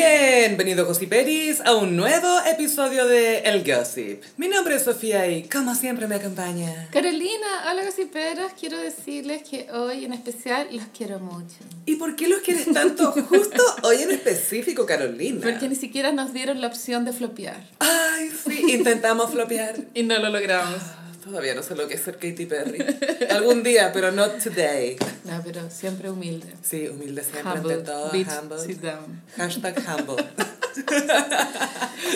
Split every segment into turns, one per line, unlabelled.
Bienvenidos gossiperis a un nuevo episodio de El Gossip. Mi nombre es Sofía y como siempre me acompaña.
Carolina, hola gossiperos, quiero decirles que hoy en especial los quiero mucho.
¿Y por qué los quieres tanto justo hoy en específico, Carolina?
Porque ni siquiera nos dieron la opción de flopear.
Ay, sí, intentamos flopear. Ah,
Y no lo logramos.
Todavía no sé lo que es ser Katy Perry. Algún día, pero no today.
No, pero siempre humilde.
Sí, humilde siempre
Humble,
ante todo,
bitch,
humble.
sit down.
Hashtag humble.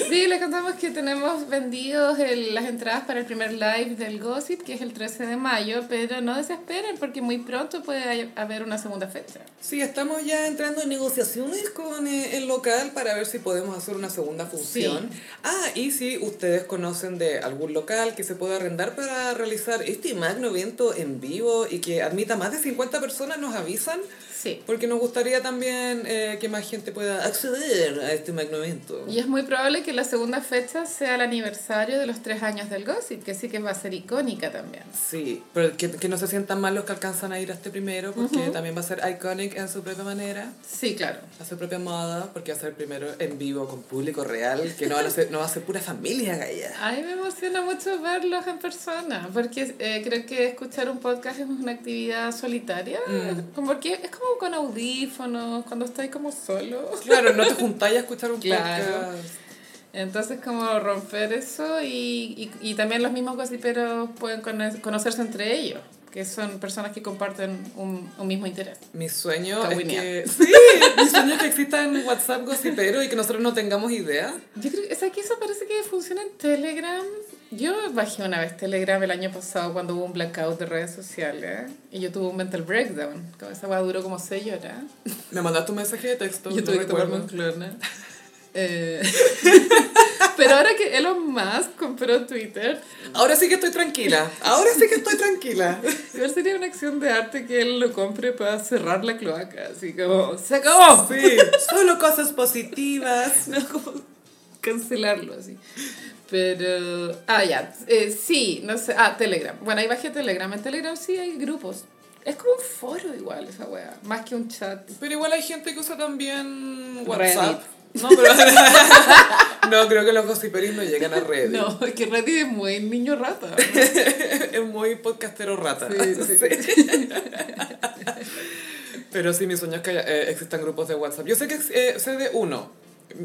Sí, les contamos que tenemos vendidos el- las entradas para el primer live del Gossip, que es el 13 de mayo, pero no desesperen porque muy pronto puede hay- haber una segunda fecha.
Sí, estamos ya entrando en negociaciones con eh, el local para ver si podemos hacer una segunda función. Ah, y si ustedes conocen de algún local que se pueda arrendar para realizar este magno evento en vivo y que admita más de 50 personas, nos avisan,
Sí.
porque nos gustaría también eh, que más gente pueda acceder a este magno evento.
Y es muy probable que la segunda fecha sea el aniversario de los tres años del Gossip, que sí que va a ser icónica también.
Sí, pero que, que no se sientan mal los que alcanzan a ir a este primero, porque también va a ser iconic en su propia manera.
Sí, claro.
a su propia moda, porque va a ser primero en vivo con público real, que no, van a ser, no va a ser pura familia galla.
A mí me emociona mucho verlos en persona, porque eh, creo que escuchar un podcast es una actividad solitaria, como porque es como con audífonos, cuando estáis como solo.
Claro, no te juntáis a escuchar un
Claro.
podcast.
Entonces como romper eso y, y, y también los mismos gossiperos pueden cono- conocerse entre ellos, que son personas que comparten un, un mismo interés.
Mi sueño
Cahuinea.
es que... Sí, mi sueño es que existan WhatsApp gossipero y que nosotros no tengamos idea.
Yo creo que es que eso parece que funciona en Telegram. Yo bajé una vez Telegram el año pasado cuando hubo un blackout de redes sociales y yo tuve un mental breakdown. Como esa hueá duró como 6 horas.
Me mandaste un mensaje de texto.
yo
no
tuve que
recuerdo.
tomarme un clona. Eh, pero ahora que Elon Musk compró Twitter,
Ahora sí que estoy tranquila. Ahora sí que estoy tranquila.
igual sería una acción de arte que él lo compre para cerrar la cloaca. Así como, ¡se acabó!
Ah, Sí, solo cosas positivas.
No, como cancelarlo así. Pero, ah, ya, eh, sí, no sé, ah, Telegram. Bueno, ahí bajé Telegram. En Telegram sí hay grupos. Es como un foro igual esa wea, más que un chat.
Pero igual hay gente que usa también
Reddit.
WhatsApp. No, pero... no, creo que los gossiperis no llegan a redes.
No, es que Reddit es muy niño rata. ¿no?
Es muy podcastero rata.
Sí, sí.
Pero sí, mi sueño es que haya- eh, existan grupos de WhatsApp. Yo sé que ex- eh, sé de uno.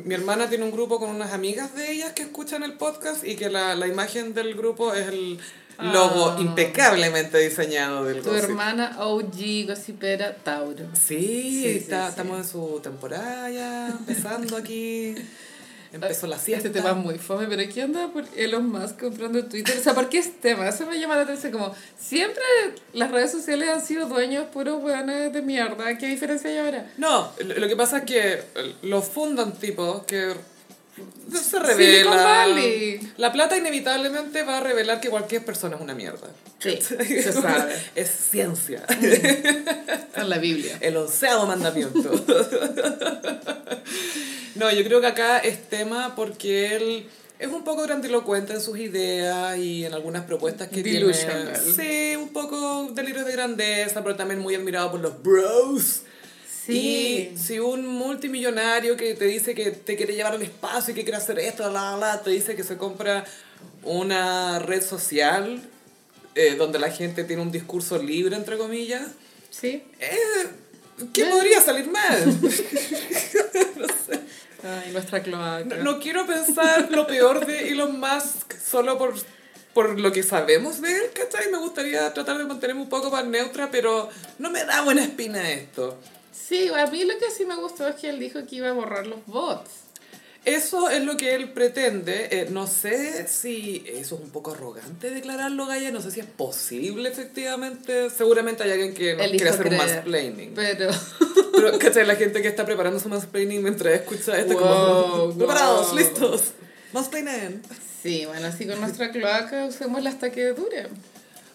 Mi hermana tiene un grupo con unas amigas de ellas que escuchan el podcast y que la, la imagen del grupo es el logo
Ah.
impecablemente diseñado del
Tu
grupo.
hermana OG gossipera Tauro.
Sí,
Sí, sí,
está-
sí.
estamos en su temporada ya, empezando aquí. Empezó la siesta.
Este tema es muy fome, pero ¿qué onda por Elon Musk comprando Twitter? O sea, ¿por qué este tema? Eso me llama la atención. Como, siempre las redes sociales han sido dueños puros weones de mierda. ¿Qué diferencia hay ahora?
No, lo lo que pasa es que eh, lo fundan tipos que se
Silicon
revelan.
Valley.
La plata inevitablemente va a revelar que cualquier persona es una mierda.
Sí, se sabe.
Es ciencia.
Con la Biblia.
El onceavo mandamiento. No, yo creo que acá es tema porque él es un poco grandilocuente en sus ideas y en algunas propuestas que tiene.
Delusional.
Sí, un poco delirios de grandeza, pero también muy admirado por los bros. Y si un multimillonario que te dice que te quiere llevar al espacio y que quiere hacer esto, la, la, la, te dice que se compra una red social eh, donde la gente tiene un discurso libre, entre comillas,
Sí.
eh, ¿qué podría salir mal?
Ay, nuestra cloaca.
No, no quiero pensar lo peor de Elon Musk solo por, por lo que sabemos de él, ¿cachai? Me gustaría tratar de mantenerme un poco más neutra, pero no me da buena espina esto.
Sí, a mí lo que sí me gustó es que él dijo que iba a borrar los bots.
Eso es lo que él pretende. Eh, no sé si eso es un poco arrogante declararlo, Gaya. No sé si es posible, efectivamente. Seguramente hay alguien que no
Él
quiere
hizo
hacer un
creer.
mansplaining.
Pero.
Pero, ¿cachai? La gente que está preparando su mansplaining mientras escucha esto, como.
Wow, wow.
Preparados, listos. Mansplainen.
Sí, bueno, así con nuestra cloaca usémosla hasta que dure.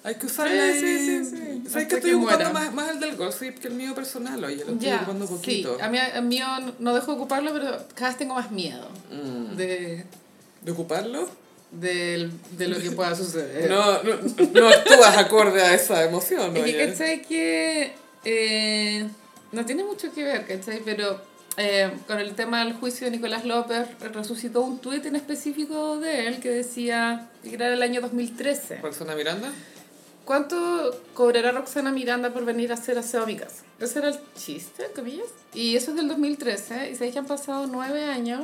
Hay que usarla.
Sí,
ahí.
sí, sí, sí.
Sabes
Hasta
que estoy
que
ocupando
muera.
más, más el del gossip que el mío personal hoy. Yo lo estoy
Ya.
ocupando
Sí,
poquito.
a mí, a mí yo no- no dejo de ocuparlo, pero cada vez tengo más miedo de,
Mm. ¿De ocuparlo?
del- de lo que pueda suceder.
No, no, no actúas acorde a esa emoción,
Eh. Es que,
oye.
¿cachai? Que eh, no tiene mucho que ver, ¿cachai? Pero eh, con el tema del juicio de Nicolás López, resucitó un tuit en específico de él que decía, que era el año 2013,
Roxana Miranda.
¿cuánto cobrará Roxana Miranda por venir a hacer aseo a mi casa? Ese era el chiste, comillas. Y eso es del 2013, y se que han pasado nueve años.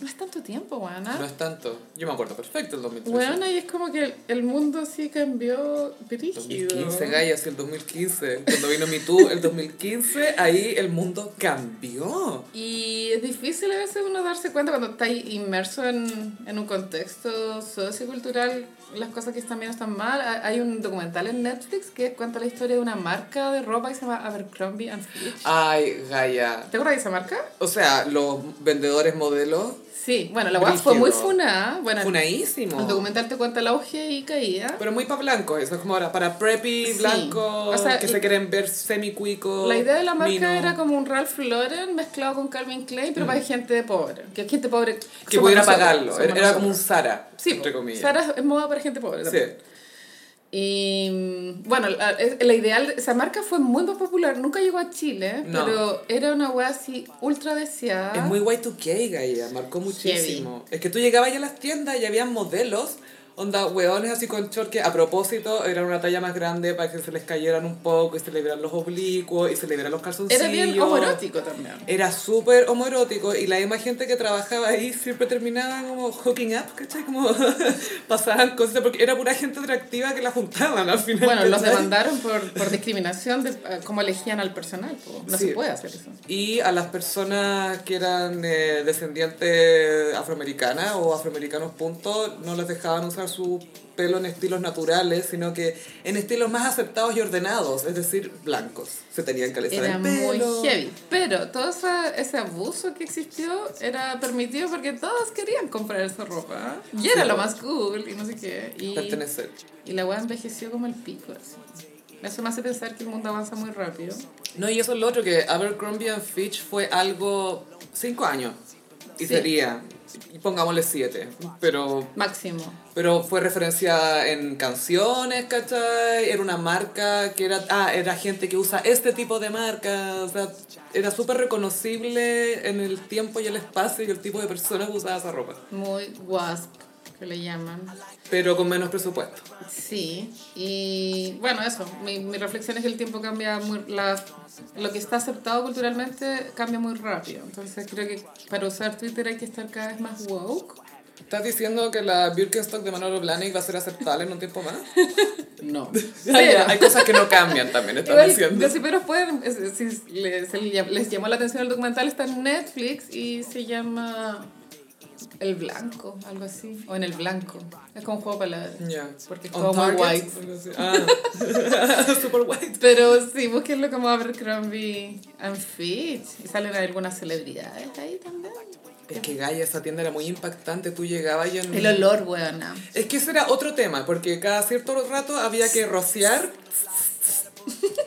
No es tanto tiempo, guana.
No es tanto. Yo me acuerdo perfecto el 2013.
Ah. Bueno, y es como que el, el mundo sí cambió brígido.
2015, Gaia, sí, el 2015. Cuando vino Me Too, el 2015, ahí el mundo cambió.
Y es difícil a veces uno darse cuenta cuando está ahí inmerso en, en un contexto sociocultural, las cosas que están bien o están mal. Ha- Hay un documental en Netflix que cuenta la historia de una marca de ropa que se llama Abercrombie and Fitch.
Ay, Gaia.
¿Te acuerdas de esa marca?
O sea, los vendedores modelos,
Sí, bueno, la weá fue muy
Brígido.
funada. Bueno, el
funadísimo.
documental te cuenta el auge y caída.
Pero muy para blancos, eso es como ahora, para preppy,
Sí.
blancos,
O sea,
que
y-
se quieren ver semi-cuicos.
La idea de la marca
mino.
era como un Ralph Lauren mezclado con Calvin Klein, pero para gente pobre. Que gente pobre
Mm. Que
somos
pudiera
nosotros,
pagarlo.
somos
Era, era como un
nosotros.
Zara,
Sí,
entre
po.
comillas.
Zara es moda para gente pobre
Sí.
también. Y mm, bueno, la, es- la ideal, esa marca fue muy más popular, nunca llegó a Chile,
No.
pero era una wea así ultra deseada.
Es muy Y2K, Gaia, marcó muchísimo. Es que tú llegabas ya a las tiendas y había modelos, onda, hueones así con short que a propósito eran una talla más grande para que se les cayeran un poco y se le vieran los oblicuos y se le vieran los calzoncillos.
era bien homoerótico también.
Era súper homoerótico y la misma gente que trabajaba ahí siempre terminaba como hooking up, ¿cachai? Como pasaban cosas, porque era pura gente atractiva que la juntaban al final.
Bueno, los
¿cachai?
demandaron por, por discriminación de eh, cómo elegían al personal. po. No
Sí.
se puede hacer eso.
y a las personas que eran eh, descendientes afroamericanas o afroamericanos punto, no les dejaban usar su pelo en estilos naturales, sino que en estilos más aceptados y ordenados, es decir, blancos. Se tenían que alisar
Era
el pelo.
muy heavy. Pero todo esa- ese abuso que existió era permitido porque todos querían comprar esa ropa. Y era lo más cool y no sé qué. Y,
Pertenecer.
y la weá envejeció como el pico. así. Eso me hace pensar que el mundo avanza muy rápido.
No, y eso es lo otro, que Abercrombie and Fitch fue algo cinco años. Y
Sí.
sería, y pongámosle siete, pero
Máximo.
Pero fue referencia en canciones, ¿cachai? Era una marca que era... Ah, era gente que usa este tipo de marca. O sea, era súper reconocible en el tiempo y el espacio y el tipo de personas que usaba esa ropa.
Muy wasp, que le llaman.
Pero con menos presupuesto.
Sí. Y bueno, eso. Mi, mi reflexión es que el tiempo cambia muy... La, lo que está aceptado culturalmente cambia muy rápido. Entonces creo que para usar Twitter hay que estar cada vez más woke.
¿Estás diciendo que la Birkenstock de Manolo Blahnik va a ser aceptable en un tiempo más? Ah,
No.
Hay cosas que no cambian también, estás
Igual,
diciendo.
los hiperos pueden, es- es- si les, se le llam- les llamó la atención el documental, está en Netflix y se llama El Blanco, algo así, o en El Blanco, es como un juego de palabras.
Ya.
Porque es
On
como muy
Target,
white.
algo así. Ah, super white.
Pero sí, búsquenlo como Abercrombie and Fitch y salen algunas celebridades ahí también.
Es que Gaia, esa tienda era muy impactante. Tú llegabas y en...
El olor, weona.
Es que ese era otro tema, porque cada cierto rato había que rociar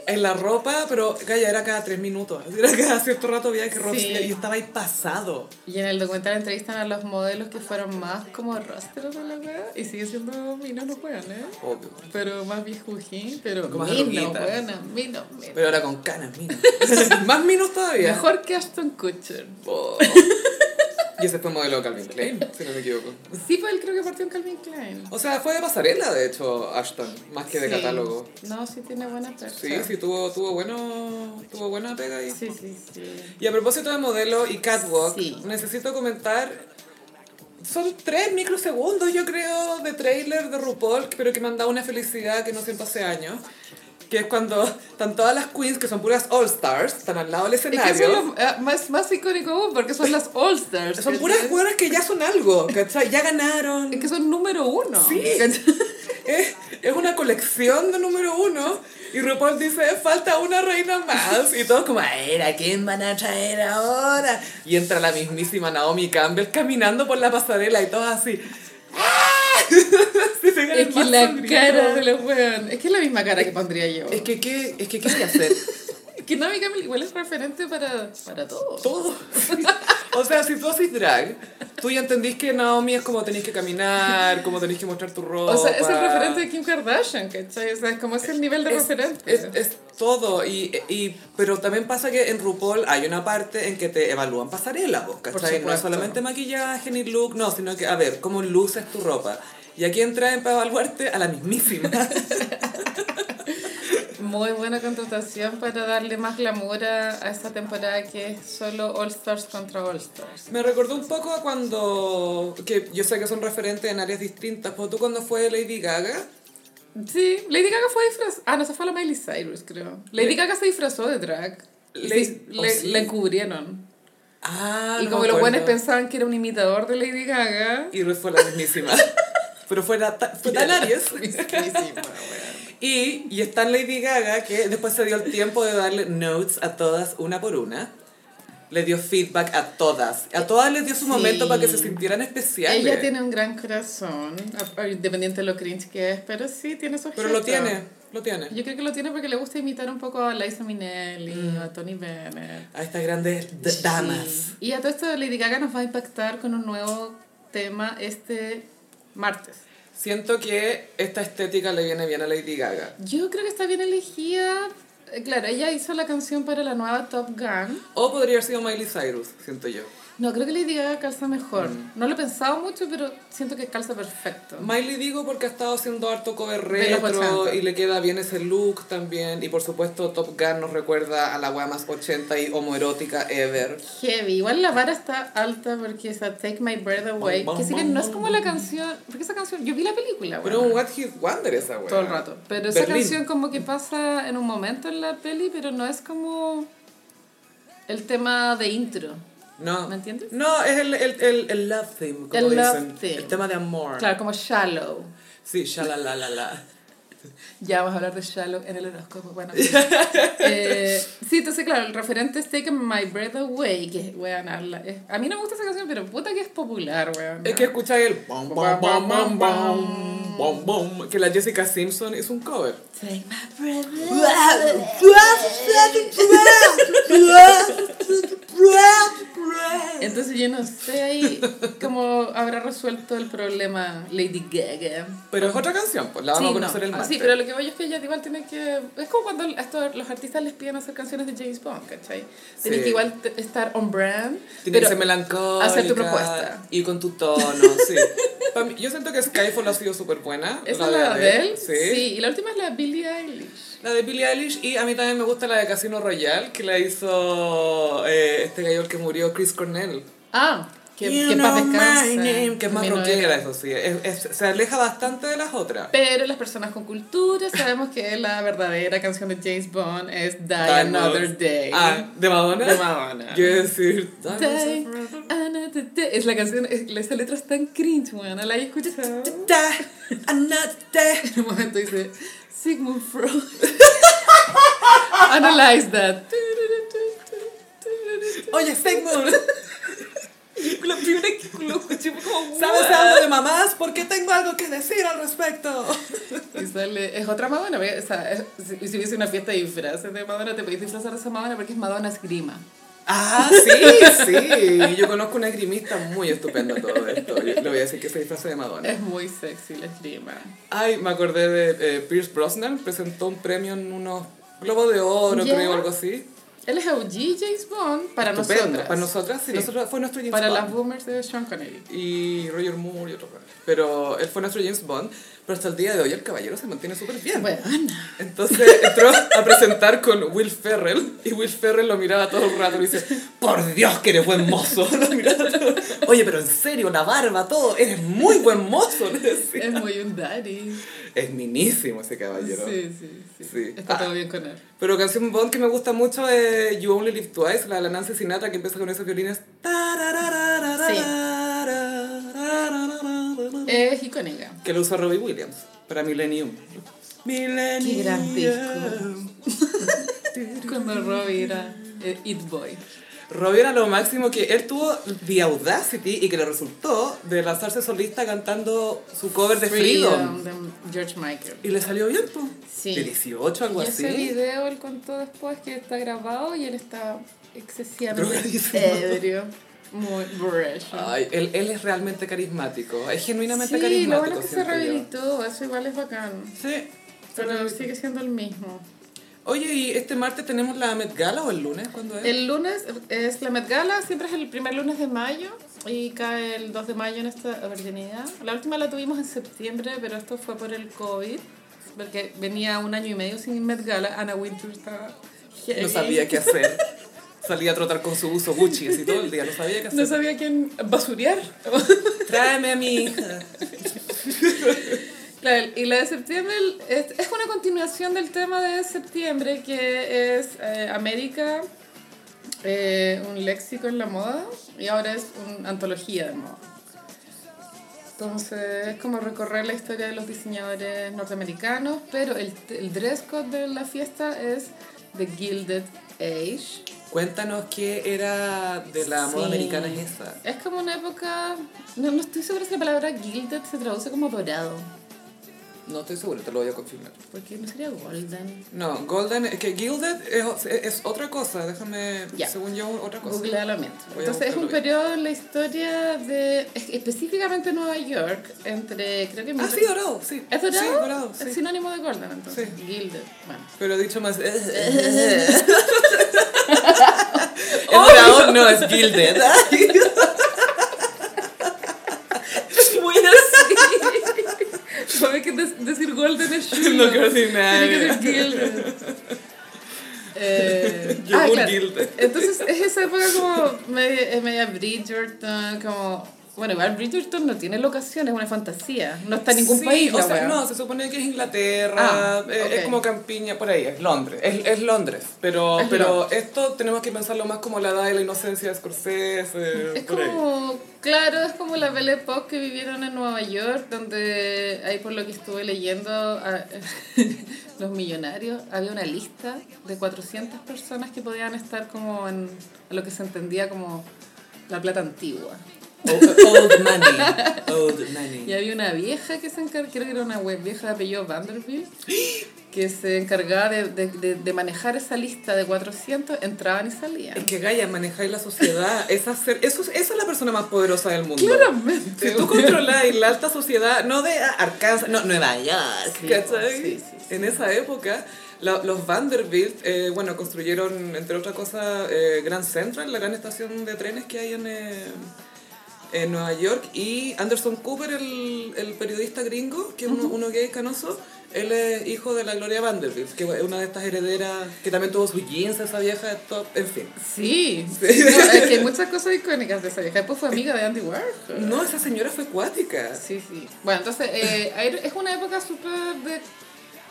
en la ropa, pero calla, era cada tres minutos. Era cada cierto rato había que rociar
Sí.
y estaba ahí pasado.
Y en el documental entrevistan a los modelos que fueron más como rostros de la wea y siguen siendo minos los weones.
Obvio.
Pero más viejuji, pero
Con más
mino,
arruguitas.
bueno, mino, mino.
Pero ahora con canas, minos. Más minos todavía.
Mejor que Ashton Kutcher.
Oh. Y ese fue modelo de Calvin Klein, si no me equivoco.
Sí, pues él creo que partió en Calvin Klein.
O sea, fue de pasarela, de hecho, Ashton, más Oh, que de
Sí.
catálogo.
No, sí tiene buena tacha.
Sí, sí, tuvo, tuvo, bueno, tuvo buena pega ahí.
Sí, sí, sí.
Y a propósito de modelo y catwalk,
Sí.
necesito comentar. Son tres microsegundos, yo creo, de trailer de RuPaul, pero que me han dado una felicidad que no siento hace años. Que es cuando están todas las queens, que son puras all-stars, están al lado del
Es
escenario.
que son los eh, más, más icónicos aún, porque son las All-Stars.
Son
¿cachai?
puras jugadoras que ya son algo, ¿cachai? Ya ganaron.
Es que son número uno.
Sí.
¿cachai?
Es, es una colección de número uno. Y RuPaul dice, falta una reina más. Y todos como, "A ver, ¿a quién van a traer ahora? Y entra la mismísima Naomi Campbell caminando por la pasarela y todos así. ¡Ah! Se pegan
Es
el
que
mazo
la
grito.
cara de los weón. Es que es la misma cara que pondría yo.
Es que, ¿qué, es que, ¿qué hay que hacer?
Es que Naomi Campbell igual es referente para, para todo.
Todo. O sea, si tú haces drag, Tú ya entendís que Naomi es como tenés que caminar, como tenés que mostrar tu ropa.
O sea, es el referente de Kim Kardashian, ¿cachai? O sea, es como es el nivel de
es,
referente.
es, es todo. Y, y, pero también pasa que en RuPaul hay una parte en que te evalúan pasarela, vos, ¿cachai? No
supuesto.
solamente maquillaje ni look, no, sino que a ver cómo luces tu ropa. Y aquí entra para evaluarte a la mismísima.
Muy buena contratación para darle más glamour a a esta temporada que es solo All Stars contra All Stars.
Me recordó un poco a cuando, que yo sé que son referentes en áreas distintas, pero tú cuando fue Lady Gaga,
Sí, Lady Gaga fue disfrazada. Ah, no, se fue a la Miley Cyrus, creo. Lady
Le-
Gaga se disfrazó de drag. Y
Le-
se-
oh,
le,
sí.
le encubrieron.
Ah,
y
no
como
me
los buenos
acuerdo.
pensaban que era un imitador de Lady Gaga.
Y fue la mismísima. Pero fue, la ta- fue tan Aries.
Misquísima, weón.
Y, y está Lady Gaga, que después se dio el tiempo de darle notes a todas una por una. Le dio feedback a todas. A todas les dio su
Sí.
momento para que se sintieran especiales.
Ella tiene un gran corazón, a- a- independiente de lo cringe que es, pero sí tiene su
Pero lo
objeto.
tiene, lo tiene.
Yo creo que lo tiene porque le gusta imitar un poco a Liza Minnelli, a Tony Bennett.
A estas grandes d- Mm. damas.
Sí. Y a todo esto Lady Gaga nos va a impactar con un nuevo tema este martes.
Siento que esta estética le viene bien a Lady Gaga.
Yo creo que está bien elegida. Eh, Claro, ella hizo la canción para la nueva Top Gun.
O podría haber sido Miley Cyrus, siento yo.
No, creo que Lady Gaga calza mejor.
Mm.
No lo he pensado mucho, pero siento que calza perfecto.
Miley digo porque ha estado haciendo harto cover
De los
retro
80.
y le queda bien ese look también. Y por supuesto Top Gun nos recuerda a la wea más 80 y homoerótica ever.
Heavy. Igual la vara está alta porque esa Take My Breath Away,
Bom, bom,
que sí que
bom,
no es
bom,
como la canción, porque esa canción, yo vi la película,
Pero
weona.
un What Hit Wonder esa wea.
todo el rato. Pero esa
Berlín.
canción como que pasa en un momento en la peli, pero no es como el tema de intro.
No.
¿Me entiendes?
No, es el, el, el, el love theme, como
El love
dicen.
theme.
El tema de amor.
Claro, como shallow.
Sí, shalalalala.
Ya vamos a hablar de shallow en el horóscopo. Bueno, eh, sí, entonces, claro, el referente es Take My Breath Away, que weón, habla- es- a mí no me gusta esa canción, pero puta que es popular, weón.
Es que escucháis el bom, bom, bom, bom, bom, bom, bom, que la Jessica Simpson es un cover.
Take my breath away. Entonces yo no sé ahí cómo habrá resuelto el problema Lady Gaga.
Pero es otra canción, pues la vamos a conocer
no.
el
Ah,
martes.
Sí, pero lo que voy es que ella igual tiene que... Es como cuando a estos- los artistas les piden hacer canciones de James Bond, ¿cachai? Tiene
Sí.
que igual te- estar on brand,
Tiene que
pero
ser melancólica.
hacer tu propuesta.
Y con tu tono, sí. Pa' mí- yo siento que Skyfall ha sido súper buena.
¿esa es la de él?
Sí.
Y la última es la de Billie Eilish.
La de Billie Eilish y a mí también me gusta la de Casino Royale, que la hizo eh, este gallo que murió, Chris Cornell.
Ah, que,
You
que paz
know
descanse.
my name, Que es más
También no
rockera,
era.
eso sí. Es- es- se aleja bastante de las otras.
Pero las personas con cultura sabemos que la verdadera canción de James Bond es Die, Another Day.
Ah, ¿de Madonna?
De Madonna.
Yo iba a decir... "Die
Die
Another
Another Day. Es la canción, es- esa letra es tan cringe, weón. La he escuchado.
Day, another day".
En un momento dice Sigmund Freud. Analyze that.
Oye, Sigmund,
Lo primero que lo escuché fue como
¿sabes
"What?".
algo de mamás? Porque tengo algo que decir al respecto.
Y sale, es otra Madonna. porque, O sea, es- si, si hubiese una fiesta de disfraces de Madonna, te podías disfrazar de esa Madonna porque es Madonna esgrima.
Ah, sí, sí. Yo conozco una esgrimista muy estupenda todo esto. Yo le voy a decir que se disfraza de Madonna.
Es muy sexy la esgrima.
Ay, me acordé de eh, Pierce Brosnan. Presentó un premio en unos globos de oro,
Ya.
creo, algo así.
Él es OG James Bond para
Estupendo.
nosotras.
Para nosotras, sí.
Sí.
Nosotras fue nuestro James
Para
Bond.
las boomers de Sean Connery.
Y Roger Moore y otros. weones. Pero él fue nuestro James Bond. Pero hasta el día de hoy el caballero se mantiene súper bien.
Bueno,
Entonces entró a presentar con Will Ferrell y Will Ferrell lo miraba todo el rato y dice, por Dios que eres buen mozo. Lo miraba todo. Oye, pero en serio, la barba, todo, eres muy buen mozo. le decía.
es muy un daddy.
Es minísimo ese caballero.
Sí, sí, sí.
Sí.
Está
Ah.
todo bien con él.
Pero canción Bond que me gusta mucho es You Only Live Twice, la de la Nancy Sinatra que empieza con esos violines.
Es icónica.
Que lo usó Robbie Williams para Millennium. Millennium.
Qué gran Cuando Robbie era eh, It Boy.
Robbie era lo máximo que él tuvo The Audacity y que le resultó de lanzarse solista cantando su cover de Freedom.
de George Michael.
Y le salió bien, pues.
Sí.
De 18, algo
Y ese
así.
video él contó después que está grabado y él está excesivamente
Drogadísimo.
ebrio. Muy brash.
Ay, él, él es realmente carismático, es genuinamente
Sí, lo
carismático.
bueno es que se
siento yo.
rehabilitó, eso igual es bacán.
Sí.
Pero sigue siendo el mismo.
Oye, ¿y este martes tenemos la Met Gala o el lunes? ¿Cuándo es?
El lunes es la Met Gala, siempre es el primer lunes de mayo y cae el 2 de mayo en esta oportunidad. La última la tuvimos en septiembre, pero esto fue por el COVID, porque venía un año y medio sin Met Gala. Anna Wintour estaba.
No sabía qué hacer. Salía a trotar con su uso Gucci así todo el día, no sabía qué hacer.
No sabía quién basurear.
Tráeme a mi hija.
Claro, y la de septiembre el- es, es una continuación del tema de septiembre, que es eh, América, eh, un léxico en la moda, y ahora es una antología de moda. Entonces es como recorrer la historia de los diseñadores norteamericanos, pero el, el dress code de la fiesta es The Gilded Age.
Cuéntanos qué era de la moda
Sí.
americana es esa.
Es como una época, no, no estoy segura si la palabra gilded se traduce como dorado,
No estoy segura, te lo voy a confirmar.
porque no sería golden.
No, Golden, es que Gilded es, es otra cosa, déjame,
Ya.
según yo, otra cosa.
Googlealo mientras.
Pues Voy a
Entonces es un
buscarlo bien.
periodo en la historia de es- específicamente Nueva York, entre creo que
Ah, sí, dorado, sí.
¿Es dorado? Ah,
Sí, dorado, sí.
Es sinónimo de Gordon entonces.
Sí.
Gilded. Bueno.
Pero dicho más... eh, es dorado, no, es Gilded.
Bueno, sí. Sabes que des- decir Golden es chulo.
No quiero decir nada.
Tiene que ser Gilded. Eh,
Yogur
ah, claro.
Gilded.
Entonces es esa época como media, es media Bridgerton, como... Bueno, igual Bridgerton no tiene locación, es una fantasía. No está en ningún
Sí,
país.
o
la
sea,
wea.
no, se supone que es Inglaterra,
Ah,
eh,
ok.
es como campiña, por ahí, es Londres, es, es Londres, pero,
Es
pero
Londres.
esto tenemos que pensarlo más como la edad de la inocencia de Scorsese,
Es
por ahí.
como, claro, es como la Belle Époque que vivieron en Nueva York, donde ahí por lo que estuve leyendo, a- los millonarios, había una lista de 400 personas que podían estar como en lo que se entendía como la plata antigua.
Old, old money, old money.
Y había una vieja que se encargaba, creo que era una we- vieja de apellido Vanderbilt, que se encargaba de, de- de- de manejar esa lista de 400, entraban y salían.
Es que Gaia, manejáis la sociedad, es hacer, eso, es- esa es la persona más poderosa del mundo.
Claramente.
Si tú controláis la alta sociedad, no de ah, Arkansas, no, Nueva York,
Sí,
¿cachai?
sí, sí, sí.
En esa época, la- los Vanderbilt, eh, bueno, construyeron, entre otras cosas, eh, Grand Central, la gran estación de trenes que hay en, eh, en Nueva York, y Anderson Cooper, el, el periodista gringo, que es uno, uno gay canoso, él es hijo de la Gloria Vanderbilt, que es una de estas herederas que también tuvo sus jeans, esa vieja top, en fin.
Sí, No, es que hay muchas cosas icónicas de esa vieja. Después fue amiga de Andy Warhol.
No, esa señora fue acuática.
Sí, sí. Bueno, entonces eh, ahí es una época súper de...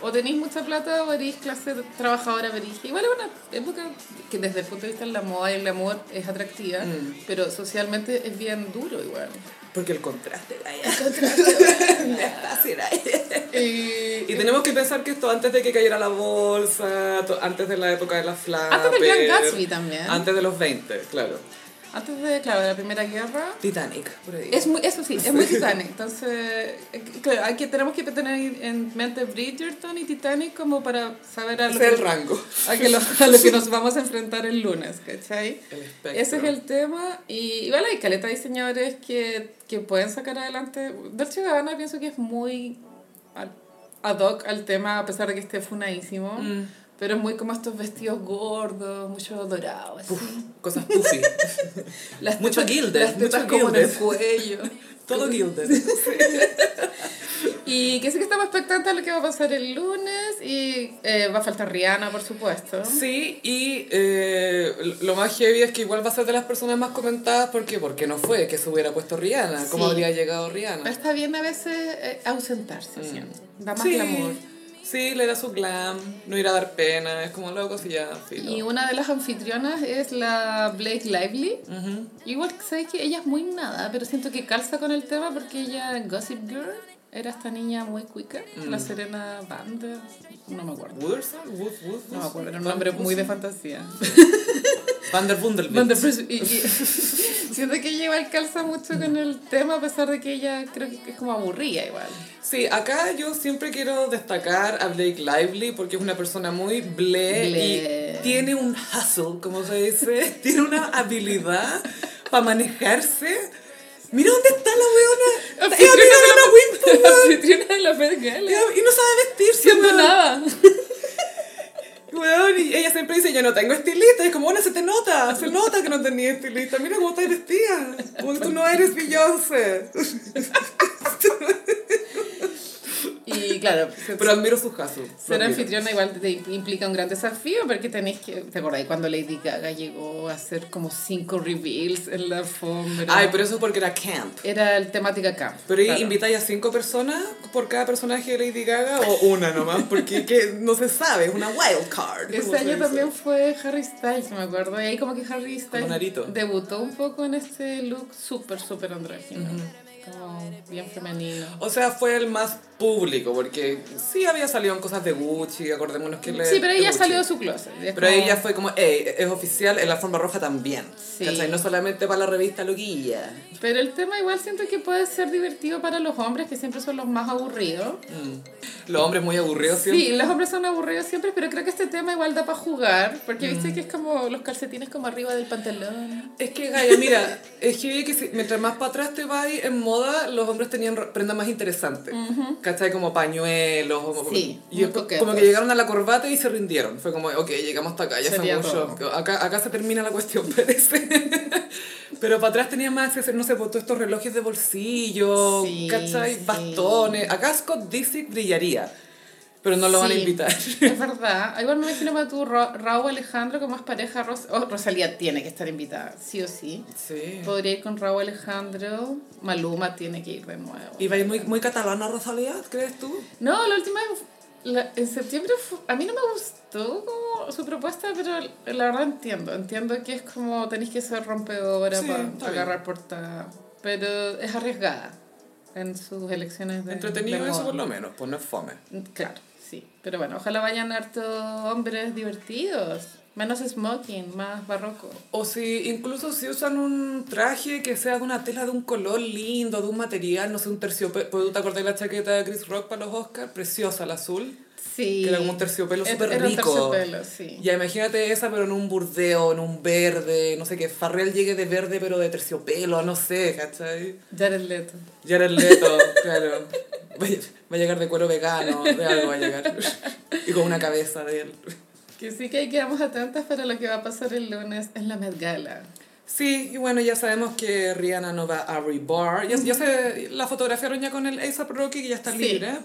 O tenéis mucha plata o eres clase trabajadora verige. Igual es una época que desde el punto de vista de la moda y el amor es atractiva, pero socialmente es bien duro igual.
Porque el contraste, Gaia.
Y,
Y tenemos que pensar que esto antes de que cayera la bolsa, to- antes de la época de la flapper.
antes del Gran Gatsby también.
Antes de los 20, claro.
Antes de, claro, de la Primera Guerra.
Titanic, por ahí.
Es muy, eso sí, es muy Titanic. Entonces, eh, claro, aquí tenemos que tener en mente Bridgerton y Titanic como para saber a lo,
Ese es el
que,
rango.
a que lo- a lo que nos vamos a enfrentar el lunes, ¿cachai?
El espectro.
Ese es el tema. Y, y bueno, hay caleta de diseñadores que, que pueden sacar adelante. Dolce Gabbana pienso que es muy al- ad hoc al tema, a pesar de que esté funadísimo.
Mm.
Pero es muy como estos vestidos gordos, mucho dorado, así.
Cosas puffy.
Las
Mucho
tetas-
gilded,
Las tetas
mucho
como en el
gilded.
cuello.
Todo gilded.
Y que sí que estamos expectantes a lo que va a pasar el lunes y eh, va a faltar Rihanna, por supuesto.
Sí, y eh, lo más heavy es que igual va a ser de las personas más comentadas porque porque no fue que se hubiera puesto Rihanna. ¿Cómo
Sí.
habría llegado
Pero
Rihanna?
está bien a veces eh, ausentarse, siento. Da más
sí.
glamour.
Sí, le da su glam, no ir a dar pena, es como loco si ya. filo.
Y una de las anfitrionas es la Blake Lively. Igual sabes que ella es muy nada, pero siento que calza con el tema porque ella en Gossip Girl era esta niña muy cuica, la Serena Band, no me acuerdo.
Wooderson, Wood, Wood,
No me acuerdo, era un nombre muy de fantasía.
Van der Bundelbilt.
Van der Pres- y- y- siento que ella igual calza mucho con el tema, a pesar de que ella creo que es como aburrida igual.
Sí, acá yo siempre quiero destacar a Blake Lively porque es una persona muy ble,
Ble.
y tiene un hustle, como se dice, tiene una habilidad para manejarse. Mira dónde está la weona. Es
Anfitriona
amiga de la
de
Whipple,
la
weón.
anfitriona de la Met Gala.
Y no sabe vestirse.
Siendo
weón.
nada.
Weón, y ella siempre dice, yo no tengo estilista. Y es como, bueno, se te nota, se nota que no tenías estilista. Mira cómo estás vestida. Como tú no eres Beyoncé.
Y claro, se-
Pero admiro sus casos.
Ser anfitriona igual te implica un gran desafío porque tenés que... ¿Te acordáis cuando Lady Gaga llegó a hacer como cinco reveals en la alfombra?
Ay, pero eso es porque era camp.
Era el temática camp.
Pero ahí
claro.
invitáis a cinco personas por cada personaje de Lady Gaga o una nomás, porque que no se sabe, es una wild card. como
Ese
se
año
dice.
también fue Harry Styles, me acuerdo. Y ahí como que Harry Styles
un arito.
debutó un poco en este look súper, súper andrógino. Como bien femenino.
O sea, fue el más público, porque sí había salido en cosas de Gucci, acordémonos que le.
Sí, pero ella
de Gucci.
salió de su closet. y es
Pero
como-
ella fue como, hey, es oficial en la forma roja también.
Sí.
¿Cachai? No solamente para la revista Loquilla.
Pero el tema igual siento que puede ser divertido para los hombres, que siempre son los más aburridos.
Mm. Los hombres muy aburridos siempre.
Sí, los hombres son aburridos siempre, pero creo que este tema igual da para jugar, porque
Mm.
viste que es como los calcetines como arriba del pantalón.
Es que, Gaia, mira, es que vi que si- mientras más para atrás te vas en moda, los hombres tenían ro- prendas más interesantes. ¿Cachai? Como pañuelos. Como,
Sí,
y
muy
es co-
coquetos.
como que llegaron a la corbata y se rindieron. Fue como, ok, llegamos hasta acá, ya fue
Sería
mucho. Acá, acá se termina la cuestión, parece. Pero para atrás tenían más accesorios, no sé, por todos estos relojes de bolsillo,
Sí,
¿cachai?
sí.
Bastones. Acá Scott Disick brillaría, pero no lo van a
Sí,
invitar.
Es verdad. Igual me imagino para tu Ra- Raúl Alejandro, como es pareja, Ros oh, Rosalía tiene que estar invitada, sí o sí.
Sí.
Podría ir con Raúl Alejandro, Maluma tiene que ir de nuevo.
¿Y va a ir muy, muy catalana Rosalía, crees tú?
No, la última vez, la- en septiembre, fu- a mí no me gustó como su propuesta, pero la verdad entiendo. Entiendo que es como tenéis que ser rompedora
Sí,
para
está bien.
agarrar portada. Pero es arriesgada en sus elecciones de.
Entretenido
de
eso
moda. Mm,
por lo menos, pues no es fome.
Claro, sí. Pero bueno, ojalá vayan harto hombres divertidos. Menos smoking, más barroco.
O si incluso si usan un traje que sea de una tela de un color lindo, de un material, no sé, un terciopelo. ¿Te acordás de la chaqueta de Chris Rock para los Oscars? Preciosa, la azul.
Sí.
Que era como un terciopelo
Era-
súper
era un
rico.
terciopelo, sí.
Ya imagínate esa, pero en un burdeo, en un verde, no sé, que Farrell llegue de verde, pero de terciopelo, no sé, ¿cachai?
Jared Leto.
Jared Leto, claro. Va a- va a llegar de cuero vegano, de algo va a llegar. Y con una cabeza de él.
Que sí que ahí quedamos atentas para lo que va a pasar el lunes en la Met Gala.
Sí, y bueno, ya sabemos que Rihanna no va a Rebar. Ya, ya se la fotografiaron ya con el ASAP Rocky, que ya está
Sí.
libre.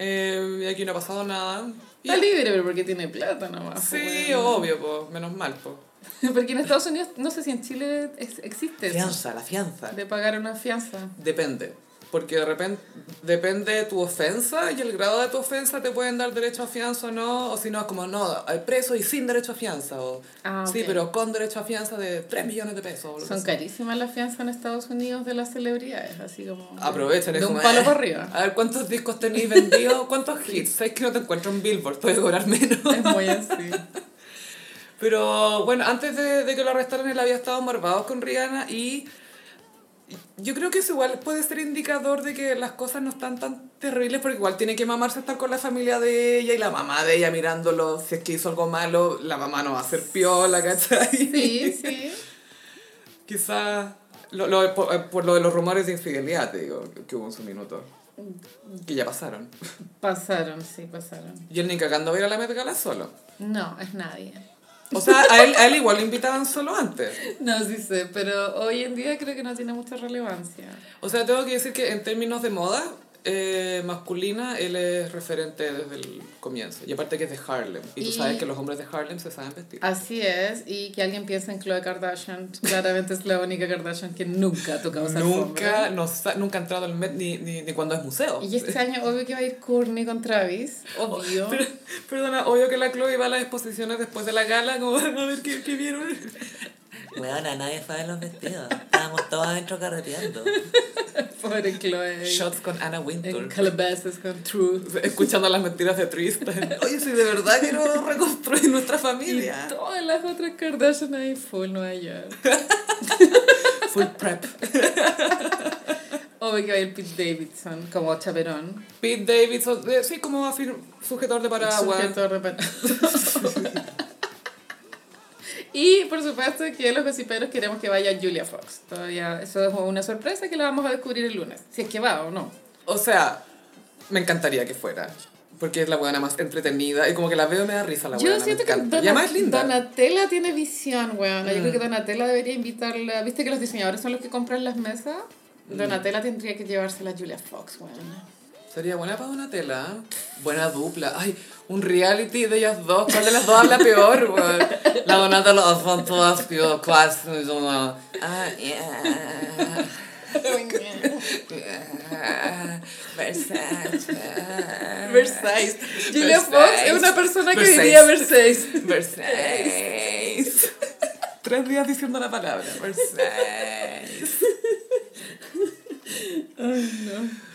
Eh, y aquí no ha pasado nada. Y- ah,
Está libre, pero porque tiene plata nomás.
Sí,
pues, bueno.
obvio, pues, menos mal, pues.
Porque en Estados Unidos, no sé si en Chile es- existe eso,
Fianza, la fianza.
de pagar una fianza.
Depende. Porque de repente depende de tu ofensa y el grado de tu ofensa te pueden dar derecho a fianza o no, o si no es como no, hay preso y sin derecho a fianza, o
Ah,
sí,
ok.
pero con derecho a fianza de 3 millones de pesos. o lo que
Son
sea.
carísimas las fianzas en Estados Unidos de las celebridades, así como... eh.
Aprovechen
De
eso.
un
ma-
palo para arriba.
A ver cuántos discos tenéis vendidos, cuántos hits. Sabes que no te encuentro en Billboard, puedes cobrar menos.
Es muy así.
Pero bueno, antes de, de que lo arrestaran, él había estado embarvado con Rihanna y yo creo que eso igual puede ser indicador de que las cosas no están tan terribles porque igual tiene que mamarse estar con la familia de ella y la mamá de ella mirándolo. Si es que hizo algo malo, la mamá no va a ser piola, ¿cachai?
Sí, sí.
Quizás lo- lo- por, eh, por lo de los rumores de infidelidad, te digo, que hubo en su minuto. Que ya pasaron.
Pasaron, sí, pasaron.
Y él ni cagando va a ir a la Met Gala solo.
No, es nadie.
O sea, a él, a él igual lo invitaban solo antes.
No, sí sé, pero hoy en día creo que no tiene mucha relevancia.
O sea, tengo que decir que en términos de moda eh, masculina, él es referente desde el comienzo. Y aparte que es de Harlem. Y tú
Y-
sabes que los hombres de Harlem se saben vestir.
Así es, y que alguien piense en Khloe Kardashian, claramente es la única Kardashian que nunca ha tocado esa alfombra.
Nunca, nos ha- nunca ha entrado al Met ni, ni, ni cuando es museo.
Y este año, obvio que va a ir Courtney con Travis, obvio.
Pero- perdona, obvio que la Chloe va a las exposiciones después de la gala, como a ver qué, qué vieron.
Weona, nadie sabe los vestidos. Estábamos todos adentro carreteando.
Pobre Chloe.
Shots con Anna
En
Wintour.
Calabasas con Truth.
Escuchando las mentiras de Tristan. Oye, si de verdad quiero reconstruir nuestra
Y
familia.
todas las otras Kardashian ahí full Nueva York.
Full prep.
Obvio que va a ir Pete Davidson como chaperón.
Pete Davidson, de- sí, como afir- sujetador de paraguas.
Sujeto de repente. Y por supuesto que los gossiperos queremos que vaya Julia Fox. Todavía eso es una sorpresa que la vamos a descubrir el lunes, si es que va o no.
O sea, me encantaría que fuera. Porque es la buena más entretenida. Y como que la veo y me da risa la
Yo
buena.
siento que
Y además es linda. Mm.
Donatella tiene visión, weón. Yo creo que Donatella debería invitarla. ¿Viste que los diseñadores son los que compran las mesas?
Mm.
Donatella tendría que llevársela a Julia Fox, weón.
Sería buena para Donatella. ¿eh? Buena dupla. Ay, un reality de ellas dos. ¿Cuál de las dos habla peor, weón? La Donatella son todas peor. ¿Cuál es una? Ah, yeah. yeah, Versace.
Versailles. Julia Fox
Versailles.
es una persona que
Versailles.
diría Versailles.
Versace. Tres días diciendo la palabra. Versace.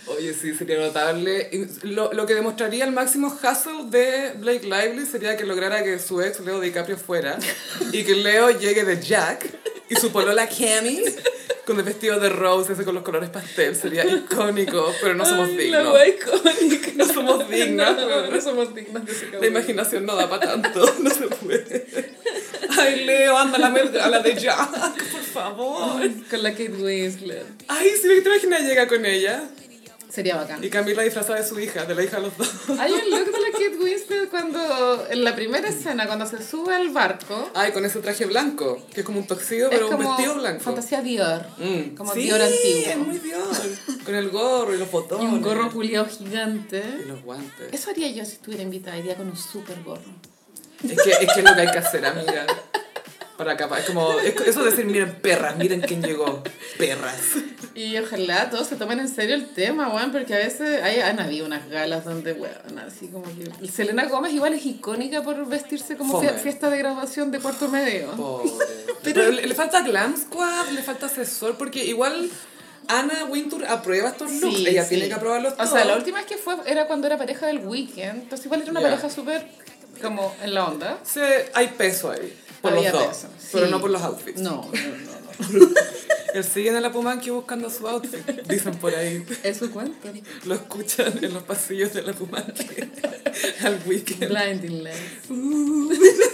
Oye, sí, sería notable. Y Lo, lo que demostraría el máximo hustle de Blake Lively sería que lograra que su ex Leo DiCaprio fuera y que Leo llegue de Jack y su polola Cammy con el vestido de Rose, ese con los colores pastel. Sería icónico, pero no somos
Ay, La
dignos.
wea icónica.
No somos dignas,
No,
weón.
no somos dignas de ese
La
cabrón.
imaginación no da para tanto, no se puede. Ay, Leo, anda a la, mer- a la de Jack, por favor.
Con la Kate Winslet.
Ay, si Victoria Gina llega con ella.
Sería bacán.
Y Camila disfrazada de su hija, de la hija de los dos.
Hay un look de la Kate Winslet cuando, en la primera escena, cuando se sube al barco,
Ay, con ese traje blanco, que es como un toxido, pero
es
un
como
vestido blanco.
fantasía Dior.
Mm.
Como
Sí,
Dior antiguo.
es muy Dior. Con el gorro y los botones.
Y un gorro culiado
Y
gigante.
los guantes.
Eso haría yo si estuviera invitada, iría con un super gorro.
Es que es, que es lo que hay que hacer, amiga. Para acá, pa- es como, es- eso de decir, miren perras, miren quién llegó, perras.
Y ojalá todos se tomen en serio el tema, weón, porque a veces hay, han habido unas galas donde, weón, así como que... y Selena Gómez igual es icónica por vestirse como
Fome.
fie- fiesta de graduación de cuarto medio.
Pobre. Pero le, le falta glam squad, le falta asesor, porque igual Ana Wintour aprueba estos looks.
Sí,
Ella
sí.
tiene que aprobarlos
O sea, la
todos.
última vez que fue era cuando era pareja del weekend, entonces igual era una
Ya.
pareja súper como en la onda.
Se- hay peso ahí, por
Había
los dos,
peso,
pero
sí.
no por los outfits.
No, no, no. no.
Él sigue en la Pumanqui buscando su outfit, dicen por ahí.
Eso cuenta.
Lo escuchan en los pasillos de la Pumanqui al weekend.
Blinding Lights.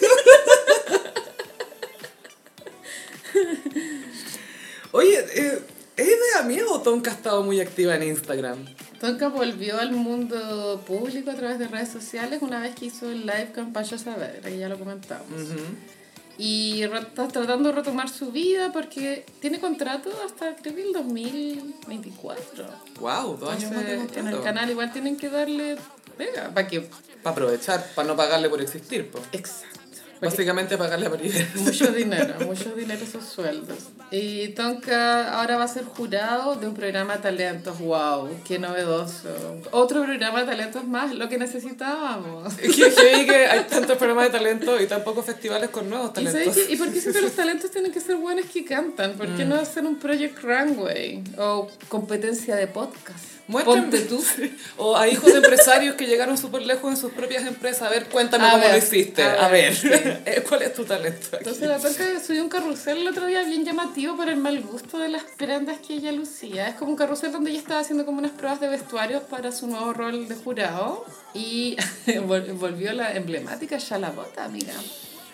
Oye, eh, ¿es idea mía o Tonka ha estado muy activa en Instagram?
Tonka volvió al mundo público a través de redes sociales una vez que hizo el live con Pancho Saavedra, que ya lo comentamos.
Mm,
Y re- está tratando de retomar su vida porque tiene contrato hasta creo que el 2024.
Wow, dos años más de
Entonces, en el
contrato.
canal igual tienen que darle pega para que...
Para aprovechar, para no pagarle por existir, po.
Exacto.
Básicamente pagarle por ir.
Mucho dinero, mucho dinero esos sueldos. Y Tonka ahora va a ser jurado de un programa de talentos. ¡Wow! ¡Qué novedoso! Otro programa de talentos más, lo que necesitábamos.
Es que heavy que hay tantos programas de talento y tan pocos festivales con nuevos
¿Y, sabes
talentos.
qué? ¿Y por qué siempre los talentos tienen que ser buenos que cantan? ¿Por
Mm.
qué no hacer un Project Runway o competencia de podcast?
Muéstrame.
Ponte tú.
O a hijos de empresarios que llegaron súper lejos en sus propias empresas. A ver, cuéntame
A
cómo
ver,
lo hiciste.
a
A ver,
ver,
eh, ¿cuál es tu talento? aquí?
Entonces la Tonka subió un carrusel el otro día bien llamativo por el mal gusto de las prendas que ella lucía. Es como un carrusel donde ella estaba haciendo como unas pruebas de vestuarios para su nuevo rol de jurado y vol- volvió la emblemática Shalabota, amiga.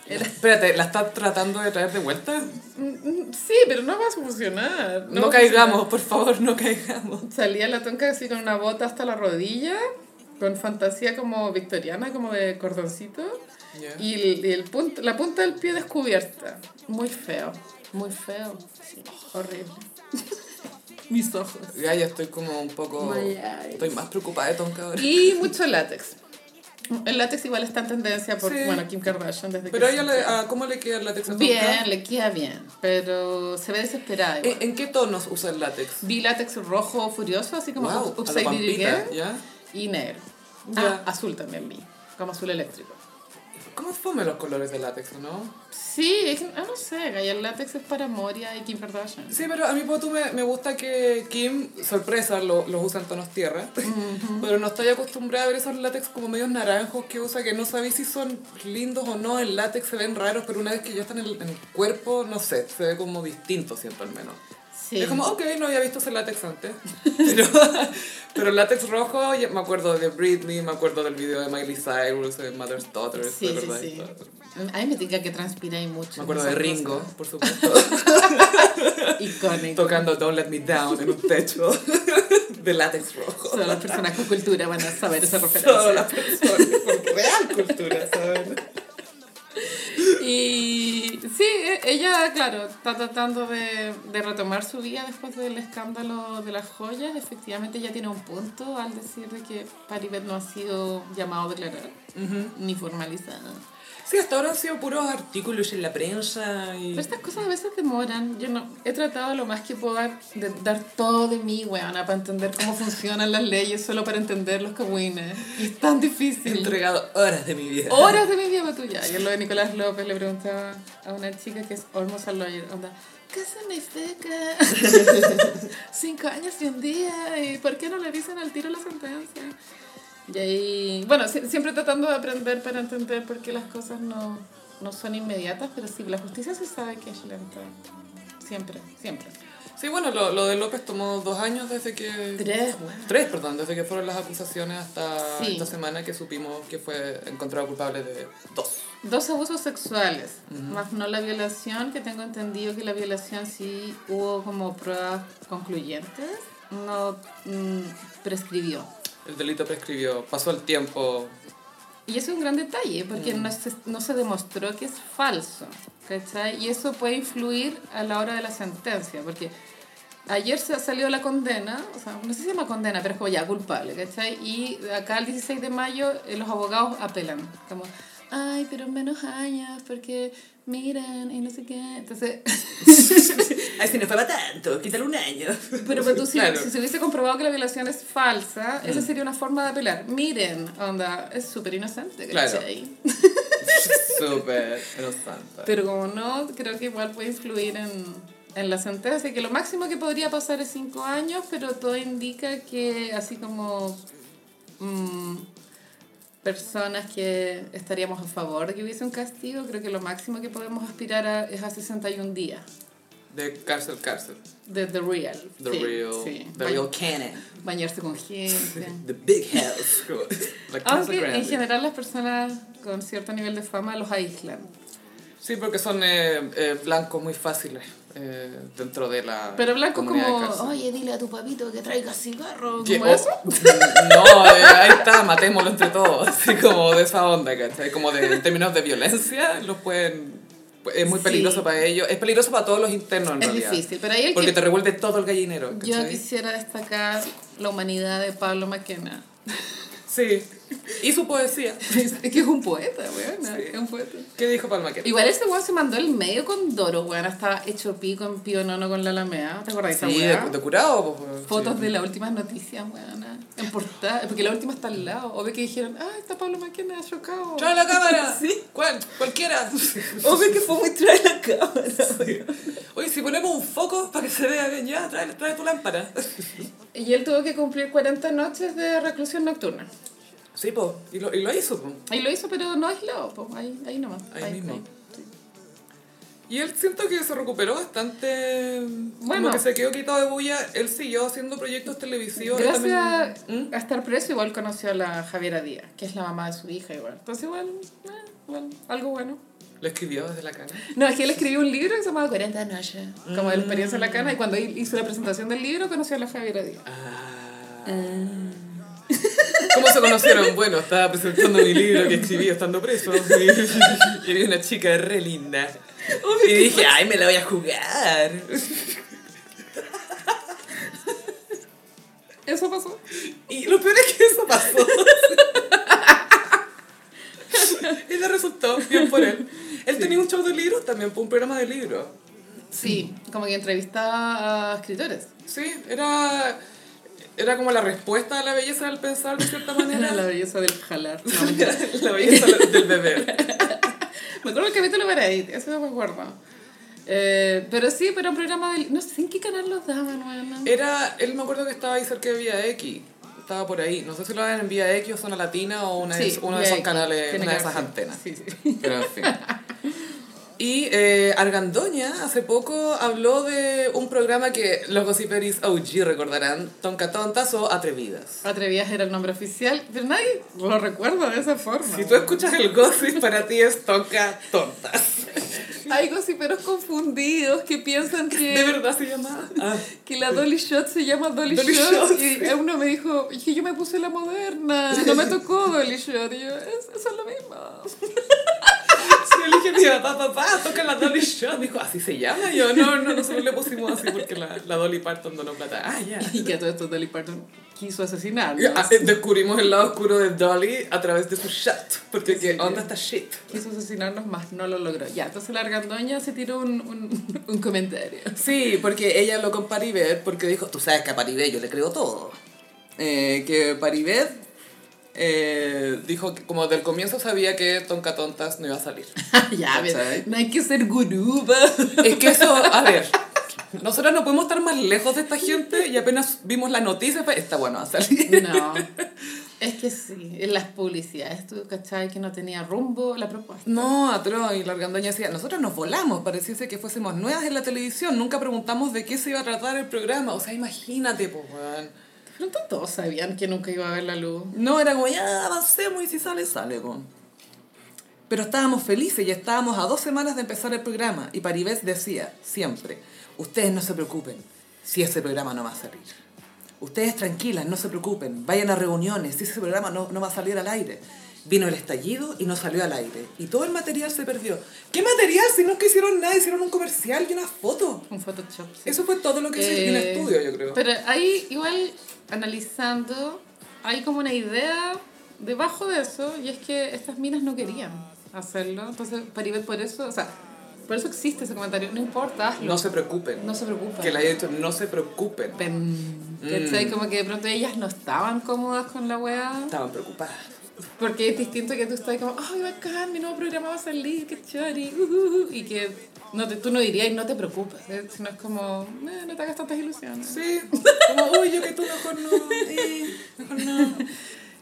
Era-
Espérate, ¿la estás tratando de traer de vuelta?
Mm, mm, sí, pero no va a funcionar.
No,
va a
caigamos, por favor, no caigamos.
Salía la tonca así con una bota hasta la rodilla, con fantasía como victoriana, como de cordoncito,
Ya.
y, el, y el punto, la punta del pie descubierta. Muy feo, muy feo, sí, horrible. Mis ojos.
Ya, ya estoy como un poco...
My eyes.
Oh. Estoy más preocupada de Tonka ahora.
Y mucho látex. El látex igual está en tendencia por
Sí.
bueno, Kim Kardashian desde
Pero a
que...
ella, le- a- ¿cómo le queda el látex a Tonka?
Bien, le queda bien, pero se ve desesperada. igual.
¿En, en qué tonos usa el látex?
Vi látex rojo furioso, así como
Wow,
up-
a la
upside down
pampita,
again.
¿ya?
y negro.
Ya.
Ah, azul también vi, como azul eléctrico.
¿Cómo fome los colores del látex, o no?
Sí, es que- ah, no sé, Gaya, el látex es para Moria y Kim Kardashian.
Sí, pero a mí Potu me, me gusta que Kim, sorpresa, lo- los usa en tonos tierra. Pero no estoy acostumbrada a ver esos látex como medios naranjos que usa, que no sabéis si son lindos o no. El látex se ven raros, pero una vez que ya están en el, en el cuerpo, no sé, se ve como distinto, siento al menos.
Sí.
Es como, ok, no había visto ese látex antes. Pero, pero el látex rojo, ya me acuerdo de Britney, me acuerdo del video de Miley Cyrus, de Mother's Daughter,
Sí,
¿te
sí,
acordás?
sí. A mí me tinca que transpiráis mucho.
Me acuerdo
en
de
esas
Ringo,
cosas.
por supuesto,
Icónico.
tocando Don't Let Me Down en un techo de látex rojo.
Solo las personas con cultura van a saber esa
Solo las
referencia.
personas con real cultura, ¿saben?
Y sí, e- ella, claro, está tratando de, de retomar su vida después del escándalo de las joyas. Efectivamente, ella tiene un punto al decir de que Paribet no ha sido llamado a declarar ni formalizado.
Sí, hasta ahora han sido puros artículos en la prensa y...
Pero estas cosas a veces demoran. Yo no he tratado lo más que puedo dar- de dar todo de mí, weona, para entender cómo funcionan las leyes, solo para entender los cagüines. Y es tan
He
difícil.
entregado horas de mi vida.
horas de mi vida para tuya. Ayer lo de Nicolás López le preguntaba a una chica que es almost a lawyer, onda, ¿qué significa? Cinco años y un día, ¿y por qué no le dicen al tiro la sentencia? Y ahí, bueno, si- siempre tratando de aprender para entender por qué las cosas no, no son inmediatas, pero sí, la justicia se sabe que es lenta. Siempre, siempre.
Sí, bueno, lo, lo de López tomó dos años desde que...
Tres, weón.
Tres, perdón, desde que fueron las acusaciones hasta
Sí.
esta semana que supimos que fue encontrado culpable de dos.
Dos abusos sexuales, más no la violación, que tengo entendido que la violación sí hubo como pruebas concluyentes, no mm, prescribió.
El delito prescribió, pasó el tiempo.
Y eso es un gran detalle, porque
Mm.
no, se, no se demostró que es falso, ¿cachai? Y eso puede influir a la hora de la sentencia, porque ayer se salió la condena, o sea, no sé si se llama condena, pero es como ya culpable, ¿cachai? Y acá el 16 de mayo eh, los abogados apelan, como, ay, pero menos años, porque miran y no sé qué. Entonces,
Ay, si no fue para tanto, quítale un año.
pero pues, tú, si,
Claro. Mm.
si se hubiese comprobado que la violación es falsa, esa sería una forma de apelar. Miren, onda, es súper inocente,
Claro.
¿cachai?
Súper inocente.
Pero como no, creo que igual puede influir en, en la sentencia, que lo máximo que podría pasar es cinco años, pero todo indica que así como mm, personas que estaríamos a favor de que hubiese un castigo, creo que lo máximo que podemos aspirar a, es a 61 días.
De cárcel, cárcel.
De The Real.
The
Sí,
real.
sí.
The
Ba-
real cannon.
Bañarse con gente.
The big house.
Como- La cárcel
Aunque
grande.
en general las personas con cierto nivel de fama los aíslan.
Sí, porque son eh, eh, blancos muy fáciles eh, dentro de la.
Pero blancos
comunidad de
como,
cárcel.
oye, dile a tu papito que traiga cigarro,
Que-
como
o-
eso.
No, eh, ahí está, matémoslo entre todos. Así como de esa onda, ¿cachai? Como de, en términos de violencia, los pueden. Es muy
Sí.
peligroso para ellos. Es peligroso para todos los internos, en
Es
realidad.
difícil, pero ahí el
Porque
que-
te revuelve todo el gallinero.
Yo
¿cachai?
quisiera destacar la humanidad de Pablo Maquena.
Sí. Y su poesía.
Es que es un poeta, weón.
Sí.
Es un poeta.
¿Qué dijo Palma? Que-
Igual ese weón se mandó el medio con Doro, weón. Hasta hecho pico en Pío Nono con la Alameda. ¿Te acordás de
Sí,
esa
de,
weón?
de curado. pues, sí.
Fotos de las últimas noticias, weón. En portada. Porque la última está al lado. Obvio que dijeron, ah, está Pablo Maquena, chocado.
¡Trae la cámara!
Sí.
¿Cuál? Cualquiera.
Obvio que fue muy trae la cámara.
Oye, si ponemos un foco para que se vea bien, ya, trae, trae tu lámpara.
Y él tuvo que cumplir 40 noches de reclusión nocturna.
Sí, po. Y lo, y lo hizo, po.
Ahí lo hizo, pero no aislado, po. Ahí, ahí nomás.
Ahí mismo. Y él siento que se recuperó bastante. Bueno.
Bueno.
Como que se quedó quitado de bulla. Él siguió haciendo proyectos televisivos. él
Gracias a,
también- ¿Mm?
a estar preso, igual conoció a la Javiera Díaz, que es la mamá de su hija, igual. Entonces, igual, eh, igual, algo bueno.
Lo escribió desde la cara.
No, es que él escribió un libro que se llamaba 40 noches, como de la experiencia en la cana, y cuando él hizo la presentación del libro, conoció a la Javiera Díaz.
Ah. ¿Cómo se conocieron? Bueno, estaba presentando mi libro que escribí estando preso. Y vi una chica re linda.
Y dije, ay, me la voy a jugar.
Eso pasó.
Y lo peor es que eso pasó. y le resultó bien por él. Él tenía un show de libros también, fue un programa de libros.
Sí, como que entrevistaba a escritores.
Sí, era, era como la respuesta a la belleza del pensar, de cierta manera.
Era la belleza del jalar. No, mentira.
la belleza del beber.
me acuerdo el capítulo para ahí, eso no me acuerdo. Eh, pero sí, pero un programa de... No sé en qué canal los daban, bueno.
Era, él me acuerdo que estaba ahí cerca de Vía X. Estaba por ahí. No sé si lo hagan en Vía X o Zona Latina o una de-
Sí,
uno de
y
esos
ahí
canales,
tiene
una de
que
esas
haber sido.
antenas.
Sí, sí.
Pero en fin. Y eh, Argandoña hace poco habló de un programa que los gossiperis OG recordarán, Tonca Tontas o Atrevidas.
Atrevías era el nombre oficial, pero nadie lo recuerda de esa forma.
Si tú escuchas el gossip, para ti es Tonca Tontas.
Hay gossiperos confundidos que piensan que...
¿De verdad se llama? Ah.
Que la Dolly Shot se llama Dolly,
Dolly
Shot,
Shot,
Y uno me dijo, "Es que yo me puse la moderna, no me tocó Dolly Shot. Y yo, "Es- eso es lo mismo.
Si yo le dije a mi papá, papá, toca la Dolly Shot. Dijo, así se llama. Yo, no, no, nosotros le pusimos así porque la, la Dolly Parton donó plata. Ah, ya.
Y que a todo esto Dolly Parton quiso asesinarlo.
Y, ah, eh, Descubrimos el lado oscuro de Dolly a través de su shot. Porque, ¿qué
Sí.
onda esta shit?
Quiso asesinarnos, más no lo logró. Ya, entonces la argandoña se tiró un, un, un comentario.
Sí, porque ella lo con Paribet porque dijo, tú sabes que a Paribet yo le creo todo. Eh, que Paribet eh, dijo que como del comienzo sabía que Tonka Tontas no iba a salir.
ya,
¿Cachai?
pero no hay que ser gurú. pa.
Es que eso, a ver, nosotros no podemos estar más lejos de esta gente y apenas vimos la noticia, fue, esta bueno va a salir.
No. Es que sí, en las publicidades, tú cachai que no tenía rumbo la propuesta.
No, atroz, y la argandoña decía, nosotros nos volamos, pareciese que fuésemos nuevas en la televisión, nunca preguntamos de qué se iba a tratar el programa, o sea, imagínate, pues, weón.
De pronto todos sabían que nunca iba a ver la luz.
No, era como, ya avancemos y si sale, sale, po. Pero estábamos felices y estábamos a dos semanas de empezar el programa. Y Paribés decía siempre, ustedes no se preocupen si ese programa no va a salir. Ustedes tranquilas, no se preocupen, vayan a reuniones si ese programa no, no va a salir al aire. Vino el estallido y no salió al aire. Y todo el material se perdió. ¿Qué material? Si nunca hicieron nada, hicieron un comercial y una foto.
Un Photoshop. sí.
Eso fue todo lo que hicieron en el
Eh,
estudio, yo creo.
Pero ahí, igual, analizando, hay como una idea debajo de eso, y es que estas minas no querían hacerlo. Entonces, Paribet, por eso, o sea, por eso existe ese comentario. No importa, hazlo.
No se preocupen.
No se preocupen.
Que Mm. le haya dicho, no se preocupen.
Pen- ¿Cachai? Como que de pronto ellas no estaban cómodas con la weá.
Estaban preocupadas.
Porque es distinto que tú estás como, ay, bacán, mi nuevo programa va a salir, qué chori, ujujuju", y que no te, tú no dirías, no te preocupes, ¿eh? sino es como, "Eh, no te hagas tantas ilusiones.
Sí, como, uy, yo que tú mejor no. eh, mejor no.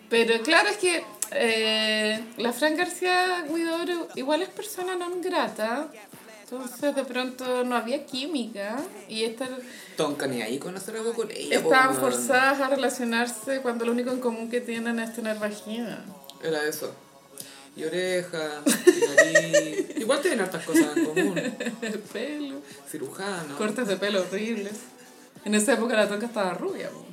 Pero claro, es que eh, la Fran García Guidoro igual es persona no grata, entonces de pronto no había química y estas
Tonka ni ahí con hacer algo con ella. po,
estaban
weón.
forzadas a relacionarse cuando lo único en común que tienen es tener vagina.
Era eso. Y oreja, y nariz. Igual tienen hartas cosas en común.
Pelo,
Cirujano.
cortes de pelo horribles. En esa época la tonca estaba rubia. po.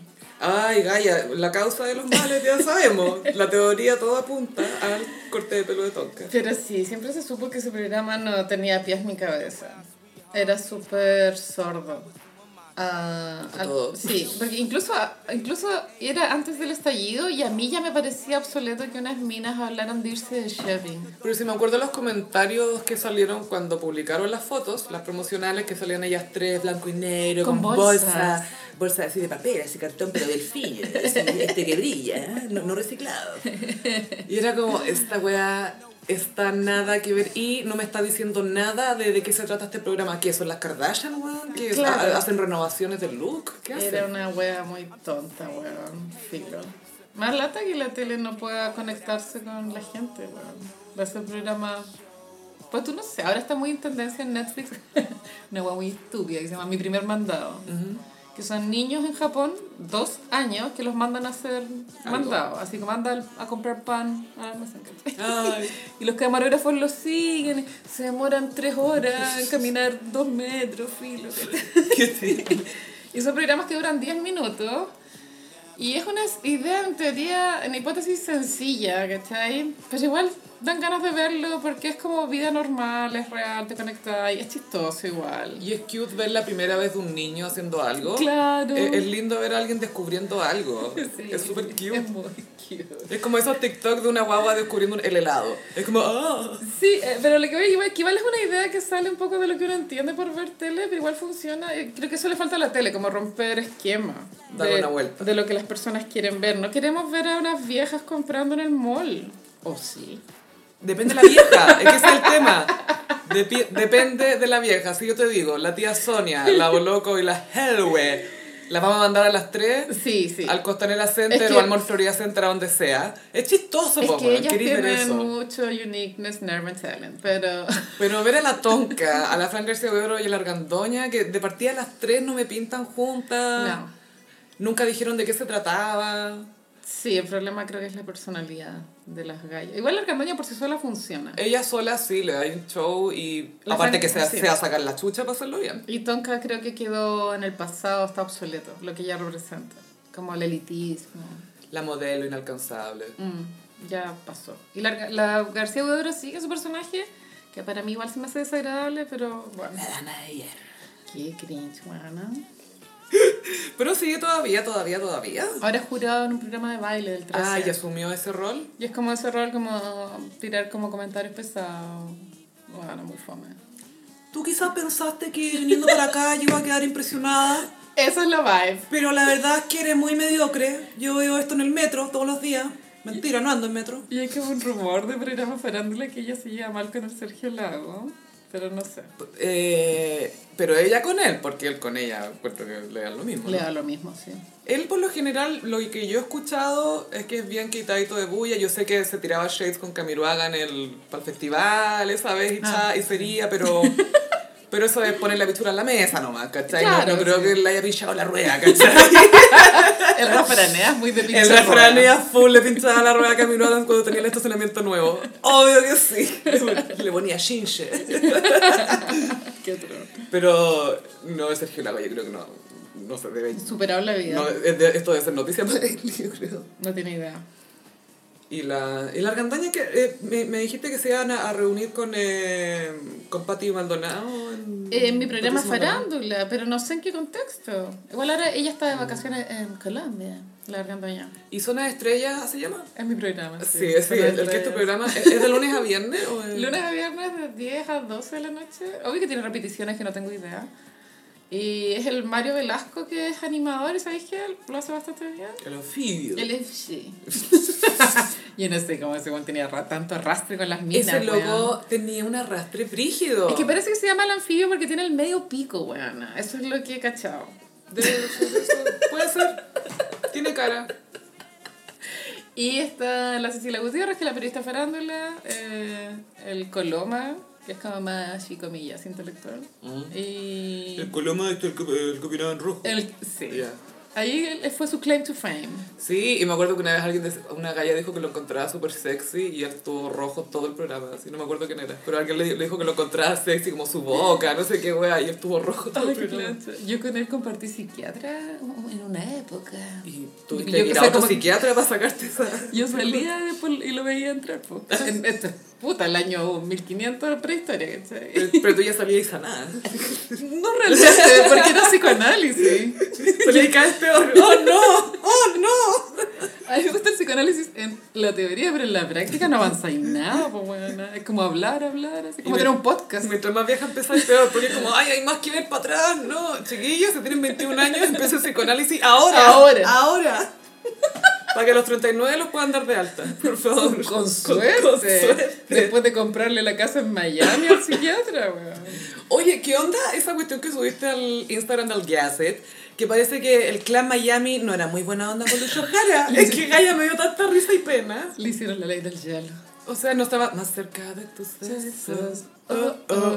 Ay, Gaia, la causa de los males ya sabemos. La teoría todo apunta al corte de pelo de Tonka.
Pero sí, siempre se supo que ese programa no tenía pies ni cabeza. Era súper sordo. Ah,
A
al-
todo.
Sí, porque incluso, incluso era antes del estallido y a mí ya me parecía obsoleto que unas minas hablaran de irse de shopping.
Pero si me acuerdo los comentarios que salieron cuando publicaron las fotos, las promocionales que salían ellas tres, blanco y negro,
Con
con,
bolsas.
bolsa,
Bolsa así de papel, así cartón, pero del fin, este que brilla, no, no reciclado.
Y era como, esta weá está nada que ver y no me está diciendo nada de, de qué se trata este programa. ¿Qué son las Kardashian, weón? ¿Que
Claro.
ha- hacen renovaciones del look? ¿Qué hacen?
Era una wea muy tonta, weón. Filo. Más lata que la tele no pueda conectarse con la gente, weón. Va a ser un programa... Pues tú no sé, ahora está muy en tendencia en Netflix una wea muy estúpida que se llama Mi Primer Mandado. Que son niños en Japón, dos años, que los mandan a hacer mandado. Así que mandan a comprar pan al almacén, ¿cachai?
Ay,
Y los camarógrafos los siguen, se demoran tres horas en caminar dos metros, filo. y son programas que duran 10 minutos. Y es una idea, en teoría, en hipótesis sencilla, ¿cachai? Pero igual dan ganas de verlo porque es como vida normal, es real, te conecta y es chistoso igual.
y es cute ver la primera vez de un niño haciendo algo.
Claro.
Es, es lindo ver a alguien descubriendo algo.
Sí,
Es súper cute.
Es muy cute.
Es como esos TikTok de una guagua descubriendo un- el helado. Es como, ah.
Sí, eh, pero lo que voy igual, que igual es una idea que sale un poco de lo que uno entiende por ver tele, pero igual funciona. Eh, Creo que eso le falta a la tele, como romper esquema.
Darle
de,
una vuelta.
De lo que las personas quieren ver. No queremos ver a unas viejas comprando en el mall. ¿O sí?
Depende de la vieja, es que ese es el tema. Depi- depende de la vieja, si yo te digo, la tía Sonia, la Boloco y la Helwe Las vamos a mandar a las 3.
Sí, sí.
Al Costanera Center
Es que-
o al Mall Florida Center, a donde sea. Es chistoso,
es
po,
que
weón,
ellas
queréis ver
tienen
eso.
mucho uniqueness, nerve and talent, pero...
Pero ver a la Tonka, a la Fran García Huevro y a la Argandoña, que de partida las tres no me pintan juntas.
No.
Nunca dijeron de qué se trataba.
Sí, el problema creo que es la personalidad de las gallas. Igual la arcandoña por sí sola funciona.
Ella sola sí le da un show y
La
aparte
Fran-
que se,
sí.
se va a sacar la chucha para hacerlo bien.
Y Tonka creo que quedó en el pasado, está obsoleto, lo que ella representa. Como el elitismo.
La modelo inalcanzable.
Mm, ya pasó. Y la, la García Huedoro sigue su personaje, que para mí igual se me hace desagradable, pero bueno. Qué cringe, bueno.
Pero sigue todavía, todavía, todavía.
Ahora es jurado en un programa de baile del 13.
Ah, y asumió ese rol.
Y es como ese rol, como tirar como comentarios pesados. Bueno, muy fome.
Tú quizás pensaste que viniendo para acá yo iba a quedar impresionada,
Eso es la vibe.
pero la verdad es que eres muy mediocre. Yo veo esto en el metro todos los días. Mentira, no ando en metro.
Y hay como un rumor de programa farándula que ella se lleva mal con el Sergio Lago, pero no sé.
Eh, pero ella con él, porque él con ella, encuentro que le da lo mismo. ¿no?
Le da lo mismo, sí.
Él por lo general, lo que yo he escuchado es que es bien quitadito de bulla. Yo sé que se tiraba shades con Camiruaga en el, para el festival esa vez y, cha- y sería, pero... Pero eso es poner la pichura en la mesa nomás, ¿cachai? No-
Claro,
no, creo
sí.
que le haya pinchado la rueda, ¿cachai?
El refranea es muy de
El refrán era full, le pinchaba la rueda a Camilo Adams cuando tenía el estacionamiento nuevo. Obvio que sí. Le ponía chinche.
Qué atroz.
Pero no, Sergio Lago, yo creo que no, no se debe.
Superado la vida.
No,
No,
es de- esto debe ser noticia para él, yo creo.
tiene idea.
Y la, y la argandaña que eh, me, me dijiste que se iban a, a reunir con, eh, con Pati Maldonado. En,
Eh, En mi programa
Patricio Maldonado.
farándula, pero no sé en qué contexto. Igual ahora ella está de vacaciones en Colombia, la Argandoña.
¿Y Zona de Estrellas se llama?
Es mi programa.
Sí, sí, el, el que es tu programa. ¿Es, es de lunes a viernes? O es-
Lunes a viernes de 10 a 12 de la noche. Obvio que tiene repeticiones que no tengo idea. Y es el Mario Velasco que es animador y ¿sabéis que lo hace bastante bien?
El anfibio.
El FG. Yo no sé cómo ese weón tenía ra- tanto arrastre con las minas.
Ese Oh.
weón.
logo tenía un arrastre frígido.
Es que parece que se llama el anfibio porque tiene el medio pico, weón. Eso es lo que he cachado.
Debe ser eso. Puede ser. Tiene cara.
Y está la Cecilia Gutiérrez, que es la periodista farándula, eh, el Coloma, que es como más chico millas intelectual. Y
coloma es el que, el en rojo.
el sí. Ahí él- fue su claim to fame.
Sí, y me acuerdo que una vez alguien, des- una galla dijo que lo encontraba súper sexy y él estuvo rojo todo el programa, así no me acuerdo quién era, pero alguien le, le dijo que lo encontraba sexy como su boca, no sé qué wea, y él estuvo rojo todo
Ay,
el
qué
programa.
plancha. Yo con él compartí psiquiatra en una época.
Y
Yo
tuviste
que
que ir a
sé
otro
cómo-
psiquiatra para sacarte esa...
Yo salía después y lo veía entrar, po. En esto, puta, el año 1500 prehistoria, ¿cachai?
Pero tú ya salías sanada.
No realmente, porque era psicoanálisis.
Salías cada vez peor. ¡Oh, no! ¡Oh, no!
A mí me gusta el psicoanálisis en la teoría, pero en la práctica no avanzáis nada, po, weona. Es como hablar, hablar, así como
me-
tener un podcast.
Mientras más vieja empezáis peor, porque es como, ay, hay más que ver para atrás, no, chiquillos, se tienen 21 años, empieza el psicoanálisis ahora.
Ahora.
Ahora. Para que a los 39 los puedan dar de alta, por favor.
Con, suerte.
con suerte.
Después de comprarle la casa en Miami al psiquiatra, weón.
Oye, ¿qué onda esa cuestión que subiste al Instagram del Gasset? Que parece que el clan Miami no era muy buena onda con Luis O'Hara. es que Gaia me dio tanta risa y pena.
Le hicieron la ley del hielo.
O sea, no estaba más cerca de tus besos. Oh, oh.
Oh, oh.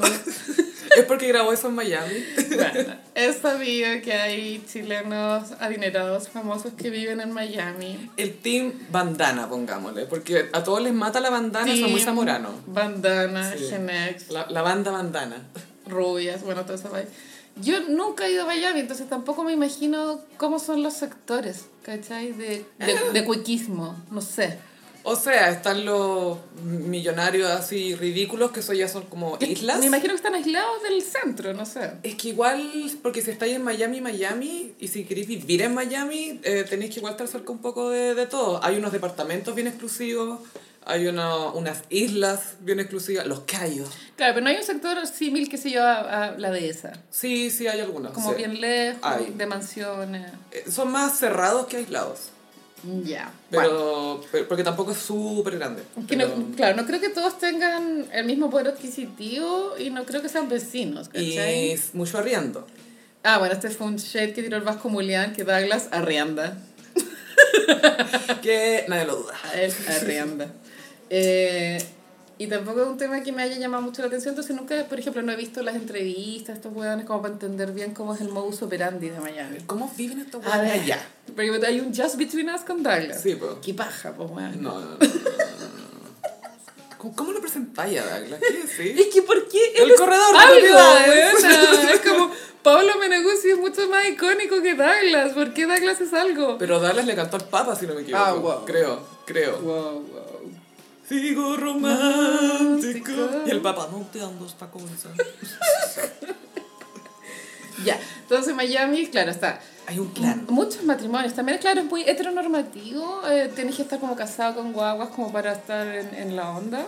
es porque grabó eso en Miami.
Bueno, he sabido que hay chilenos adinerados famosos que viven en Miami.
El team bandana, pongámosle, porque a todos les mata la bandana, son muy
Tim,
zamoranos.
Bandana,
Sí.
Genex,
La, la banda bandana.
rubias, bueno, toda esa vibe. Yo nunca he ido a Miami, entonces tampoco me imagino cómo son los sectores, ¿cachai? De,
Ah.
de, de cuiquismo, no sé.
O sea, están los millonarios así ridículos, que eso ya son como islas.
Me imagino que están aislados del centro, no sé.
Es que igual, porque si estáis en Miami, Miami, y si queréis vivir en Miami, eh, tenéis que igual estar cerca un poco de, de todo. Hay unos departamentos bien exclusivos, hay una- unas islas bien exclusivas, los Cayos.
Claro, pero no hay un sector símil, qué sé yo, a, a la dehesa.
Sí, sí, hay algunos.
Como
sí.
bien lejos,
Hay.
de mansiones.
Eh, Son más cerrados que aislados,
Ya. bueno.
pero, pero- porque tampoco es súper grande.
Que no-
pero-
claro, no creo que todos tengan el mismo poder adquisitivo y no creo que sean vecinos,
y
¿cachai?
es mucho arriendo.
Ah, bueno, este fue un shade que tiró el Vasco Mulián que Douglas arrienda.
Que nadie lo duda.
Él arrienda. Eh, y tampoco es un tema que me haya llamado mucho la atención, entonces nunca, por ejemplo, no he visto las entrevistas, estos hueones, como para entender bien cómo es el modus operandi de Miami.
¿Cómo viven estos
A
hueones
ver,
allá?
Porque hay un Just Between Us con Douglas.
Ah, Sí, po.
Qué paja, pues, weón.
No, no, no. no, no, no. ¿Cómo, cómo lo presentáis a Douglas? ¿Qué decís?
Es que, ¿por qué?
El
es
corredor de
algo,
habilidades.
weona? Es como, Pablo Meneguzzi es mucho más icónico que Douglas. ¿Por qué Douglas es algo?
Pero Douglas le cantó al Papa, si no me equivoco.
Ah, wow.
Creo, creo.
Wow, wow.
Sigo romántico.
Romántico.
Y el Papa, no te dan dos tacones.
Ya, entonces Miami, claro, está.
Hay un clan.
Muchos matrimonios. También, claro, es muy heteronormativo. eh, tienes que estar como casado con guaguas como para estar en, en la onda.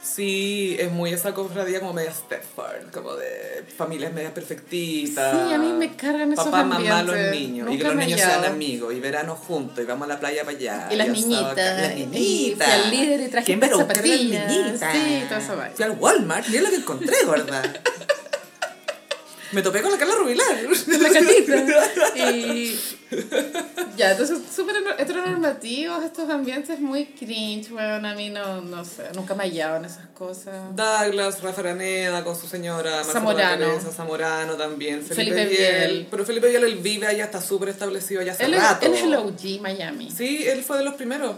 Sí, es muy esa cofradía como media Stepford, como de familias medias perfectitas.
Sí, a mí me cargan esos
Papá, mamá, los
ambientes.
niños. y
Nunca
que los
me
niños
hallaba.
sean amigos. Y verano juntos. Y vamos a la playa para allá.
Y las
asado
niñitas.
acá, y Las
y
niñitas.
Fui al líder y traje
¿Quién va a buscar a las
zapatillas.
niñitas?
Sí, toda esa vaina.
Fui al Walmart y es lo que encontré, gorda. me topé con la Carla Rubilar.
la catita. Y ya, entonces súper heteronormativos estos ambientes muy cringe, weón. A mí no, no sé, nunca me hallaban esas cosas.
Douglas, Rafa Araneda con su señora Marcela
Zamorano.
Teresa, Zamorano también, Felipe,
Felipe
Biel.
Biel.
Pero Felipe Biel él vive allá, está súper establecido allá hace
Él es,
rato.
él es el OG Miami.
Sí, él fue de los primeros.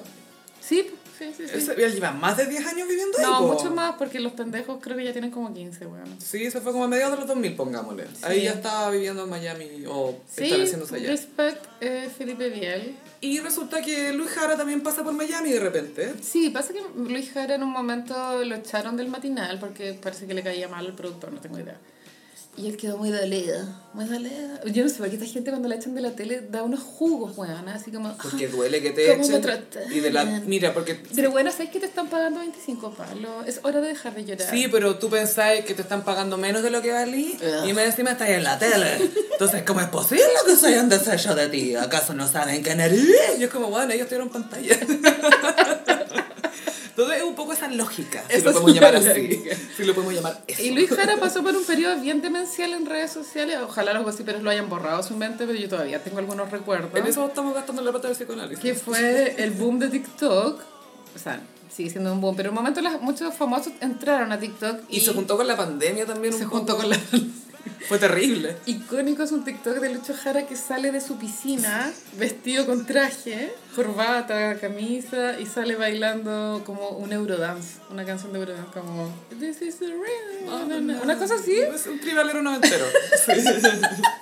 Sí, sí, sí.
Él,
sí.
se- él lleva más de 10 años viviendo ahí.
No,
po.
mucho más, porque los pendejos creo que ya tienen como 15, weón.
Sí, se fue como a mediados de los 2000, pongámosle. Ahí ya estaba viviendo en Miami o
Sí,
estableciéndose allá.
respect eh, Felipe Biel.
Y resulta que Luis Jara también pasa por Miami de repente.
Sí, pasa que Luis Jara en un momento lo echaron del matinal porque parece que le caía mal al productor, no tengo idea. Y él quedó muy dolido, muy dolido. Yo no sé por qué esta gente cuando la echan de la tele da unos jugos, weón, así como... "Ah,
Porque duele que te
¿Cómo me
echen.
trataron?
Y de la. Mira, porque
Pero bueno, ¿sabes que te están pagando 25 palos? Es hora de dejar de llorar.
Sí, pero tú pensás que te están pagando menos de lo que valí
Ugh.
y me encima estás en la tele. Entonces, ¿cómo es
Pues
posible que soy un desecho de ti? ¿Acaso no saben quién eres? Y es como, bueno, ellos tuvieron pantalla. Entonces, es un poco esa lógica, si
Esa
lo
es
podemos llamar
la
así.
lógica.
Si lo podemos llamar eso.
Y Luis Jara pasó por un periodo bien demencial en redes sociales. Ojalá los gossiperos lo hayan borrado de su mente, pero yo todavía tengo algunos recuerdos.
En eso estamos gastando la plata del psicoanálisis.
que fue el boom de TikTok. O sea, sigue siendo un boom, pero en un momento las, muchos famosos entraron a TikTok y,
Y se juntó con la pandemia también.
se
un poco.
juntó con la...
Fue terrible.
Icónico es un TikTok de Lucho Jara que sale de su piscina vestido con traje, corbata, camisa y sale bailando como un Eurodance, una canción de Eurodance como This is the rhythm, una cosa así.
Es un tribalero noventero. Sí.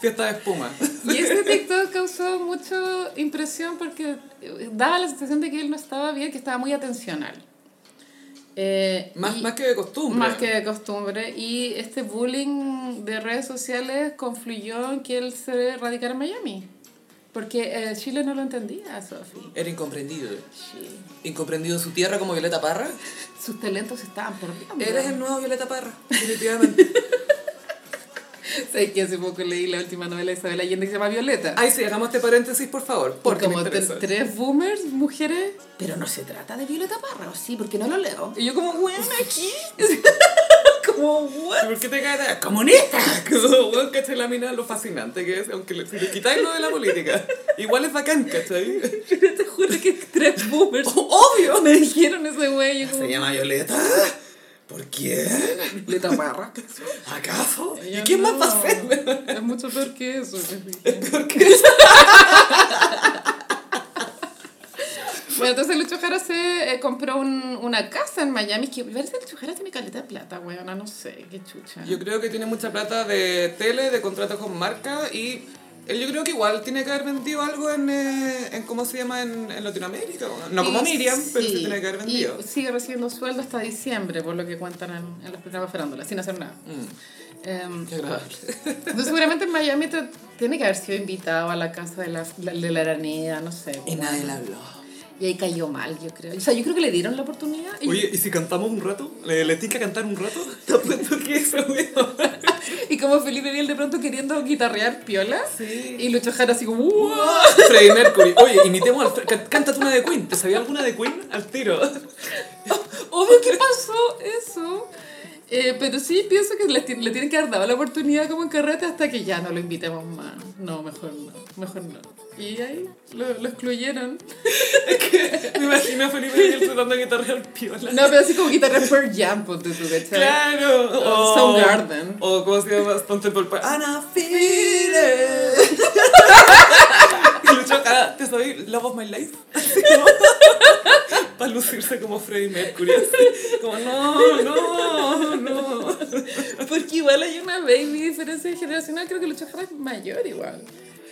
Fiesta de espuma.
Y ese TikTok causó mucha impresión porque eh, daba la sensación de que él no estaba bien, que estaba muy atencional. Eh,
Más,
y-
más que de costumbre.
Más que de costumbre. Y este bullying de redes sociales confluyó en que él se radicara en Miami. Porque eh, Chile no lo entendía, Sofi.
Era incomprendido. Incomprendido en su tierra como Violeta Parra.
Sus talentos se estaban perdiendo.
Eres el nuevo Violeta Parra, definitivamente.
Sé que hace poco leí la última novela de Isabel Allende que se llama Violeta.
Ay, sí, hagamos este paréntesis, por favor,
Por
porque
como
me
tre-
interesa.
tres boomers, mujeres. Pero no se trata de Violeta Parra, ¿o sí? Porque no lo leo. Y yo como, bueno, aquí. como,
¿Y
what?
¿Por qué te caes de comunista? Como, weón, ¿cachai? La mina lo fascinante que es, aunque le, si le quitáis lo de la política. Igual es bacán, ¿cachai?
Pero te juro que tres boomers.
¡Obvio!
Me dijeron ese güey. Yo como,
Se llama Violeta. ¿Por quién?
Violeta Parra.
¿Acaso? ¿Y quién más va a ser?
hacer? Es mucho peor que eso. Bueno, entonces Lucho Jara se eh, compró un- una casa en Miami. Que parece que Lucho Jara tiene caleta de plata, weona. No sé, qué chucha.
Yo creo que tiene mucha plata de tele, de contratos con marca y él yo creo que igual tiene que haber vendido algo en, eh, en ¿cómo se llama? En, en Latinoamérica. ¿no? No como
Y
Miriam, pero sí
sí,
tiene que haber vendido.
Y sigue recibiendo sueldo hasta diciembre, por lo que cuentan en, en los programas farándula, sin hacer nada.
Mm.
Em,
Qué agradable.
entonces seguramente en Miami te- tiene que haber sido invitado a la casa de la, la- de la Araneda, no sé.
Y
weona.
nadie le habló.
Y ahí cayó mal, yo creo. O sea, yo creo que le dieron la oportunidad. Y,
Oye, ¿y si cantamos un rato? ¿Le, le tinca cantar un rato? ¿Te apuesto que eso, weón?
y como Felipe Biel de pronto queriendo guitarrear piola.
Sí.
Y Lucho Jara así como... "Uah".
Freddie Mercury. Oye, imitemos al... Fre- can- Cántate una de Queen. ¿Te sabía alguna de Queen? Al tiro.
Obvio que pasó oh, eso. Eh, pero sí pienso que les ti- le, tienen que haber dado la oportunidad como en carrete hasta que ya no lo invitemos más. No, mejor no, mejor no. Y ahí lo, lo excluyeron.
Me imagino a Felipe Daniel tratando de guitarra al piola.
No, pero así como guitarra Pearl Jam, ponte tú, ¿cachai?
Claro.
O Soundgarden.
O cómo se llama Stone Temple Pilots. Ana Fide. Ah, Lucho cara, te soy Love of My Life. Para lucirse como Freddie Mercury. así. Como no, no, no.
Porque igual hay una baby diferencia generacional, creo que Lucho Jara es mayor igual.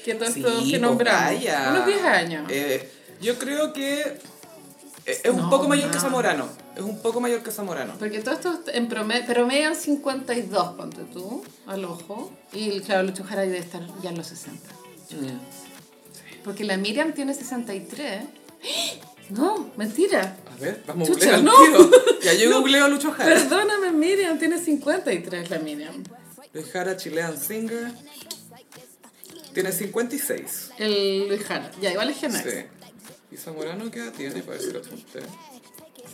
Que todos
Sí,
estos que
pues,
nombramos.
vaya.
Unos 10 años.
Eh, yo creo que eh, es es un
No,
poco mayor que
más.
Zamorano. Es un poco mayor que Zamorano.
Porque todos estos en promedio, promedio 52, ponte tú, al ojo. Y claro, Lucho Jara debe estar ya en los 60. Mm. Porque la Miriam tiene 63. No, mentira.
A ver, vamos a
Chucha,
googlear al
no.
tiro. Ya yo googleo a Lucho Jara.
Perdóname, Miriam, tiene 53 la Miriam.
Luis Jara, Chilean Singer. Tiene 56.
El Luis Jara. Ya, igual es Genax.
Sí. ¿Y Zamorano qué edad tiene? Para decirlo apunté.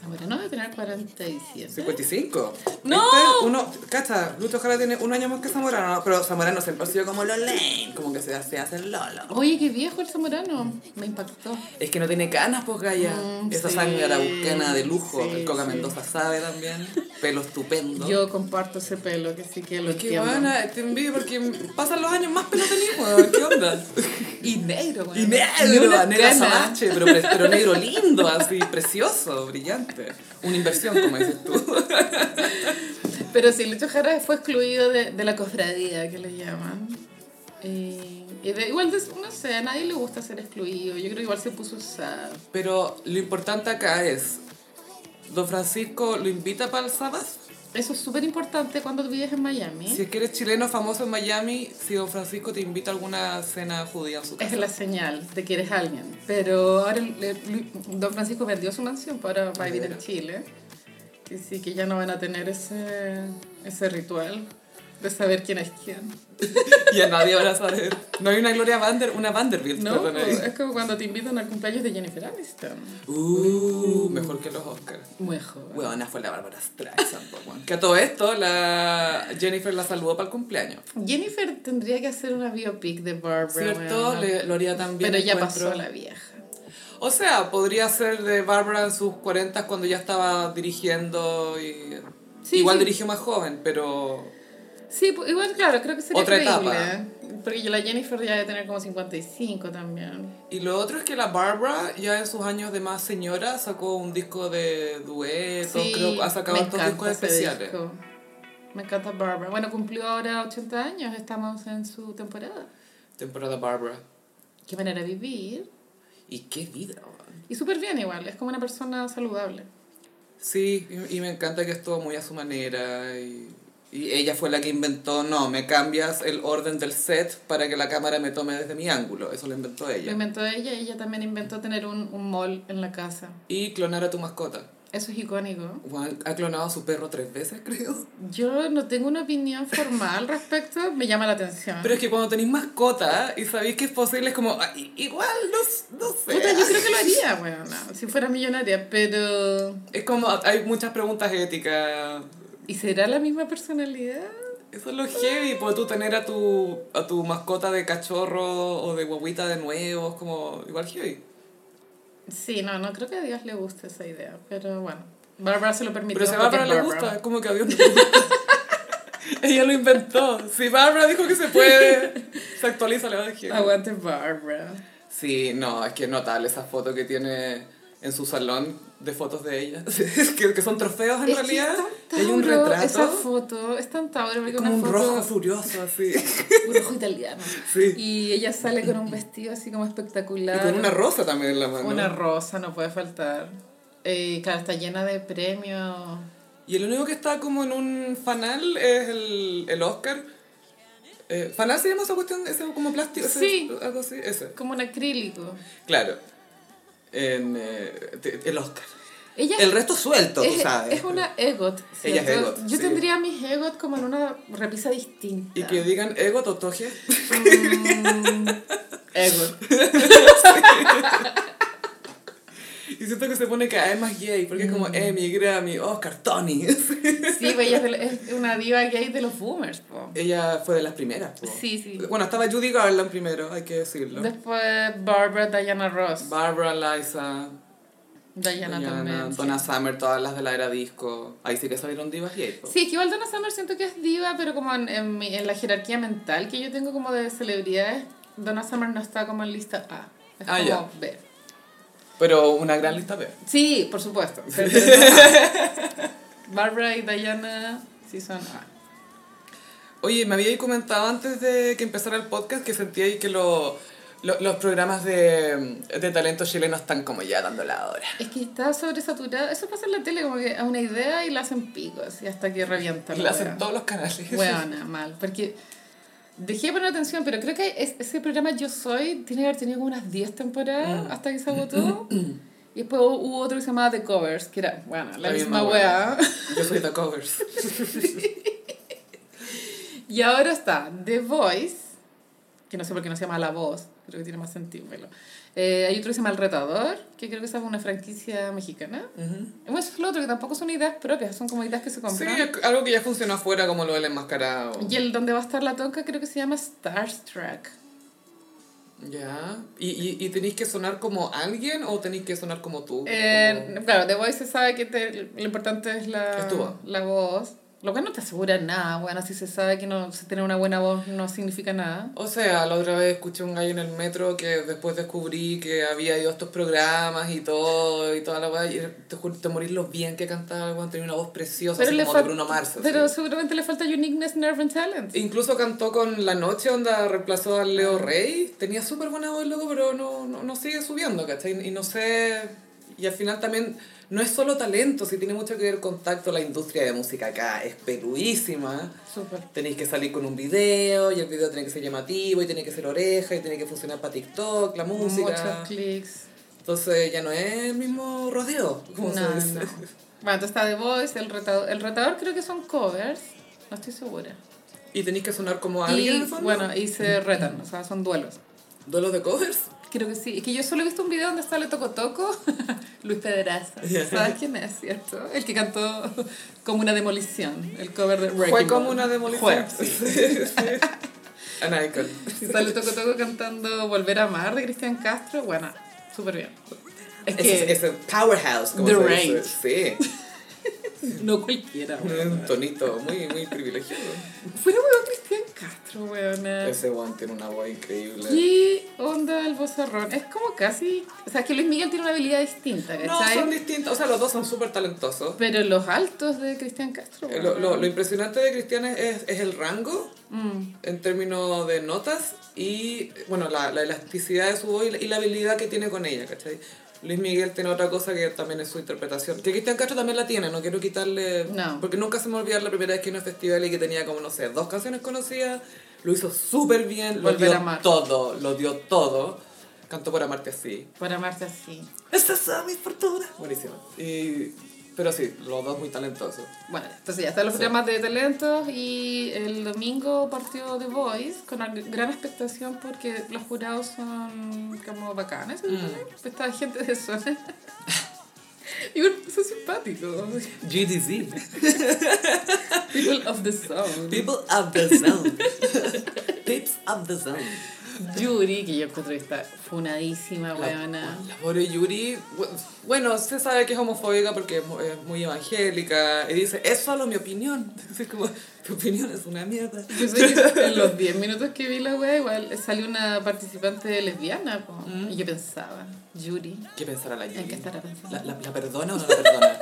Zamorano va a tener 47.
pues 55. ¿Viste?
¡No!
Este, Uno, cacha, Lucho Jara tiene un año más que Zamorano, ¿no? pero Zamorano siempre ha sido como lo lame, como que se hace, se hace el lolo.
Oye, qué viejo el Zamorano. Me impactó.
Es que no tiene canas, pues Gaya.
Mm,
Esa
sí.
sangre araucana de lujo.
Sí,
el Coca
sí.
Mendoza sabe también. Pelo estupendo.
Yo comparto ese pelo, que sí que lo
Qué
entiendo.
buena, te envío porque pasan los años más pelo tenés, weón. ¿Qué onda?
Y negro, güey.
Y
Ni
negro,
una
negro
cana.
azabache, pero, pre- pero negro lindo, así, precioso, brillante. Una inversión, como dices tú.
Pero sí, Lucho Jara fue excluido de, de la cofradía, que le llaman. Y, y de- igual, des- no sé, a nadie le gusta ser excluido. Yo creo que igual se puso sad.
Pero lo importante acá es, ¿Don Francisco lo invita para el sábado?
Eso es súper importante cuando vives en Miami.
Si es que eres chileno famoso en Miami, si Don Francisco te invita a alguna cena judía a su
Es
casa.
la señal de que eres alguien. Pero ahora el- el- Don Francisco vendió su mansión pues para, para vivir en
Mira.
Chile. Que sí, que ya no van a tener ese, ese ritual de saber quién es quién.
Y a nadie van a saber. No hay una Gloria Vander, una Vanderbilt,
No, pues.
perdón, ahí.
es como cuando te invitan al cumpleaños de Jennifer Aniston.
Uh, mejor que los Oscars.
Muy joven.
Huevona fue la Bárbara Streisand, po, weón. Que a todo esto, la Jennifer la saludó para el cumpleaños.
Jennifer tendría que hacer una biopic de Barbara.
¿Cierto?
weón.
Le- lo haría también.
Pero ya
encuentro.
pasó la vieja.
O sea, podría ser de Barbara en sus 40 cuando ya estaba dirigiendo y...
Sí,
Igual
sí.
dirigió más joven, pero...
Sí, pu- igual, claro, creo que sería
Otra
creíble. Porque la Jennifer ya debe tener como 55 también.
Y lo otro es que la Barbara, ya en sus años de más señora, sacó un disco de duetos, creo ha sacado
me
estos
encanta
discos
ese
especiales.
disco. Me encanta Barbara. Bueno, cumplió ahora 80 años, estamos en su temporada.
Temporada Barbara.
Qué manera de vivir.
Y qué vida, weón.
Y súper bien igual, es como una persona saludable.
Sí, y, y me encanta que estuvo muy a su manera y... Y ella fue la que inventó, no, me cambias el orden del set para que la cámara me tome desde mi ángulo. Eso lo inventó
Lo
ella.
inventó ella y ella también inventó tener un, un mall en la casa.
Y clonar a tu mascota.
Eso es icónico.
Juan ha clonado a su perro tres veces, creo.
Yo no tengo una opinión formal al respecto, me llama la atención.
Pero es que cuando tenéis mascota y sabéis que es posible, es como, "Ah, i- igual, no, s- no sé.
Puta, yo creo que lo haría, bueno, no, si fuera millonaria, pero...
Es como, hay muchas preguntas éticas.
¿Y será la misma personalidad?
Eso es lo heavy, por tú tener a tu, a tu mascota de cachorro o de guaguita de nuevo, es como, igual heavy.
Sí, no, no creo que a Dios le guste esa idea, pero bueno. Bárbara se lo permitió.
Pero si a
porque
Bárbara le
es
gusta, es como que a Dios no le gusta. Ella lo inventó. Si Bárbara dijo que se puede, se actualiza la verdad es heavy.
Aguante Bárbara.
Sí, no, es que es notable esa foto que tiene en su salón de fotos de ella. Es que, que son trofeos Ah, en
Es que
realidad.
es tan
Hay un
Tauro,
retrato.
Esa foto es tan Tauro porque
como
una
un
foto,
rojo furioso así.
un rojo italiano.
Sí.
Y ella sale con un vestido así como
Y
espectacular.
con una rosa también en la mano.
Una rosa, no puede faltar. Eh, claro, está llena de premios.
y el único que está como en un fanal es el, el Oscar. Eh, fanal se llama esa cuestión, ese como plástico, ese-
Sí.
algo así, ese.
Como un acrílico.
Claro. En, eh, te- el Oscar.
Ella
El resto suelto, tú
es,
sabes.
es una EGOT.
Ella es
¿cierto?
EGOT,
Yo
sí.
tendría mis EGOT como en una repisa distinta.
Y que digan ego totoje.
Mm, EGOT.
Y Y siento que se pone cada vez más gay, porque es como
Mm.
Emmy, Grammy, Oscar, Tony.
Sí, pues ella es de la- es una diva gay de los boomers, po.
Ella fue de las primeras. po.
Sí, sí.
Bueno, estaba Judy Garland primero, hay que decirlo.
Después Barbara, Diana Ross.
Barbara, Liza,
Diana,
Diana,
también.
Donna
sí.
Summer, todas las de la era disco. Ahí sí que salieron divas gay. po.
Sí, que igual Donna Summer siento que es diva, pero como en, en, mi- en la jerarquía mental que yo tengo como de celebridades, Donna Summer no está como en lista A. Es
Ah,
como
ya.
B.
Pero una gran lista B.
Sí, por supuesto. pero- pero no. Barbara y Diana sí son A.
Oye, me habíais comentado antes de que empezara el podcast que sentíais que lo- lo- los programas de, de talento chileno están como ya dando la hora.
Es que está sobresaturada. Eso pasa en la tele, como que a una idea y la hacen picos y hasta que revientan.
Lo hacen todos los canales.
Weona, mal. Porque dejé de poner atención, pero creo que es- ese programa Yo Soy tiene que haber tenido como unas 10 temporadas hasta que se agotó. y después hubo- hubo otro que se llamaba The Covers, que era, bueno, la, misma
wea.
weá.
Yo soy The Covers.
Y ahora está The Voice, que no sé por qué no se llama La Voz, creo que tiene más sentido. pero, eh, hay otro que se llama El Retador, que creo que esa es una franquicia mexicana. Bueno, eso es lo otro, que tampoco son ideas propias, son como ideas que se
Sí,
compran.
algo que ya funcionó afuera como lo del enmascarado.
Y el donde va a estar la tonca creo que se llama Starstruck.
Ya. ¿Y, y, y tenéis que sonar como alguien o tenéis que sonar como tú?
Eh, claro, The Voice se sabe que te- lo importante es la,
Es tu voz.
la voz. Lo cual no te asegura nada, bueno, si se sabe que no si tener una buena voz no significa nada.
O sea, la otra vez escuché a un gallo en el metro que después descubrí que había ido a estos programas y todo, y toda la weá, y te juro, te morís lo bien que cantaba, weón, tenía una voz preciosa, así como de
fal-
Bruno Mars. así.
pero seguramente le falta uniqueness, nerve and talent.
Incluso cantó con La Noche, onda reemplazó a
Ah.
Leo Rey, tenía súper buena voz, loco, pero no, no, no sigue subiendo, ¿cachai? Y no sé, y al final también, no es solo talento, si tiene mucho que ver contacto, la industria de música acá es peluísima.
Súper.
Tenéis que salir con un video y el video tiene que ser llamativo y tiene que ser oreja y tiene que funcionar para TikTok, la música.
Muchos clics.
Entonces ya no es el mismo rodeo,
No,
como
no.
se
Bueno,
dice.
entonces está The Voice, el retador. El retador creo que son covers. No estoy segura.
Y tenéis que sonar como alguien.
Y
en el fondo.
bueno, y se retan, o sea, son duelos.
Duelos de covers.
Creo que sí. Es que yo solo he visto un video donde sale Toco Toco, Luis Pedraza. ¿Sabes quién es, cierto? El que cantó como una demolición, el cover de Wrecking
Fue como
Ball.
una demolición.
Fue,
Sí,
sí.
sí. An icon.
Y sale Toco Toco cantando Volver a Amar de Cristian Castro. Bueno, súper bien. Es
Es,
que
es un powerhouse, como
The
se
Range.
dice. Sí.
no cualquiera,
Es
weón.
un tonito muy, muy privilegiado.
Fuera weón Cristian Castro, weón.
Ese one tiene una voz increíble.
¿Qué onda el bozarrón? Es como casi. O sea, que Luis Miguel tiene una habilidad distinta,
No,
¿cachai?
son distintos. O sea, los dos son súper talentosos.
Pero los altos de Cristian Castro,
Eh,
weón.
Lo, lo- lo impresionante de Cristian es, es- es el rango
Mm.
en términos de notas y, bueno, la, la elasticidad de su voz y la, y la habilidad que tiene con ella, ¿cachai? Luis Miguel tiene otra cosa que también es su interpretación. Que Cristian Castro también la tiene, no quiero quitarle...
No.
Porque nunca se me olvidó la primera vez que vino al festival y que tenía como, no sé, dos canciones conocidas. Lo hizo súper bien, lo
Volver a
dio
amar.
todo, lo dio todo. Cantó por amarte así.
Para amarte así.
Esta es mi fortuna. Buenísimo. Y, pero sí, los dos muy talentosos.
Bueno, entonces ya están los programas de talentos y el domingo partió The Voice con una gran expectación porque los jurados son como bacanes. ¿no? Pues Estaba gente de zona. Y bueno, son simpáticos.
GDZ.
People of the Zone.
People of the zone. Pips of the zone.
Yuri, que yo encuentro que está funadísima, weona.
La pobre Yuri, bu- bueno, se sabe que es homofóbica porque es mu- es muy evangélica y dice, es solo mi opinión. Es como, tu opinión es una mierda.
Yo sé que en los 10 minutos que vi la wea, igual salió una participante lesbiana. po. Y yo pensaba, Yuri,
¿Qué pensará la
¿en qué
Yuri?
estará pensando?
¿La, la, la perdona o no la perdona?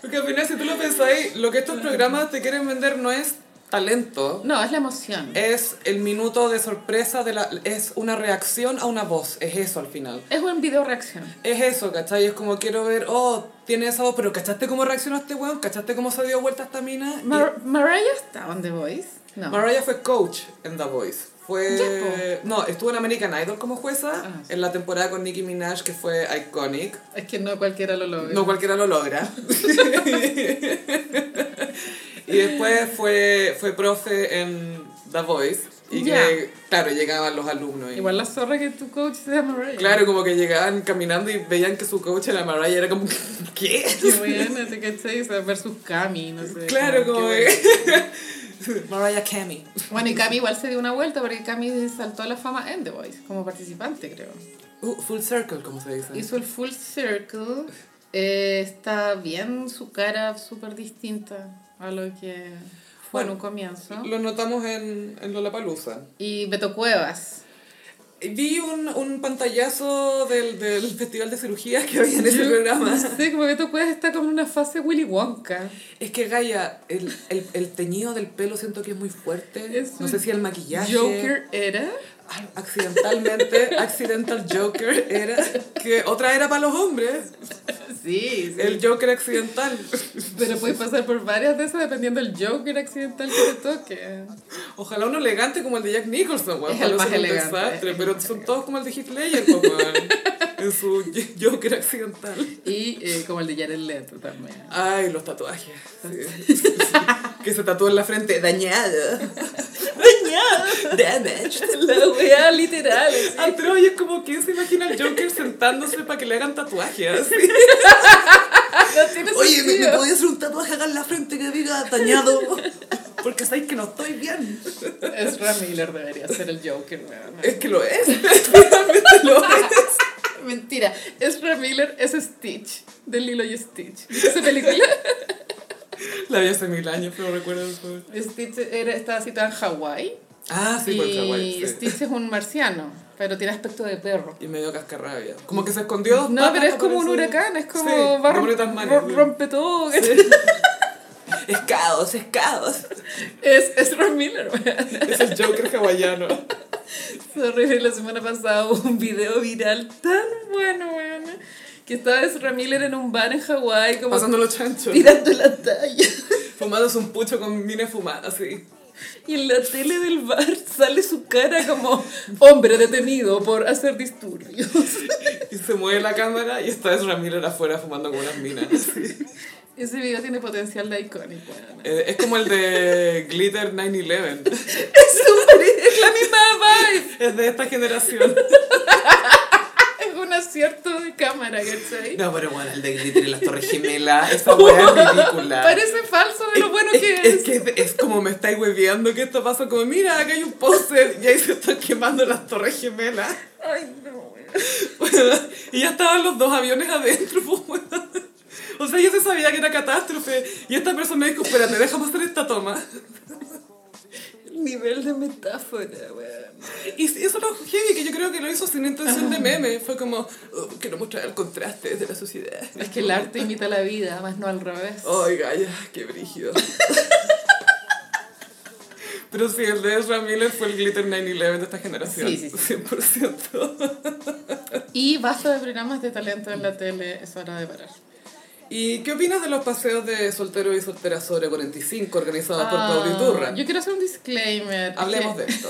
porque al final, si tú lo pensáis, lo que estos programas te quieren vender no es talento,
No, es la emoción.
es el minuto de sorpresa, de la, es una reacción a una voz, es eso al final.
Es un video reacción.
Es eso, ¿cachai? Es como quiero ver, oh, tiene esa voz, pero ¿cachaste cómo reaccionó este weón? ¿Cachaste cómo se dio vuelta esta mina? Y
Mar Mariah está on The Voice. No.
Mariah fue coach en The Voice. Fue...
Ya,
No, estuvo en American Idol como jueza
Ah, sí.
en la temporada con Nicki Minaj que fue iconic.
es que no cualquiera lo logra.
No cualquiera lo logra. Y después fue, fue profe en The Voice. Y que,
Ya.
claro, llegaban los alumnos. y-
Igual la zorra que tu coach se llama Mariah.
Claro, como que llegaban caminando y veían que su coach era Mariah. y Era como, ¿qué?
Qué buena, te cachai, o sea, versus Cami, no sé.
Claro,
qué
como
buena.
Mariah Cami.
Bueno, y Cami igual se dio una vuelta porque Cami saltó a la fama en The Voice como participante, creo.
Uh, full circle, como se dice.
Hizo el full circle. eh, está bien su cara súper distinta a lo que fue en
Bueno,
un comienzo.
Lo notamos en, en Lollapalooza.
Y Beto Cuevas.
Vi un, un pantallazo del, del Festival de Cirugía que había en ese
Yo-
programa.
Sí, como Beto Cuevas está como en una fase Willy Wonka.
Es que Gaia, el, el, el teñido del pelo siento que es muy fuerte.
Es
no
un
sé si el maquillaje.
Joker era.
Ah, Accidentalmente, accidental Joker era. Que otra era para los hombres.
Sí, sí.
El Joker accidental.
Pero puedes pasar por varias de esas dependiendo del Joker accidental que te toque.
Ojalá uno elegante como el de Jack Nicholson, weón.
Es
para
el
no
más
ser un
elegante,
desastre,
es el
Pero
más
son todos como el de Heath Ledger, po, weón. En su Joker accidental.
Y eh, como el de Jared Leto también.
Ay, los tatuajes. sí. que se tatúa en la frente, dañado. dañado. Damaged.
La wea literal. así.
Antes hoy es Ah, como, ¿quién se imagina al Joker sentándose para que le hagan tatuajes?
No tiene sentido.
hacer un tatuaje acá en la frente que diga dañado? Porque sabéis que no estoy bien.
Ezra Miller debería ser el Joker, weón.
Es que lo es. Finalmente lo es.
Mentira, Ezra Miller es Stitch, de Lilo y Stitch. ¿Viste esa película?
La vi hace mil años, pero recuerdo después.
Stitch era, estaba situada en Hawái
Ah, sí,
y
por Hawái. sí.
Stitch es un marciano, pero tiene aspecto de perro.
Y medio cascarrabia. Como que se escondió dos
No,
patas
pero es
para
como un
aparecer.
huracán, es como
Sí,
va a
como
rom-
de Tasmania,
ro-
sí.
rompe todo.
Es caos, es caos.
Es Ezra Miller. weón.
Es el Joker hawaiano.
Sorry, la semana pasada hubo un video viral tan bueno, weón, que estaba Ezra Miller en un bar en Hawái como
Pasando los chanchos.
tirando la talla.
Fumándose un pucho con mina fumada, así.
Y en la tele del bar sale su cara como hombre detenido por hacer disturbios.
Y se mueve la cámara y está Ezra Miller afuera fumando con unas minas.
Ese video tiene potencial de icónico. weona.
Eh, es como el de Glitter 911.
Es súper, es la misma vibe.
Es de esta generación.
Es un acierto de cámara, ¿cachai?
No, pero bueno, el de Glitter y las Torres Gemelas. Esa weá es ridícula.
Parece falso de lo bueno
es,
que
es
es.
que es- es como me estáis hueveando que esto pasa como, mira, acá hay un póster y ahí se están quemando las torres gemelas.
Ay, no, weón.
y ya estaban los dos aviones adentro, pues, weón. O sea, ya se sabía que era catástrofe. Y esta persona dijo, espérate, déjame hacer esta toma.
El nivel de metáfora, weón.
Y sí, eso es lo heavy, que yo creo que lo hizo sin intención de meme. Fue como, "Oh, quiero mostrar el contraste de la sociedad.
Es que el arte imita la vida, más no al revés.
Ay, Gaya, qué brígido. Pero sí, el de Ezra Miller fue el Glitter 911 de esta generación.
Sí, sí, sí.
100%.
Y basta de programas de talento en la tele, es hora de parar.
¿Y qué opinas de los paseos de solteros y solteras sobre 45 organizados por
Ah,
Claudio Iturra?
Yo quiero hacer un disclaimer.
Hablemos
que-
de esto.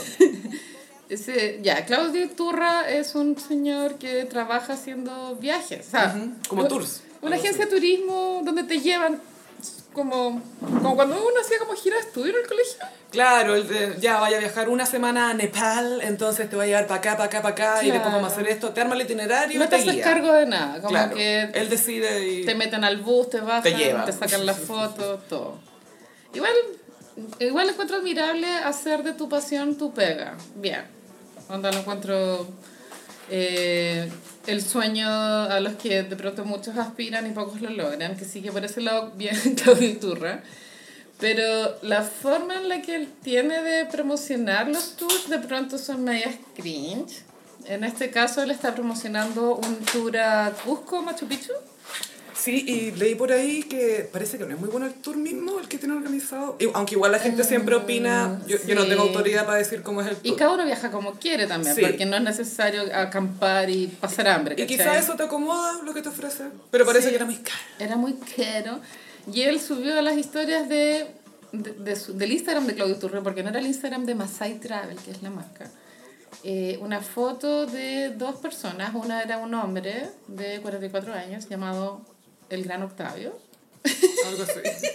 Ese- ya, Claudio Turra es un señor que trabaja haciendo viajes. o sea,
Ujú, como
u-
tours,
Una
algo
agencia de turismo donde te llevan como, como cuando uno hacía como gira de estudio en el colegio.
Claro, el de, ya vaya a viajar una semana a Nepal, entonces te va a llevar para acá, para acá, para acá, y después
Claro.
vamos a hacer esto, te arma el itinerario
No
y
te
te,
haces
guía.
cargo de nada. Como
claro,
que
él decide y...
te meten al bus, te bajan,
Te llevan.
te sacan la foto, todo. Igual, igual encuentro admirable hacer de tu pasión tu pega. Bien. Onda, lo encuentro eh, el sueño a los que de pronto muchos aspiran y pocos lo logran, que sí que por ese lado bien Claudio Iturra. Pero la forma en la que él tiene de promocionar los tours de pronto son medias cringe. En este caso él está promocionando un tour a Cusco, Machu Picchu.
Sí, y leí por ahí que parece que no es muy bueno el tour mismo el que tiene organizado. Y- aunque igual la gente siempre opina, yo, yo no
Ah, sí.
tengo autoridad para decir cómo es el tour.
Y cada uno viaja como quiere también,
Sí.
porque no es necesario acampar y pasar hambre.
Y
¿cachai?
quizás eso te acomoda lo que te ofrece, pero parece
Sí.
que era muy caro.
Era muy caro. Y él subió las historias de, de- de su- del Instagram de Claudio Turre, porque no era el Instagram de Masai Travel, que es la marca. eh, una foto de dos personas. Una era un hombre de 44 años llamado el Gran Octavio.
Algo así.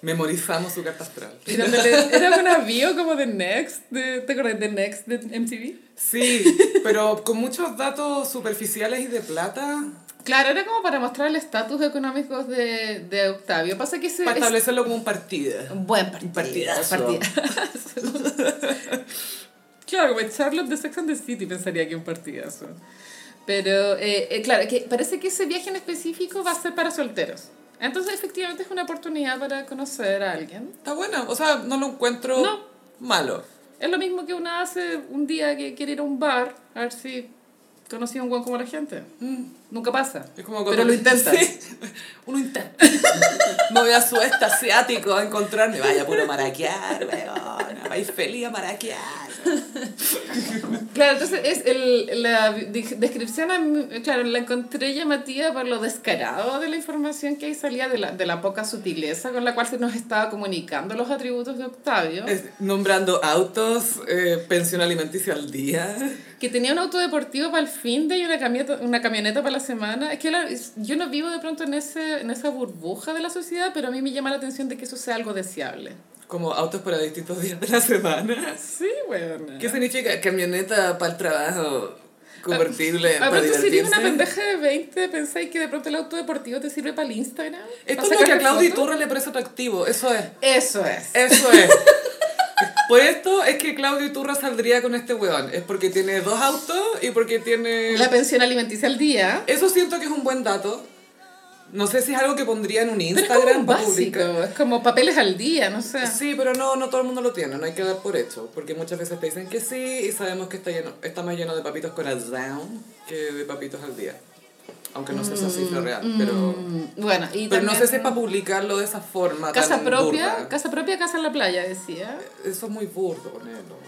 Memorizamos su carta astral.
Era, un tele- era una bio como de Next, de, ¿te acuerdas de Next de MTV?
Sí, pero con muchos datos superficiales y de plata
Claro, era como para mostrar el estatus económico de, de Octavio. Pasa que ese
para
es
establecerlo como un partido.
un buen partido.
partidazo.
partidazo. claro, como el Charlotte de Sex and the City pensaría que un partidazo. Pero, eh, eh, claro, que parece que ese viaje en específico va a ser para solteros. Entonces, efectivamente, es una oportunidad para conocer a alguien.
Está buena, o sea, no lo encuentro
No.
malo.
Es lo mismo que una hace un día que quiere ir a un bar a ver si conocía a un guan como la gente. Nunca pasa.
Mm. Es como cuando-
Pero lo intentas.
Sí. Uno intenta. Me voy a sudeste asiático a encontrarme. Vaya, puro maraquear, weona. Vais feliz a maraquear.
Claro, entonces es el, la di- descripción, a mí- claro, la encontré llamativa por lo descarado de la información que ahí salía, de la, de la poca sutileza con la cual se nos estaba comunicando los atributos de Octavio,
Es- nombrando autos, eh, pensión alimenticia al día.
que tenía un auto deportivo para el fin de y una camioneta, una camioneta para la semana. Es que la- es- yo no vivo de pronto en, ese, en esa burbuja de la sociedad, pero a mí me llama la atención de que eso sea algo deseable.
Como autos para distintos días de la semana.
Sí, bueno.
¿Qué significa camioneta para el trabajo? Convertible
Ah,
para
pero tú serías
divertirse.
una pendeja de 20, pensáis que de pronto el auto deportivo te sirve para el Instagram.
Esto es
¿Para
lo que a
sacarle
Claudia
fotos?
Iturra le parece atractivo. Eso es.
Eso es.
Eso es. Por esto es que Claudio Iturra saldría con este weón. Es porque tiene dos autos y porque tiene...
La pensión alimenticia al día.
Eso siento que es un buen dato. No sé si es algo que pondría en un
Pero es como
Instagram
un básico.
público.
Es como papeles al día, no sé.
Sí, pero no, no todo el mundo lo tiene, no hay que dar por hecho, porque muchas veces te dicen que sí y sabemos que está, lleno, está más lleno de papitos con down que de papitos al día. Aunque no sé si esa cifra real, pero,
Mm, Bueno, y
pero no
también-
sé si es para publicarlo de esa forma.
Casa
tan
propia,
burda.
casa propia, casa en la playa, decía.
Eso es muy burdo, ponerlo.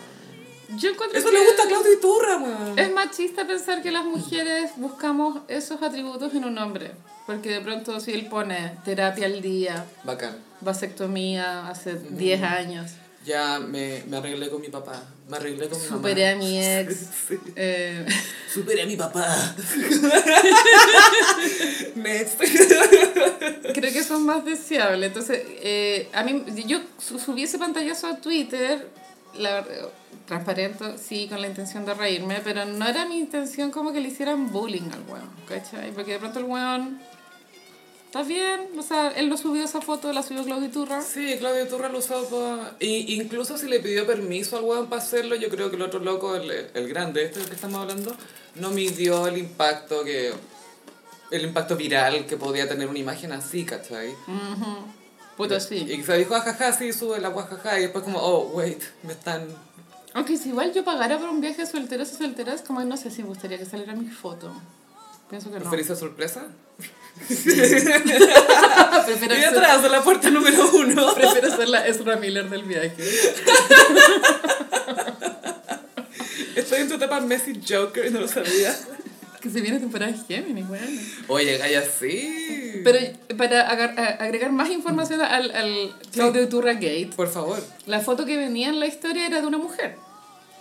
Yo encuentro
Eso
que
le gusta a Claudio Iturra, weón.
Es machista pensar que las mujeres buscamos esos atributos en un hombre. Porque de pronto si él pone terapia al día,
Bacán.
vasectomía hace
Mm.
10 años,
Ya me, me arreglé con mi papá, me arreglé con mi mamá.
superé a mi ex.
Sí.
eh,
Superé a mi papá.
Next.
Creo que son más deseables. Entonces, eh, a mí, yo su- subí ese pantallazo a Twitter, la verdad, transparente, sí, con la intención de reírme, pero no era mi intención como que le hicieran bullying al weón, ¿cachai? Porque de pronto el weón, ¿está bien? O sea, él no subió esa foto, la subió Claudio Iturra.
Sí, Claudio Turra lo usó pa- y Incluso si le pidió permiso al weón para hacerlo, yo creo que el otro loco, el, el grande, este del que estamos hablando, no midió el impacto que... El impacto viral que podía tener una imagen así, ¿cachai?
Puto, sí.
Y se dijo, ajaja, sí, sube la guajaja. Y después como, oh, wait, me están...
Aunque si igual yo pagara por un viaje solteros y solteras, como no sé si me gustaría que saliera mi foto. Pienso que no.
¿Preferís la sorpresa?
Ah, Prefiero
Y
ser-
atrás, de la puerta número uno.
Prefiero ser la Ezra Miller del viaje.
Estoy en tu etapa Messi Joker y no lo sabía.
Que se viene temporada Géminis, bueno.
Oye, Gaya, sí.
Pero para agar- a- agregar más información al, al Claudio Iturra Gate,
Por favor.
la foto que venía en la historia era de una mujer.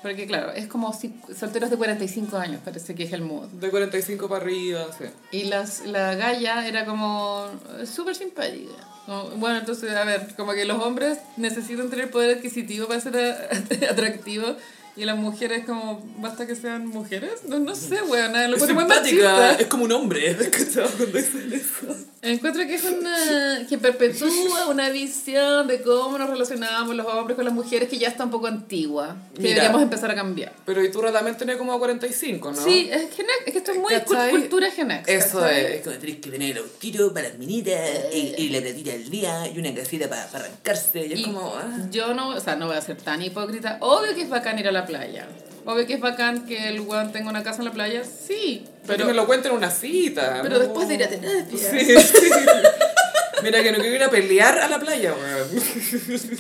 Porque claro, es como si- solteros de 45 años, parece que es el mood.
De 45 para arriba, sí.
Y las, la galla era como eh, súper simpática. Como, Bueno, entonces, a ver, como que los hombres necesitan tener poder adquisitivo para ser a- atractivos y las mujeres como, basta que sean mujeres. No, no sé, weón, lo encuentro muy machista.
es como un hombre. ¿cachai? Cuando dicen eso.
Encuentro que es una que perpetúa una visión de cómo nos relacionamos los hombres con las mujeres que ya está un poco antigua, que
Mira.
deberíamos empezar a cambiar.
Pero Iturra también tenía como 45, ¿no?
Sí, es, Gen X, es que esto es muy cul-
¿Cachai?
cultura genex.
Eso
Es
es.
como tenés que tener un tiro para las minitas y, y la platita al día y una casita para arrancarse. Y es
Y
como. ah.
yo no, o sea, no voy a ser tan hipócrita. Obvio que es bacán ir a la playa. Obvio que es bacán que el weón tenga una casa en la playa, sí.
Pero
Pero,
me lo cuenten en una cita.
pero
¿no?
después de ir a terapia.
Sí, sí. Mira, que no quiero ir a pelear a la playa, weón.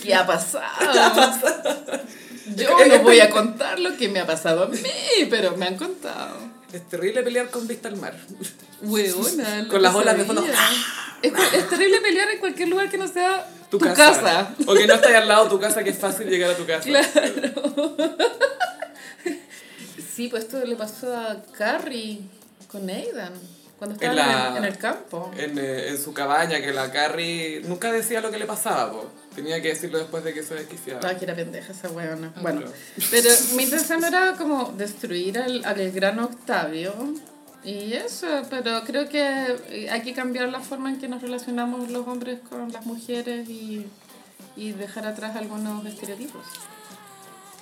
¿Qué ha pasado? Yo no voy a contar lo que me ha pasado a mí, pero me han contado.
Es terrible pelear con vista al mar.
Hueona, lo
Con las
que
olas de
sabía.
fondo.
Es, cu- es terrible pelear en cualquier lugar que no sea ¡Ah! tu,
Tu, casa.
casa.
O que no estás al lado de tu casa, que es fácil llegar a tu casa.
Sí, pues esto le pasó a Carrie con Aidan. Cuando
En
estaban en,
la-
el- en el campo.
en, eh, en su cabaña, que la Carrie nunca decía lo que le pasaba, po. tenía que decirlo después de que se desquiciaba.
Ah, que era pendeja esa weona.
Ah,
Bueno,
claro.
pero mi intención era como destruir al, al gran Octavio. Y eso, pero creo que hay que cambiar la forma en que nos relacionamos los hombres con las mujeres y, y dejar atrás algunos estereotipos.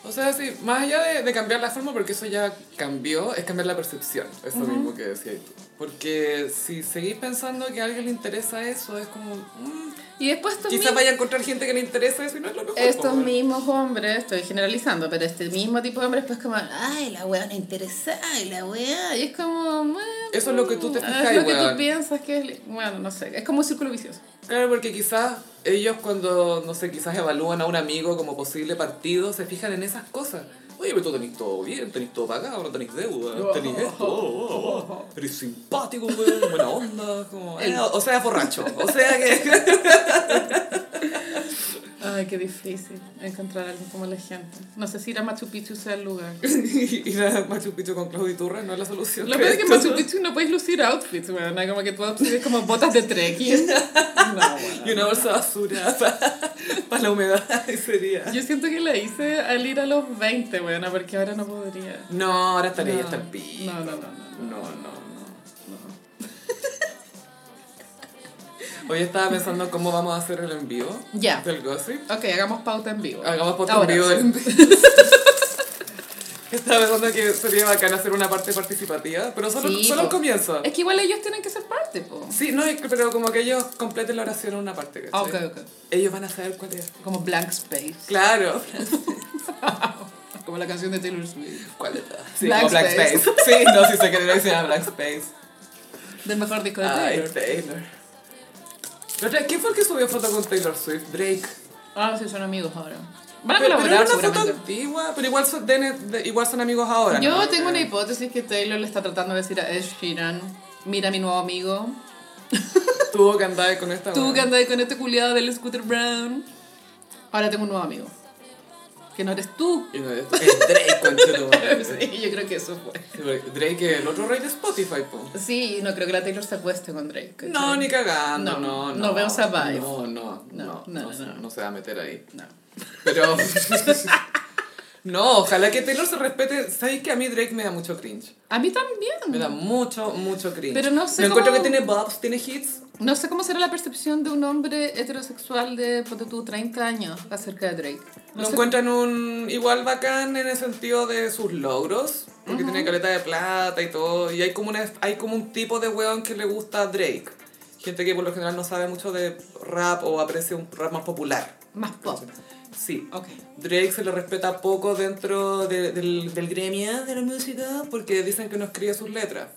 O sea, sí, más allá de, de cambiar la forma, porque eso ya cambió, es cambiar la percepción, eso mismo que decías tú. Porque si seguís pensando que a alguien le interesa eso, es como... mm,
Y después estos,
quizás
mi-
vaya a encontrar gente que le interesa eso y no es lo mejor. po,
estos
weón.
mismos hombres, estoy generalizando, pero este mismo tipo de hombres pues como, ay, la weona interesada, ay, la weá. Y es como, "Bueno,
Eso es lo que tú te fijas,
Es lo que
weón.
tú piensas que es, bueno, no sé, es como un círculo vicioso.
Claro, porque quizás ellos cuando, no sé, quizás evalúan a un amigo como posible partido, se fijan en esas cosas. Oye, pero tú tenés todo bien, tenés todo pagado, no tenés deuda, tenés esto, oh, oh, oh. eres simpático, weón, buena onda, como... eh, o sea, borracho, o sea que...
Ay, qué difícil encontrar a alguien como la gente. No sé si ir a Machu Picchu sea el lugar.
Ir a Machu Picchu con Claudio Iturra no es la solución.
Lo que pasa es que en
¿crees
Machu
tú?
Picchu no podéis lucir outfits, weón. ¿no? Como que tú outfits como botas de trekking. No,
Y una bolsa de basura para la humedad, y sería...
Yo siento que la hice al ir a los 20, weón, porque ahora no podría.
No, ahora estaría
No,
hasta el pico.
no, no, no,
no,
no,
no. Hoy estaba pensando cómo vamos a hacer el envío
Ya.
del gossip.
Ok, hagamos pauta en vivo.
Hagamos por
Ahora,
envío
sí.
del envío. Estaba pensando que sería bacán hacer una parte participativa, pero solo,
Sí,
solo el
po.
comienzo.
Es que igual ellos tienen que ser parte, po.
Sí, no, es que- pero como que ellos completen la oración en una parte. ¿cachai?
Ah, ok, ok.
Ellos van a saber cuál es.
Como blank space.
Claro.
Como la canción de Taylor Swift.
¿Cuál es? Sí,
Black
como Black Space.
Space.
Sí, no, si se quiere decir Black Space.
Del mejor disco de
Ay,
Taylor.
Taylor. La otra- ¿Quién fue el que subió foto con Taylor Swift? Drake.
Ah, sí, son amigos ahora. Van a
Pero, pero era
colaborar
una foto
seguramente.
antigua, pero igual son, deben- de- igual son amigos ahora.
Yo
¿no? Eh,
tengo una
Creo.
hipótesis que Taylor le está tratando de decir a Ed Sheeran, mira a mi nuevo amigo,
Tuvo que andar con esta.
tú
weá.
que andas con este culiado del Scooter Brown, ahora tengo un nuevo amigo, que no eres tú.
Y no, es es Drake, conchetumadre.
Sí, yo creo que eso fue.
Sí, porque Drake es el otro rey de Spotify, po.
Sí, no creo que la Taylor se acueste con Drake. ¿cachai?
No, ni cagando,
No,
no, no.
no veo esa vibe.
No, no, no, no,
No, no,
se-
no.
no se va a meter ahí.
No.
Pero... no, ojalá que Taylor se respete. ¿Sabéis que a mí Drake me da mucho cringe?
A mí
Me da
también.
mucho, mucho cringe.
Mm. Pero no sé
Me encuentro que
cómo-
tiene bobs, tiene hits.
No sé cómo será la percepción de un hombre heterosexual de, ponte tú, 30 años acerca de Drake. No
Lo
sé-
encuentran un igual bacán en el sentido de sus logros, porque tiene caleta de plata y todo, y hay como, una, hay como un tipo de weón que le gusta a Drake. Gente que por lo general no sabe mucho de rap o aprecia un rap más popular.
Más pop.
Sí.
Ok.
Drake se le respeta poco dentro de- del, del gremio de la música porque dicen que no escribe sus letras.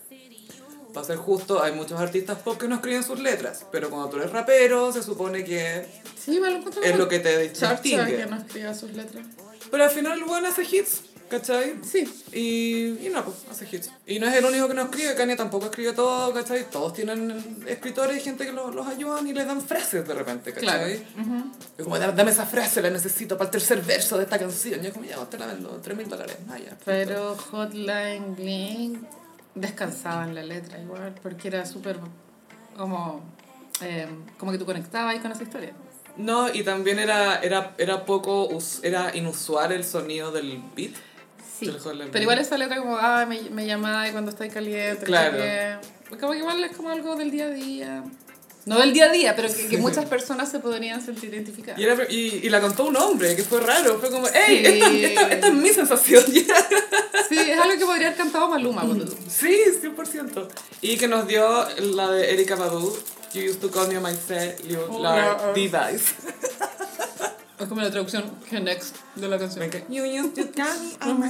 Para ser justo, hay muchos artistas pop que no escriben sus letras, pero cuando tú eres rapero se supone que
Sí, me lo encuentro
es
muy-
lo que te
Charcha
distingue.
que no escriba sus letras.
Pero al final el weón hace hits, ¿cachai?
Sí.
Y, y no, pues, hace hits. Y no es el único que no escribe, Kanye tampoco escribe todo, ¿cachai? Todos tienen escritores y gente que lo- los, ayudan y les dan frases de repente, ¿cachai? Es como, "Dame- dame esa frase, la necesito para el tercer verso de esta canción. Y es como, ya, te la vendo, 3 mil dólares, vaya.
Pero Hotline Bling descansaba en la letra igual, porque era súper como, eh, como que tú conectabas ahí con esa historia.
No, y también era, era, era poco, us- era inusual el sonido del beat.
Sí.
Del Hotline Bling.
Pero igual esa letra como, ah, me, me llamáis cuando estáis caliente.
Claro.
no sé qué. Como que igual es como algo del día a día. No del día a día, pero que, que muchas personas se podrían sentir identificadas.
Y, era- y, y la contó un hombre, que fue raro. Fue como, ¡Ey!
Sí.
Esta, esta- esta es mi sensación.
Sí, es algo que podría haber cantado Maluma. ponte tú.
Sí, 100%. Y que nos dio la de Erika Badu. You used to call me on my
Oh,
cellular
Hola.
device.
Es como la traducción que next de la canción.
You used to call me on my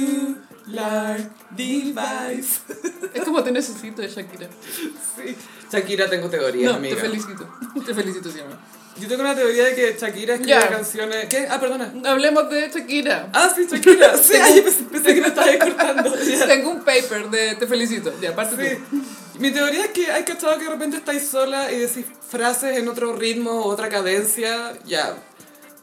cellular device.
Es como te necesito de Shakira.
Sí. Shakira, tengo teoría,
No,
amiga.
te felicito. Te felicito, Siama.
Yo tengo la teoría de que Shakira escribe
Ya.
canciones. ¿Qué? Ah, perdona.
Hablemos de Shakira.
Ah, sí, Shakira. Sí, ay, yo pensé, pensé que me estabas cortando. Ya.
Tengo un paper de Te felicito. Ya, aparte tú.
Sí. Mi teoría es que hay cachado que de repente estáis sola y decís frases en otro ritmo, otra cadencia, ya.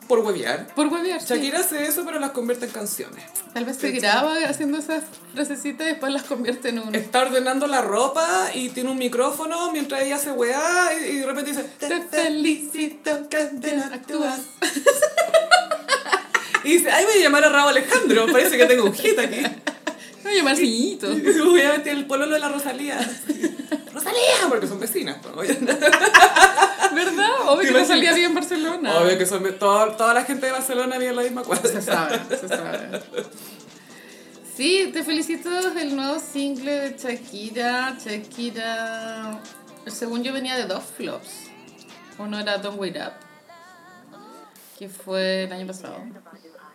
por huevear.
Por huevear, sí.
Shakira hace eso, pero las convierte en canciones.
Tal vez se graba haciendo esas frasecitas y después las convierte en un...
Está ordenando la ropa y tiene un micrófono mientras ella hace weá y, y de repente dice...
Te felicito, Candela, actúas.
Y dice, ay, voy a llamar a Raúl Alejandro, parece que tengo un hit aquí.
Voy a llamar Sillito.
Y dice, voy a meter el pololo de la Rosalía. ¡Rosalía! Porque son vecinas. pues, oye.
¿Verdad? Obvio que no
imaginas?
salía bien en Barcelona.
Obvio que son ve- todo- toda la gente de Barcelona vive en la misma
Se
cuadra.
sabe, se sabe. Sí, te felicito el nuevo single de Shakira. Shakira. Según yo venía de dos flops. Uno era Don't Wait Up, que fue el año pasado.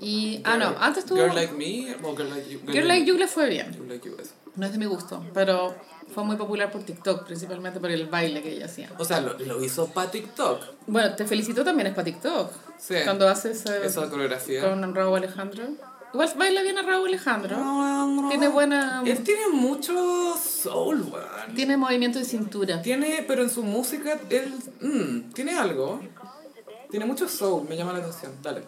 Y. Ah, no, antes tuvo.
Girl Like Me o Girl Like You.
Girl Like You le fue bien.
Girl Like You, eso.
No es de mi gusto, pero fue muy popular por TikTok, principalmente por el baile que ella hacía.
O sea, lo, lo hizo para TikTok.
Bueno, te felicito también, es para TikTok.
Sí.
Cuando haces eh,
Esa coreografía.
con Raúl Alejandro. Igual baila bien a Raúl Alejandro. Tiene
Tiene
buena.
Él tiene mucho soul, weón.
Tiene movimiento de cintura.
Tiene, pero en su música, él mm, tiene algo. Tiene mucho soul, me llama la atención. Dale.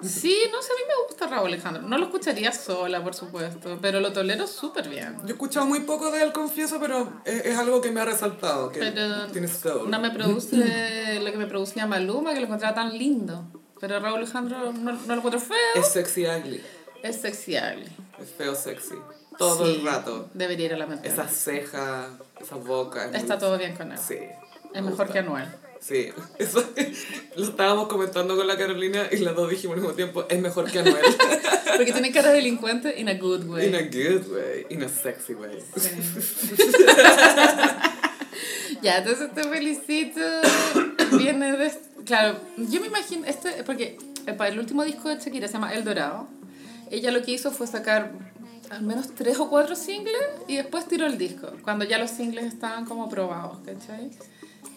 Sí, no sé, a mí me gusta Raúl Alejandro. No lo escucharía sola, por supuesto, pero lo tolero súper bien.
Yo he escuchado muy poco de él, confieso, pero es, es algo que me ha resaltado, que
Pero
tiene soul.
no me produce lo que me producía Maluma, que lo encontraba tan lindo. Pero Raúl Alejandro no, no lo encuentro feo.
Es sexy ugly,
Es sexiable.
es feo sexy, todo
Sí,
el rato.
Debería ir a la mente.
Esas cejas, esa boca. es
Está
muy-
todo bien con él.
Sí.
es
me
mejor
gusta.
que Anuel.
Sí, eso lo estábamos comentando con la Carolina y las dos dijimos al mismo tiempo, es mejor que Anuel.
Porque tiene cara de delincuente in a good way.
In a good way, in a sexy way.
Ya, entonces te felicito. Viene de. Claro, yo me imagino. Este, porque eh, para el último disco de Shakira se llama El Dorado. Ella lo que hizo fue sacar al menos tres o cuatro singles y después tiró el disco. Cuando ya los singles estaban como probados, ¿cachai?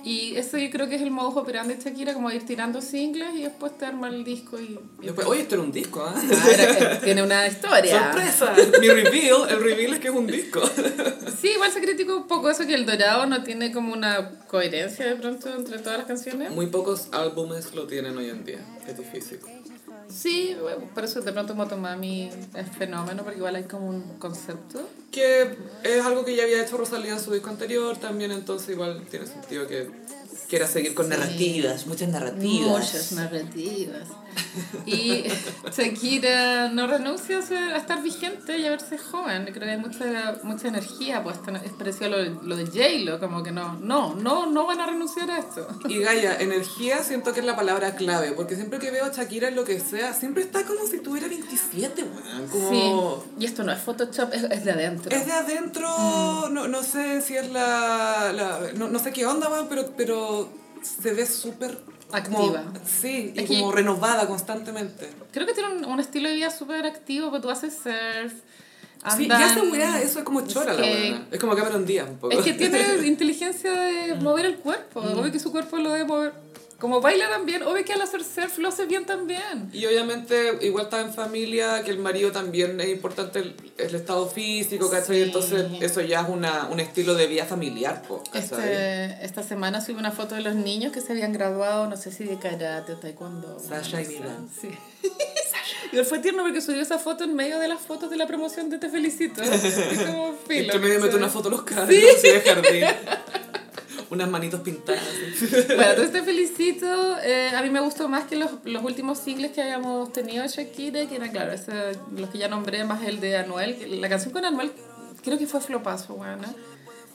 Y eso yo creo que es el modus operandi de Shakira, como ir tirando singles y después te arma el disco y. y-
Después, oye, esto era un disco, ¿ah?
Ah, era- tiene una historia.
¡Sorpresa! Mi reveal, el reveal es que es un disco.
Sí, igual se criticó un poco eso que El Dorado no tiene como una coherencia de pronto entre todas las canciones.
Muy pocos álbumes lo tienen hoy en día, es difícil.
Sí, bueno, por eso de pronto Motomami es fenómeno, porque igual hay como un concepto.
Que es algo que ya había hecho Rosalía en su disco anterior también, entonces igual tiene sentido que quiera seguir con
Con
narrativa.
narrativas, muchas narrativas.
Muchas narrativas. Y Shakira no renuncia a ser- a estar vigente y a verse joven. Creo que hay mucha, mucha energía puesta. Es parecido a lo, lo de J-Lo, como que no, no, no, no van a renunciar a esto.
Y Gaia, energía siento que es la palabra clave, porque siempre que veo a Shakira en lo que sea, siempre está como si tuviera 27, weón. Como...
Sí, y esto no es Photoshop, es, es de adentro.
Es de adentro,
Mm.
no, no sé si es la... la- no, no sé qué onda, weón, pero, pero se ve súper... como-
Activa.
sí, y
Es que-
como renovada constantemente.
Creo que tiene un, un estilo de vida súper activo, porque tú haces surf,
Sí,
andan...
ya esa weá, eso es como chora la
que-
weá. Es como Cameron Díaz un poco.
Es que tiene inteligencia de mover el cuerpo,
Mm.
obvio que su cuerpo lo debe mover. Como baila también, obvio que al hacer surf lo hace bien también.
Y obviamente, igual está en familia, que el marido también es importante el, el estado físico, ¿cachai?
Sí.
Entonces, eso ya es una, un estilo de vida familiar, po, ¿cachai?
Este, esta semana subí una foto de los niños que se habían graduado, no sé si de karate o taekwondo.
Sasha y Milan.
Sí. Y él fue tierno porque subió esa foto en medio de las fotos de la promoción de Te Felicito. Y como filo.
Entre medio mete
¿cachai?
una foto a los caras, así de jardín. Unas manitos pintadas. así.
Bueno, entonces te felicito. Eh, a mí me gustó más que los, los últimos singles que habíamos tenido de Shakira, que eran, claro, ese- los que ya nombré, más el de Anuel. que La canción con Anuel creo que fue flopazo, buena.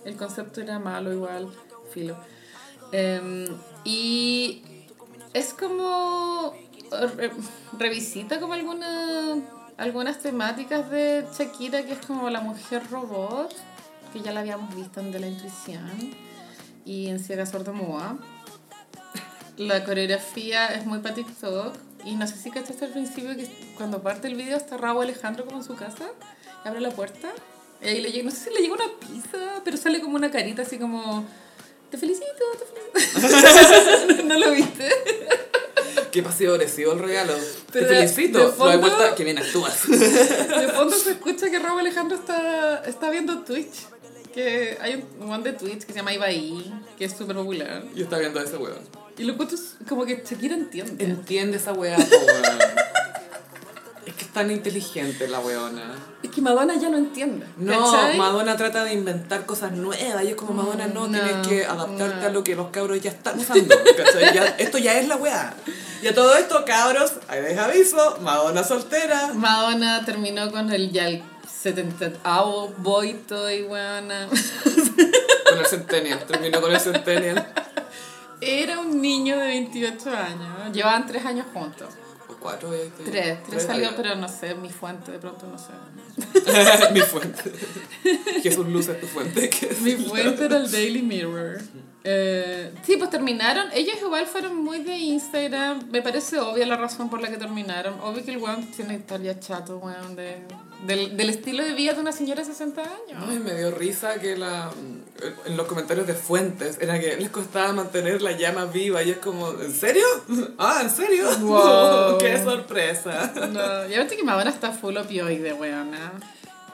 El concepto era malo igual, filo. Em, y es como... re- revisita como alguna, algunas temáticas de Shakira, que es como la mujer robot, que ya la habíamos visto en De la Intuición y en Ciega Sordo Moa. La coreografía es muy para TikTok y no sé si cachaste al principio que cuando parte el video está Raúl Alejandro como en su casa, y abre la puerta y ahí le llega, no sé si le llega una pizza, pero sale como una carita así como, te felicito, te felicito. ¿No lo viste?
Qué pasivo agresivo el regalo.
Pero
Te
de-
felicito.
de
Lo
fondo-
hay vuelta, que bien actúas.
De fondo se escucha que Raúl Alejandro está, está viendo Twitch. que hay un one de Twitch que se llama Ibai, que es súper popular.
Yo estaba viendo a ese weón.
Y lo encuentro s- como que Shakira entiende.
Entiende esa weá, po, weón. Es que es tan inteligente la weona.
Es que Madonna ya no entiende.
No,
¿cachai? Mm,
Madonna trata de inventar cosas nuevas. Y es como Madonna, no,
no,
tienes que adaptarte
no.
a lo que los cabros ya están usando. ¿cachai? Ya- esto ya es la weá. Y a todo esto, cabros, ahí les aviso: Madonna soltera.
Madonna terminó con el ya el 70 boito y weona.
Con el Centennial, terminó con el Centennial.
Era un niño de 28 años. Llevaban 3 años juntos.
O cuatro, eh, sí.
3, 3 salió,
años.
pero no sé, mi fuente de pronto no sé.
Mi fuente. Jesús Luz es tu fuente. que es
Mi
la-
fuente era el Daily Mirror. Eh, sí, pues terminaron. Ellos igual fueron muy de Instagram. Me parece obvia la razón por la que terminaron. Obvio que el weón tiene que estar ya chato, weón, de- del, del estilo de vida de una señora de 60 años.
Ay, me dio risa que la, en los comentarios de fuentes era que les costaba mantener la llama viva y es como, ¿en serio? Ah, ¿en serio?
Wow.
¡Qué sorpresa!
No, y aparte que Madonna está full opioide, weona.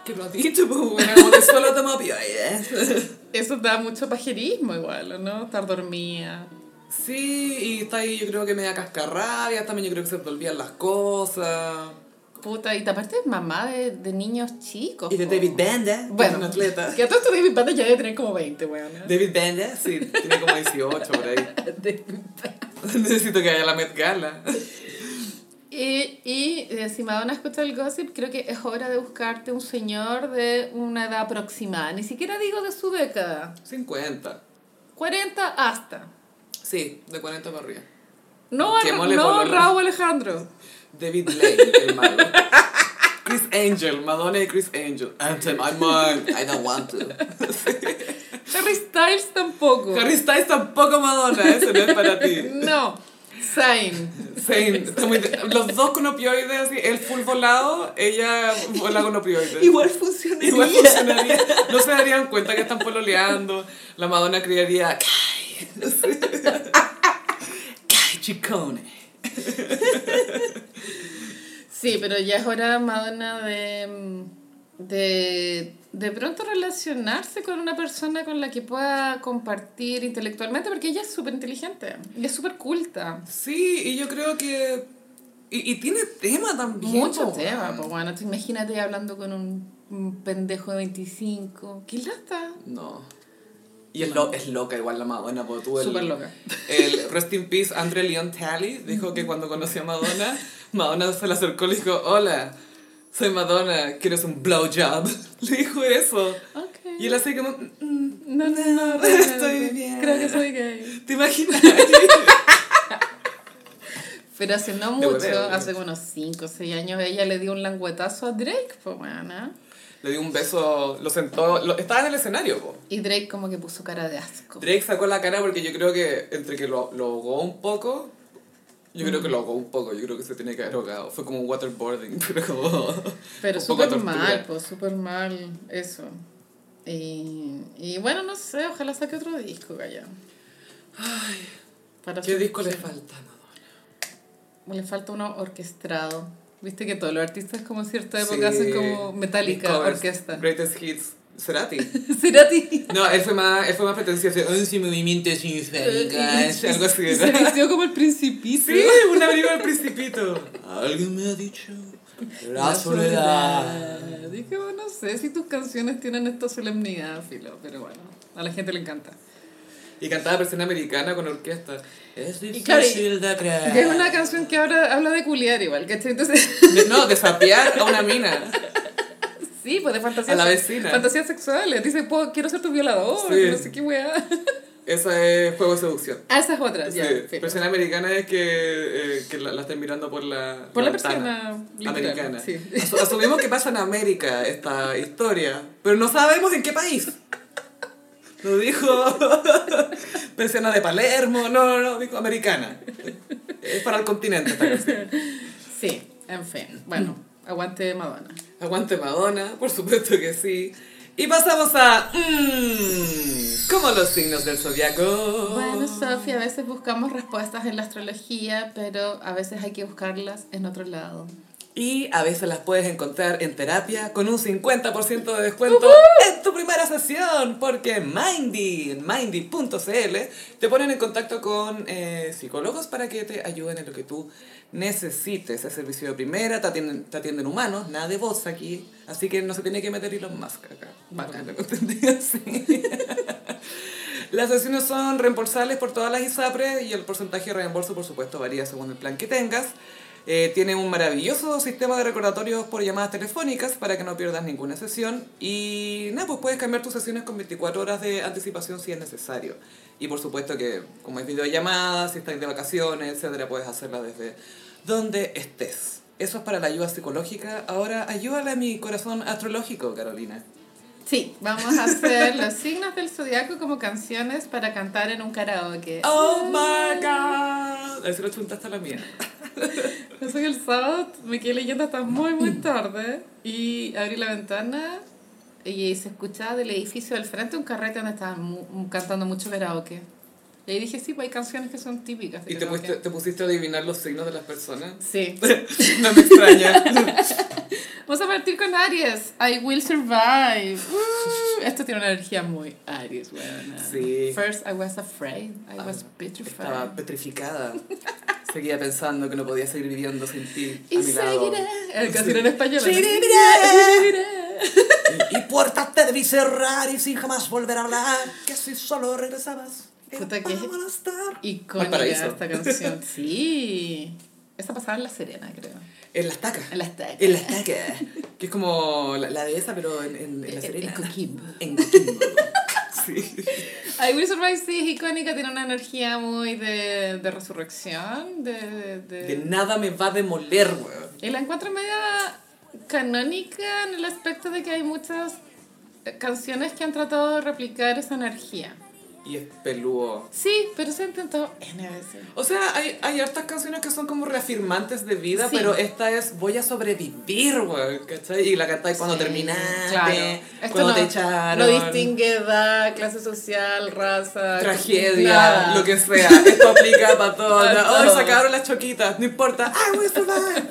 Que lo ha dicho, pues, bueno, como que solo toma opioides.
Eso da mucho pajerismo igual, ¿o ¿no? Estar dormida.
Sí, y está ahí yo creo que media cascarrabia, también yo creo que se te olvidan las cosas.
Puta, y aparte es mamá de, de niños chicos.
Y de
po.
David Bender.
Bueno,
un atleta.
Que a todo esto David Banda ya debe tener como 20, weona.
David Bender, sí, tiene como 18 por ahí. Necesito que haya la Met Gala.
Y, y eh, si Madonna escucha el gossip, creo que es hora de buscarte un señor de una edad aproximada. Ni siquiera digo de su década.
50.
40 hasta.
Sí, de 40 para arriba.
No, a-
Quémosle
no a
pololo.
Raúl Alejandro.
David Lane, el malo. Chris Angel, Madonna y Chris Angel. Anthem, I'm on.
I don't want to.
Harry Styles tampoco.
Harry Styles tampoco Madonna, eso no es para ti.
No. Zayn.
Same, está muy- los dos con opioides, así, él full volado, ella volada con opioides.
Igual funciona.
Igual funcionaría. No se darían cuenta que están pololeando. La Madonna criaría. Kai. Kai Chicone.
Sí, pero ya es hora, Madonna, de, mm, de de pronto relacionarse con una persona con la que pueda compartir intelectualmente, porque ella es súper inteligente y es súper culta.
Sí, y yo creo que. Y, y tiene tema también.
Mucho
po,
tema,
weón.
pues bueno, te imagínate hablando con un, un pendejo de 25. ¿Qué lata?
No. Y es, lo, es loca igual la Madonna, porque tú el,
Súper loca.
El Rest in Peace, Andre Leon Talley, dijo que cuando conoció a Madonna, Madonna se le acercó y le dijo, hola, soy Madonna, ¿quieres un blowjob? Le dijo eso.
Ok.
Y él así como, "Mm, mm,
No, no, no, no,
estoy
no, no.
bien.
Creo que soy gay.
¿te imaginas?
Pero hace no
De
mucho,
hueveo, de
hace unos 5 o 6 años, ella le dio un languetazo a Drake, pues bueno.
le dio un beso, lo sentó, lo- estaba en el escenario, po.
Y Drake como que puso cara de asco.
Drake sacó la cara porque yo creo que entre que lo, lo ahogó un poco, yo creo que lo ahogó un poco, yo creo que se tiene que haber ahogado. Fue como un waterboarding, pero como...
Pero
un poco
súper
tortura.
mal, pues súper mal eso. Y, y bueno, no sé, ojalá saque otro disco, Gaya. Para
¿Qué
su-
disco le falta, Madonna?
Le falta uno orquestado. Viste que todos los artistas como en cierta
Sí.
época hacen como metálica
Discovers,
orquesta.
Greatest Hits. Cerati.
¿Será ti?
No, él fue más, él fue más pretencioso. "Ay, sí, movimientos
Y-
inusuales",
y-
Algo así,
y Se
¿verdad?
vistió como el principito.
Sí, una película del principito.
Alguien me ha dicho.
La soledad. Y como, no sé si tus canciones tienen esta solemnidad, filo, pero bueno, a la gente le encanta.
Y cantaba persona americana con orquesta.
Es
Y claro, y-
difícil de
Eh.
Que es
creer.
una canción que ahora habla de culiar igual, ¿cachai? Entonces,
De- no, de sapear a una mina.
sí, pues de fantasía
A la
se-
vecina.
Fantasías sexuales. Dice, "Puedo- quiero ser tu violador,
Sí.
no sé qué weá.
Esa es juego de seducción.
Ah, esas otras,
Sí,
ya. filo.
persona americana es que, eh, que la, la estén mirando por la.
Por la
ventana.
persona literal,
americana.
sí.
Asu- Asumimos que pasa en América esta historia, pero no sabemos en qué país. Lo dijo persona de Palermo, no, no, no, dijo americana. Es para el continente esta canción.
Sí, en fin. Bueno, aguante Madonna.
Aguante Madonna, por supuesto que sí. Y pasamos a... Mmm, como los signos del zodiaco.
Bueno, Sofía, a veces buscamos respuestas en la astrología, pero a veces hay que buscarlas en otro lado.
Y a veces las puedes encontrar en terapia con un 50% de descuento en tu primera sesión, porque Mindy, en mindy.cl, te ponen en contacto con eh, psicólogos para que te ayuden en lo que tú necesites. Es servicio de primera, te atienden, te atienden humanos, nada de voz aquí, así que no se tiene que meter Elon Musk acá.
Bacán.
Lo entendí así. Las sesiones son reembolsables por todas las ISAPRES y el porcentaje de reembolso, por supuesto, varía según el plan que tengas. Eh, tiene un maravilloso sistema de recordatorios por llamadas telefónicas para que no pierdas ninguna sesión. Y nada, pues puedes cambiar tus sesiones con 24 horas de anticipación si es necesario. Y por supuesto que, como es videollamada, si estás de vacaciones, etcétera, puedes hacerla desde donde estés. Eso es para la ayuda psicológica. Ahora, ayúdale a mi corazón astrológico, Carolina.
Sí, vamos a hacer los signos del zodiaco como canciones para cantar en un karaoke.
Oh my god. A ver si lo chuntaste a la mía.
Eso que el sábado me quedé leyendo hasta muy, muy tarde y abrí la ventana y se escuchaba del edificio del frente un carrete donde estaban mu- cantando mucho karaoke. Y ahí dije, sí, pues hay canciones que son típicas. de
¿Y te
karaoke.
pusiste, te pusiste a adivinar los signos de las personas?
Sí.
No me extraña.
Vamos a partir con Aries. I will survive. Uh, esto tiene una energía muy Aries, weón.
Sí. Ah,
First, I was afraid. I was petrified.
Estaba petrificada. Seguía pensando que no podía seguir viviendo sin ti a
Y
mi lado.
seguiré. Eh, Casi era en español. ¿no?
Y puertas te debí cerrar y sin jamás volver a hablar. Que si solo regresabas.
Puta que-
vamos a estar.
Icónica
Valparaíso.
esta canción. Sí. Esta pasaba en La Serena, creo.
En las tacas.
En las tacas.
En las tacas. Que es como la, la de esa, pero en, en, en la
En- en
serena.
Coquimbo.
En Coquimbo. Sí.
I Will Survive sí es icónica, tiene una energía muy de, de resurrección, de, de,
De
de-
nada me va a demoler, weón.
Y la encuentro media canónica en el aspecto de que hay muchas eh, canciones que han tratado de replicar esa energía.
Y es peludo.
Sí, pero se ha intentado N veces.
O sea, hay, hay hartas canciones que son como reafirmantes de vida,
Sí.
pero esta es voy a sobrevivir, weón, ¿cachai? Y la cantáis cuando
Sí,
terminaste,
claro. Esto
cuando
no,
te echaron.
No distingue edad, clase social, raza,
Tragedia,
nada.
lo que sea. Esto aplica para todo.
Para
Hoy
todo.
sacaron las choquitas, no importa. I will survive.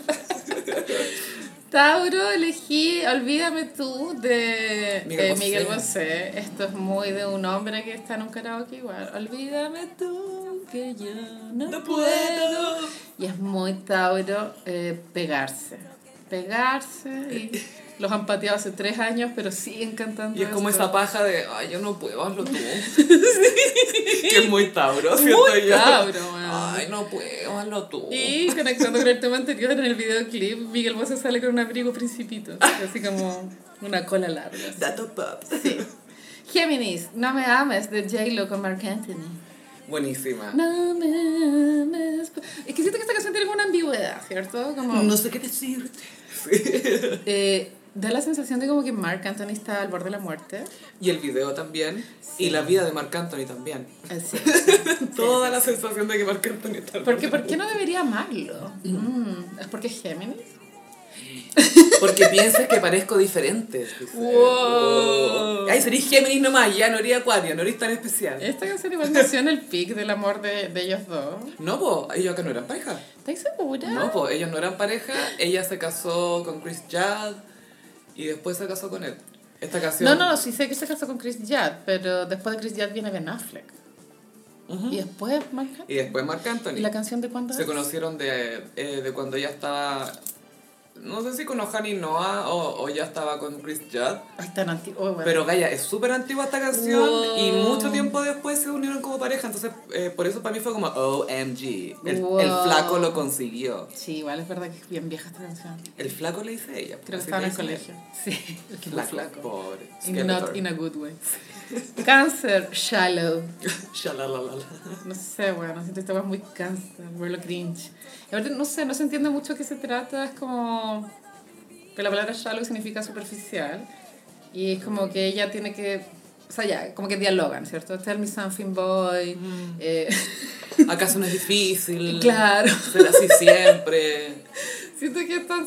Tauro, elegí Olvídame tú de
Miguel
eh,
Bosé.
Miguel Bosé. Esto es muy de un hombre que está en un karaoke igual. Olvídame tú que yo no,
No
puedo.
puedo.
Y es muy Tauro eh, pegarse. Pegarse. Y los han pateado hace tres años, pero siguen cantando.
Y es como
esto.
esa paja de, ay, yo no puedo, hazlo tú. Que es muy Tauro, ¿cierto?
Muy
Yo,
Tauro, man.
Ay, no puedo, hazlo tú.
Y conectando con el tema anterior, en el videoclip, Miguel Bosé sale con un abrigo principito, así como una cola larga. así.
Dato pop.
Géminis, No me ames de J-Lo con Mark Anthony.
Buenísima.
No me ames. Es que siento que esta canción tiene alguna ambigüedad, ¿cierto? Como,
No sé qué decirte.
eh, da la sensación de como que Mark Anthony está al borde de la muerte.
Y el video también. Y la vida de Marc Anthony también.
Así.
Toda la sensación de que Marc Anthony está
Porque, ¿Por qué no debería amarlo? Mm, ¿Es porque es Géminis?
Porque piensas que parezco diferente. dice.
Wow.
Ay, serís Géminis nomás, ya no eres Acuario, no eres tan especial.
Esta canción igual nació en el pic del amor de, de ellos dos.
No, po, ellos acá no eran pareja.
¿Estáis segura?
No, po, ellos no eran pareja. Ella se casó con Chris Judd y después se casó con él. Esta canción.
No, no, sí sé que se casó con Chris Judd, pero después de Chris Judd viene Ben Affleck. Y después Mark Anthony.
Y después Marc Anthony.
¿Y la canción de cuándo
Mm. Se
es?
conocieron de, eh, de cuando ella estaba. No sé si con Ohani Noah o, o ya estaba con Chris Judd.
Ay, tan antiguo. Oh, bueno.
Pero Gaia, es súper antigua esta canción
Wow.
y mucho tiempo después se unieron como pareja, entonces eh, por eso para mí fue como OMG, el,
Wow.
el flaco lo consiguió.
Sí, igual es verdad que es bien vieja esta canción.
El flaco le dice ella. pues,
Creo que
así
estaba
le
en el
dicen
colegio. Sí, el que
él.
fue
Flaco,
flaco.
pobre.
Y not
skeletor.
in a good way. Cáncer, shallow.
Shalalalala.
No sé, bueno, siento que esta weá es muy cáncer, verlo cringe. Y aparte, no sé, no se entiende mucho de qué se trata, es como. Que la palabra shallow significa superficial. Y es como que ella tiene que. O sea, ya, como que dialogan, ¿cierto? Tell me something, boy. eh,
¿Acaso no es difícil?
claro.
Ser así siempre.
Siento que están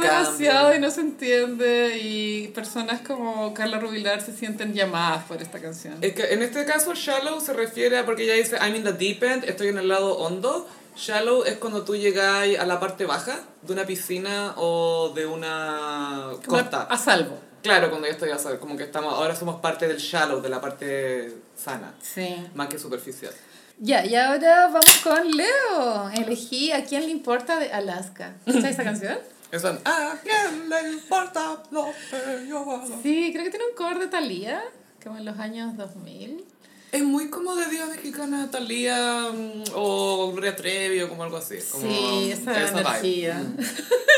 Quiero un
demasiado
cambio.
y no se entiende. Y personas como Carla Rubilar se sienten llamadas por esta canción.
Es que en este caso, shallow se refiere a porque ella dice I'm in the deep end, estoy en el lado hondo. Shallow es cuando tú llegáis a la parte baja de una piscina o de una
Como
costa.
A salvo.
Claro, cuando yo estoy a saber, como que estamos, ahora somos parte del shallow, de la parte sana,
Sí.
más que superficial.
Ya, y ahora vamos con Leo. Elegí a quién le importa de Alaska. ¿Escuchas esa canción?
Eso es, ¿a quién le importa lo que yo hago?
Sí, creo que tiene un cover de Thalía, como en los años 2000.
Es muy como de diva mexicana, Talía mm, o Gloria Trevi o como algo así. Como
sí, esa,
vibe. Mm.
energía.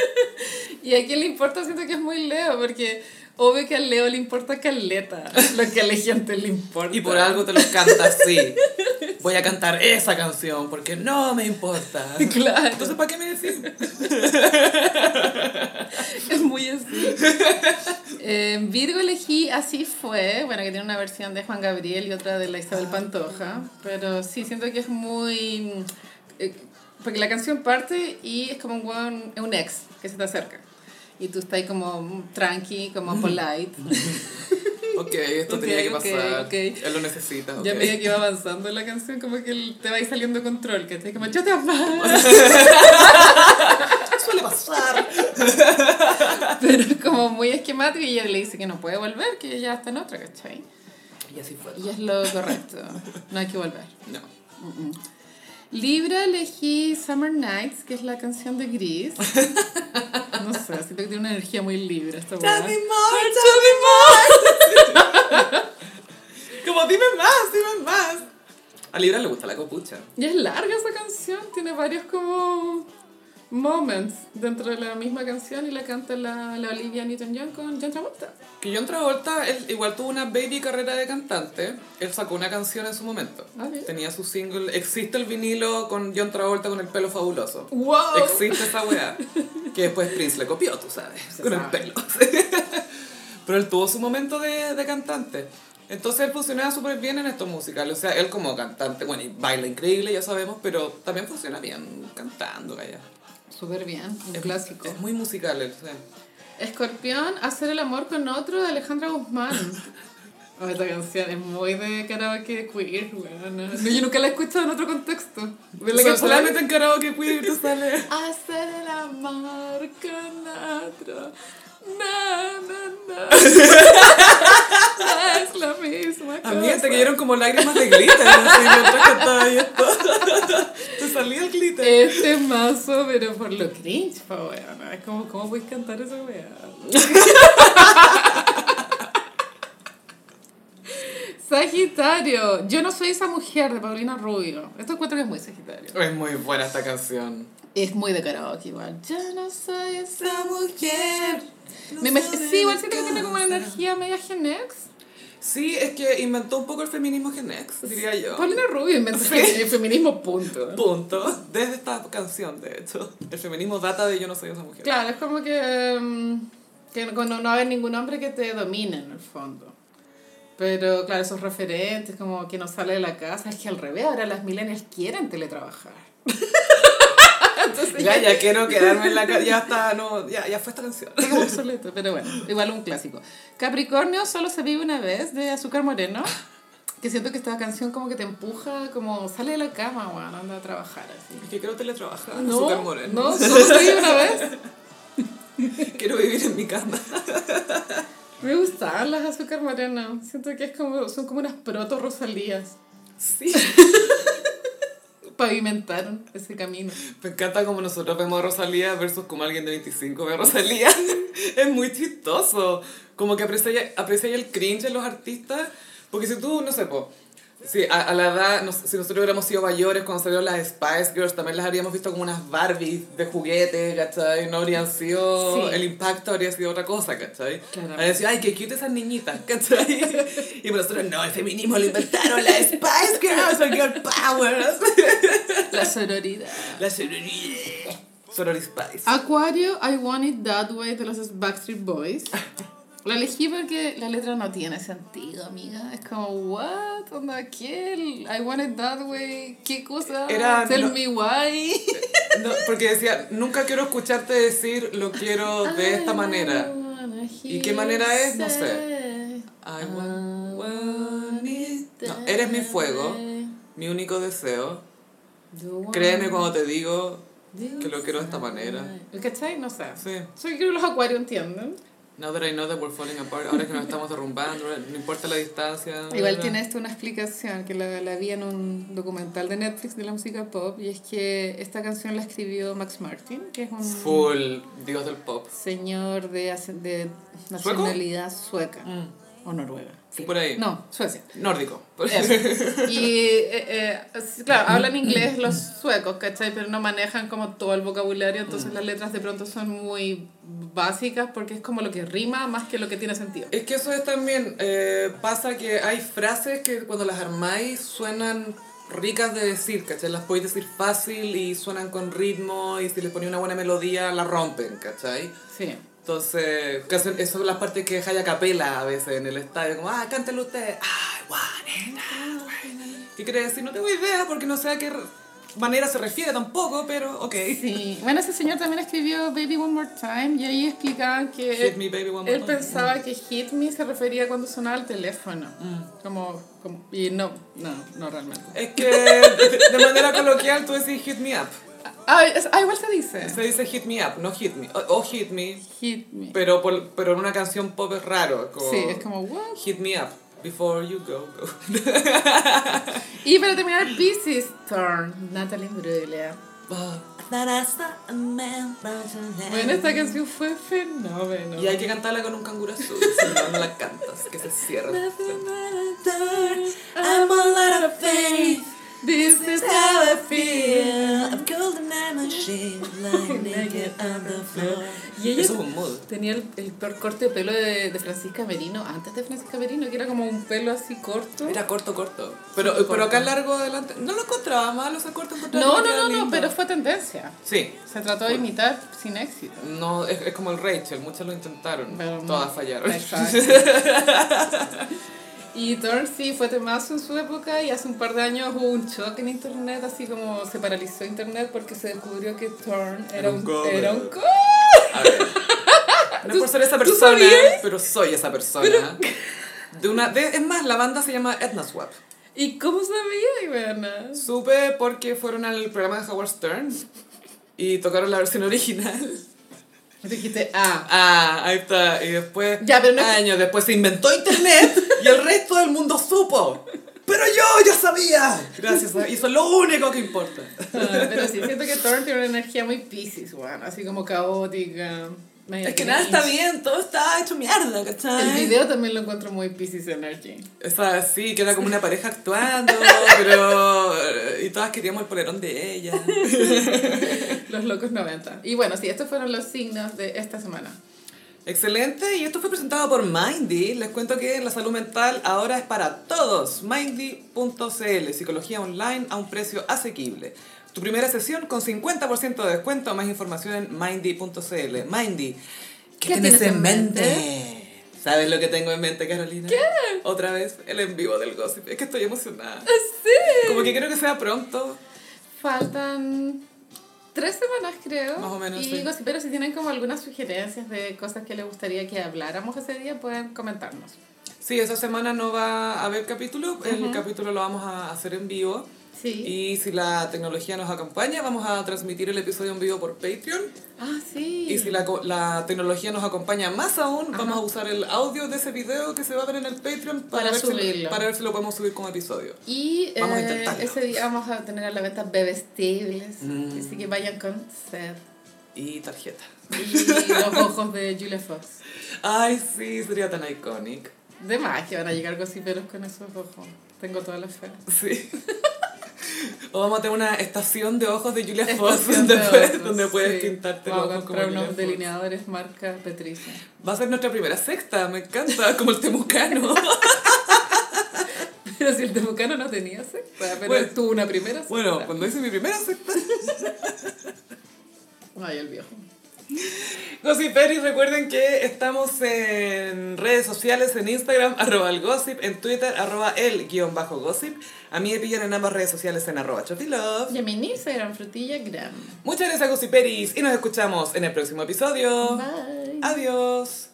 y a quién le importa, siento que es muy Leo, porque obvio que al Leo le importa Caleta, lo que a la gente le importa.
Y por algo te lo canta así. Voy a cantar esa canción porque no me importa.
Claro.
Entonces, ¿para qué me decís?
Es muy así. En Virgo elegí Así fue, bueno, que tiene una versión de Juan Gabriel y otra de la Isabel Pantoja, pero sí, siento que es muy... eh, porque la canción parte y es como un, weón- un ex que se te acerca. Y tú estás ahí como mm, tranqui, como polite.
Ok, esto
Ok,
tenía que
ok,
pasar.
ok.
Él lo necesita.
Ya a
ok.
medida que va avanzando la canción, como que el- te va a ir saliendo control, que como yo te amo.
Suele pasar.
Pero es como muy esquemático y ella le dice que no puede volver, que ella ya está en otra, ¿cachai?
Y así fue.
Y es lo correcto, no hay que volver.
No.
Libra elegí Summer Nights, que es la canción de Gris. No sé, siento que tiene una energía muy libra esta
Tell
weá.
me more, tell me more. Como dime más, dime más. A Libra le gusta la copucha.
Y es larga esa canción, tiene varios como moments dentro de la misma canción y la canta la, la Olivia Newton-John con John Travolta.
Que John Travolta, él igual tuvo una baby carrera de cantante. Él sacó una canción en su momento.
Ah, bien.
Tenía su single. Existe el vinilo con John Travolta con el pelo fabuloso.
¡Wow!
Existe esa weá. Que después Prince le copió, tú sabes.
Se
con
sabe.
el pelo. Pero él tuvo su momento de, de cantante. Entonces él funcionaba súper bien en estos musicales. O sea, él como cantante, bueno, y baila increíble, ya sabemos, pero también funciona bien cantando, calla.
Súper bien, un
Es-
clásico.
Es muy musical, él, o sea.
Escorpión, hacer el amor con otro de Alejandra Guzmán. Oh, esta canción es muy de karaoke queer, weón. No, yo nunca la he escuchado en otro contexto. ¿De la
Sol-
que
solamente en karaoke queer te sale.
Hacer el amor con otro. No, no, no. No es la misma cosa.
A mí hasta que dieron como lágrimas de glitter, así, mientras cantaba y esto. Te salía el glitter.
Este mazo, pero por lo cringe, pa weón. Es como, ¿cómo puedes cantar esa weá? Sagitario, yo no soy esa mujer de Paulina Rubio. Esto encuentro que es muy Sagitario.
Es muy buena esta canción.
Es muy de karaoke igual. Yo no soy esa.
La mujer. no
Me imag-
sabe
sí, igual
lo
siento que tiene como una
hace.
energía media genex.
Sí, es que inventó un poco el feminismo genex, diría yo.
Paulina Rubio inventó el feminismo punto.
Punto. Desde esta canción, de hecho. El feminismo data de yo no soy esa mujer.
Claro, es como que, mm, que cuando no hay ningún hombre que te domine en el fondo. Pero claro, esos referentes, como que no sale de la casa, es que al revés, ahora las millennials quieren teletrabajar. Entonces
Ya,
ya,
ya quiero quedarme en la casa. Ya está, no, ya, ya fue esta canción.
es como obsoleto, pero bueno, igual un clásico. Capricornio solo se vive una vez de Azúcar Moreno, que siento que esta canción como que te empuja, como sale de la cama, weón, anda a trabajar así.
Es que quiero teletrabajar, súper
No,
moreno.
no, solo se vive una vez.
Quiero vivir en mi cama.
Me gustaban las azúcar moreno. Siento que es como, son como unas proto rosalías.
Sí.
Pavimentaron ese camino.
Me encanta como nosotros vemos a Rosalía versus como alguien de 25 ve a Rosalía. es muy chistoso. Como que aprecia, aprecia el cringe en los artistas. Porque si tú, no sé, po, si a, a la edad, no sé, si nosotros hubiéramos sido mayores cuando salieron las Spice Girls, también las habríamos visto como unas Barbies de juguete, ¿cachai? No habrían sido,
Sí.
el impacto habría sido otra cosa, ¿cachai?
Claramente.
Habrían sido, ay, qué cute esas niñitas, ¿cachai? y nosotros, no, el feminismo lo inventó.
Inventaron la Spice Girls, el Girl Power.
La sororidad.
La sororidad.
Sorority Spice.
Acuario, I Want It That Way de los Backstreet Boys. La elegí porque la letra no tiene sentido, amiga. Es como, what? Onda, ¿qué? I Want It That Way. ¿Qué cosa?
Era-
Tell
no-
me why.
No, porque decía, nunca quiero escucharte decir lo quiero de esta manera.
I wanna
¿Y qué manera es? No sé.
hear you
I
say,
want- want it.
I
No,
want
eres mi
that
fuego,
way.
mi único deseo. Créeme cuando te digo que
que
lo quiero de esta manera.
¿Cachai? No sé.
Sí.
Soy creo que los acuarios entienden.
Now that I know that we're falling apart, ahora que nos estamos derrumbando, no importa la distancia.
Igual tiene esto una explicación que la, la vi en un documental de Netflix de la música pop y es que esta canción la escribió Max Martin, que es un
Full, dios del pop.
señor de, ace- de nacionalidad sueca o noruega.
Mm. Sí, por ahí.
Mm, No, Suecia.
Nórdico.
Eso. Y eh, eh, sí, claro, hablan inglés los suecos, ¿cachai? Pero no manejan como todo el vocabulario, entonces
Mm.
las letras de pronto son muy básicas porque es como lo que rima más que lo que tiene sentido.
Es que eso es también, eh, pasa que hay frases que cuando las armáis suenan ricas de decir, ¿cachai? Las podéis decir fácil y suenan con ritmo y si les ponéis una buena melodía la rompen, ¿cachai?
Sí.
Entonces, que hacen- esas son las partes que dejáis a capela a veces en el estadio, como, ah, cántalo usted, I want it that way". ¿Qué quiere decir? No tengo idea porque no sé a qué r- manera se refiere tampoco, pero ok.
Sí. Bueno, ese señor también escribió Baby One More Time y ahí explicaban que
Hit me, baby, one more
él
time.
pensaba que Hit Me se refería cuando sonaba el teléfono.
Mm.
Como, como, y no, no, no realmente.
Es que de de manera coloquial tú decís hit me up.
Ah, es- ah, igual se dice.
Se dice hit me up, no hit me. O, o hit me.
Hit Me.
Pero, por- pero en una canción pop es raro. Como,
Sí, es como, wow.
Hit me up before you go. go.
Y para terminar, Pisces Turn, Natalie Imbruglia.
Ah,
Bueno, esta canción fue fenómeno.
Y hay que cantarla con un canguro azul. si no, no la cantas, que se cierra.
I'm all out of faith.
This is how I feel.
I'm cold and I'm ashamed. Lying naked on the floor.
Y ella
Eso es un mood.
tenía el, el peor corte de pelo de, de Francisca Merino, antes de Francisca Merino, que era como un pelo así corto.
Era corto, corto. Pero, pero
corto.
acá largo adelante. No lo encontraba malo ese corto. encontraba
No,
que
no,
era
no, no,
lindo.
pero fue tendencia.
Sí.
Se trató de imitar sin éxito.
No, es, es como el Rachel, muchas lo intentaron,
Pero no.
todas fallaron.
Exacto. Y Thorn sí fue temazo en su época y hace un par de años hubo un shock en internet, así como se paralizó internet porque se descubrió que Thorn era,
Era un
un
cover.
Era un cover.
A ver. No es por ser esa persona,
sabías?
pero soy esa persona. De una, de- es más, la banda se llama Edna Swap.
¿Y cómo sabía, Ivana?
Supe porque fueron al programa de Howard Stern y tocaron la versión original.
Dijiste, ah.
Ah, ahí está. Y después,
Ya, pero no es que-
años después, se inventó Internet y el resto del mundo supo. Pero yo ya sabía. Gracias. a- Y eso es lo único que importa.
Ah, Pero sí, siento que Thorn tiene una energía muy piscis, bueno, así como caótica. media
Es que nada está bien, todo está hecho mierda,
El
¿cachai?
video también lo encuentro muy piscis energy.
Esa sí, que era como una pareja actuando, pero. eh, Y todas queríamos el polerón de ella.
Los locos 90. Y bueno, sí, estos fueron los signos de esta semana.
Excelente, y esto fue presentado por Mindy. Les cuento que la salud mental ahora es para todos. Mindy.cl, psicología online a un precio asequible. Tu primera sesión con 50% de descuento. Más información en Mindy.cl. Mindy, ¿qué, tienes en mente? ¿Sabes lo que tengo en mente, Carolina? ¿Qué? Otra vez el en vivo del gossip. Es que estoy emocionada.
Sí.
Como que quiero que sea pronto.
Faltan tres semanas, creo.
Más o menos,
Y
sí.
digo, sí, pero si tienen como algunas sugerencias de cosas que les gustaría que habláramos ese día, pueden comentarnos.
Sí, esa semana no va a haber capítulo. El capítulo lo vamos a hacer en vivo.
Sí.
Y si la tecnología nos acompaña, vamos a transmitir el episodio en vivo por Patreon.
Ah, sí.
Y si la, co- la tecnología nos acompaña más aún,
Ajá.
vamos a usar el audio de ese video que se va a ver en el Patreon
Para
ver si-
subirlo.
para ver si lo podemos subir como episodio.
Y,
Vamos a
eh,
intentarlo.
ese día vamos a tener a la venta bebestibles.
Mm.
Así que vayan con sed.
Y tarjeta.
Y los ojos de Julia Fox.
Ay, sí, sería tan icónico.
De más que van a llegar gossiperos con esos ojos. Tengo toda la fe.
Sí. O vamos a tener una estación de ojos de Julia Fox
Estación de
donde puedes,
ojos,
donde puedes
sí.
pintarte los
Vamos a
ojos como
comprar
Julia
unos
Fox.
delineadores marca Petricia.
Va a ser nuestra primera sexta, me encanta, como el temucano.
Pero si el temucano no tenía secta, pero
Bueno.
tuvo una primera secta.
Bueno, cuando hice mi primera secta. pues.
Ay, el viejo.
Gossiperis, recuerden que estamos en redes sociales, en Instagram, arroba el gossip, en Twitter, arroba el guión bajo gossip. A mí me pillan en ambas redes sociales en arroba chofilove.
Y a mi Instagram, frutilla gram.
Oh. Muchas gracias, Gossiperis, y nos escuchamos en el próximo episodio.
Bye.
Adiós.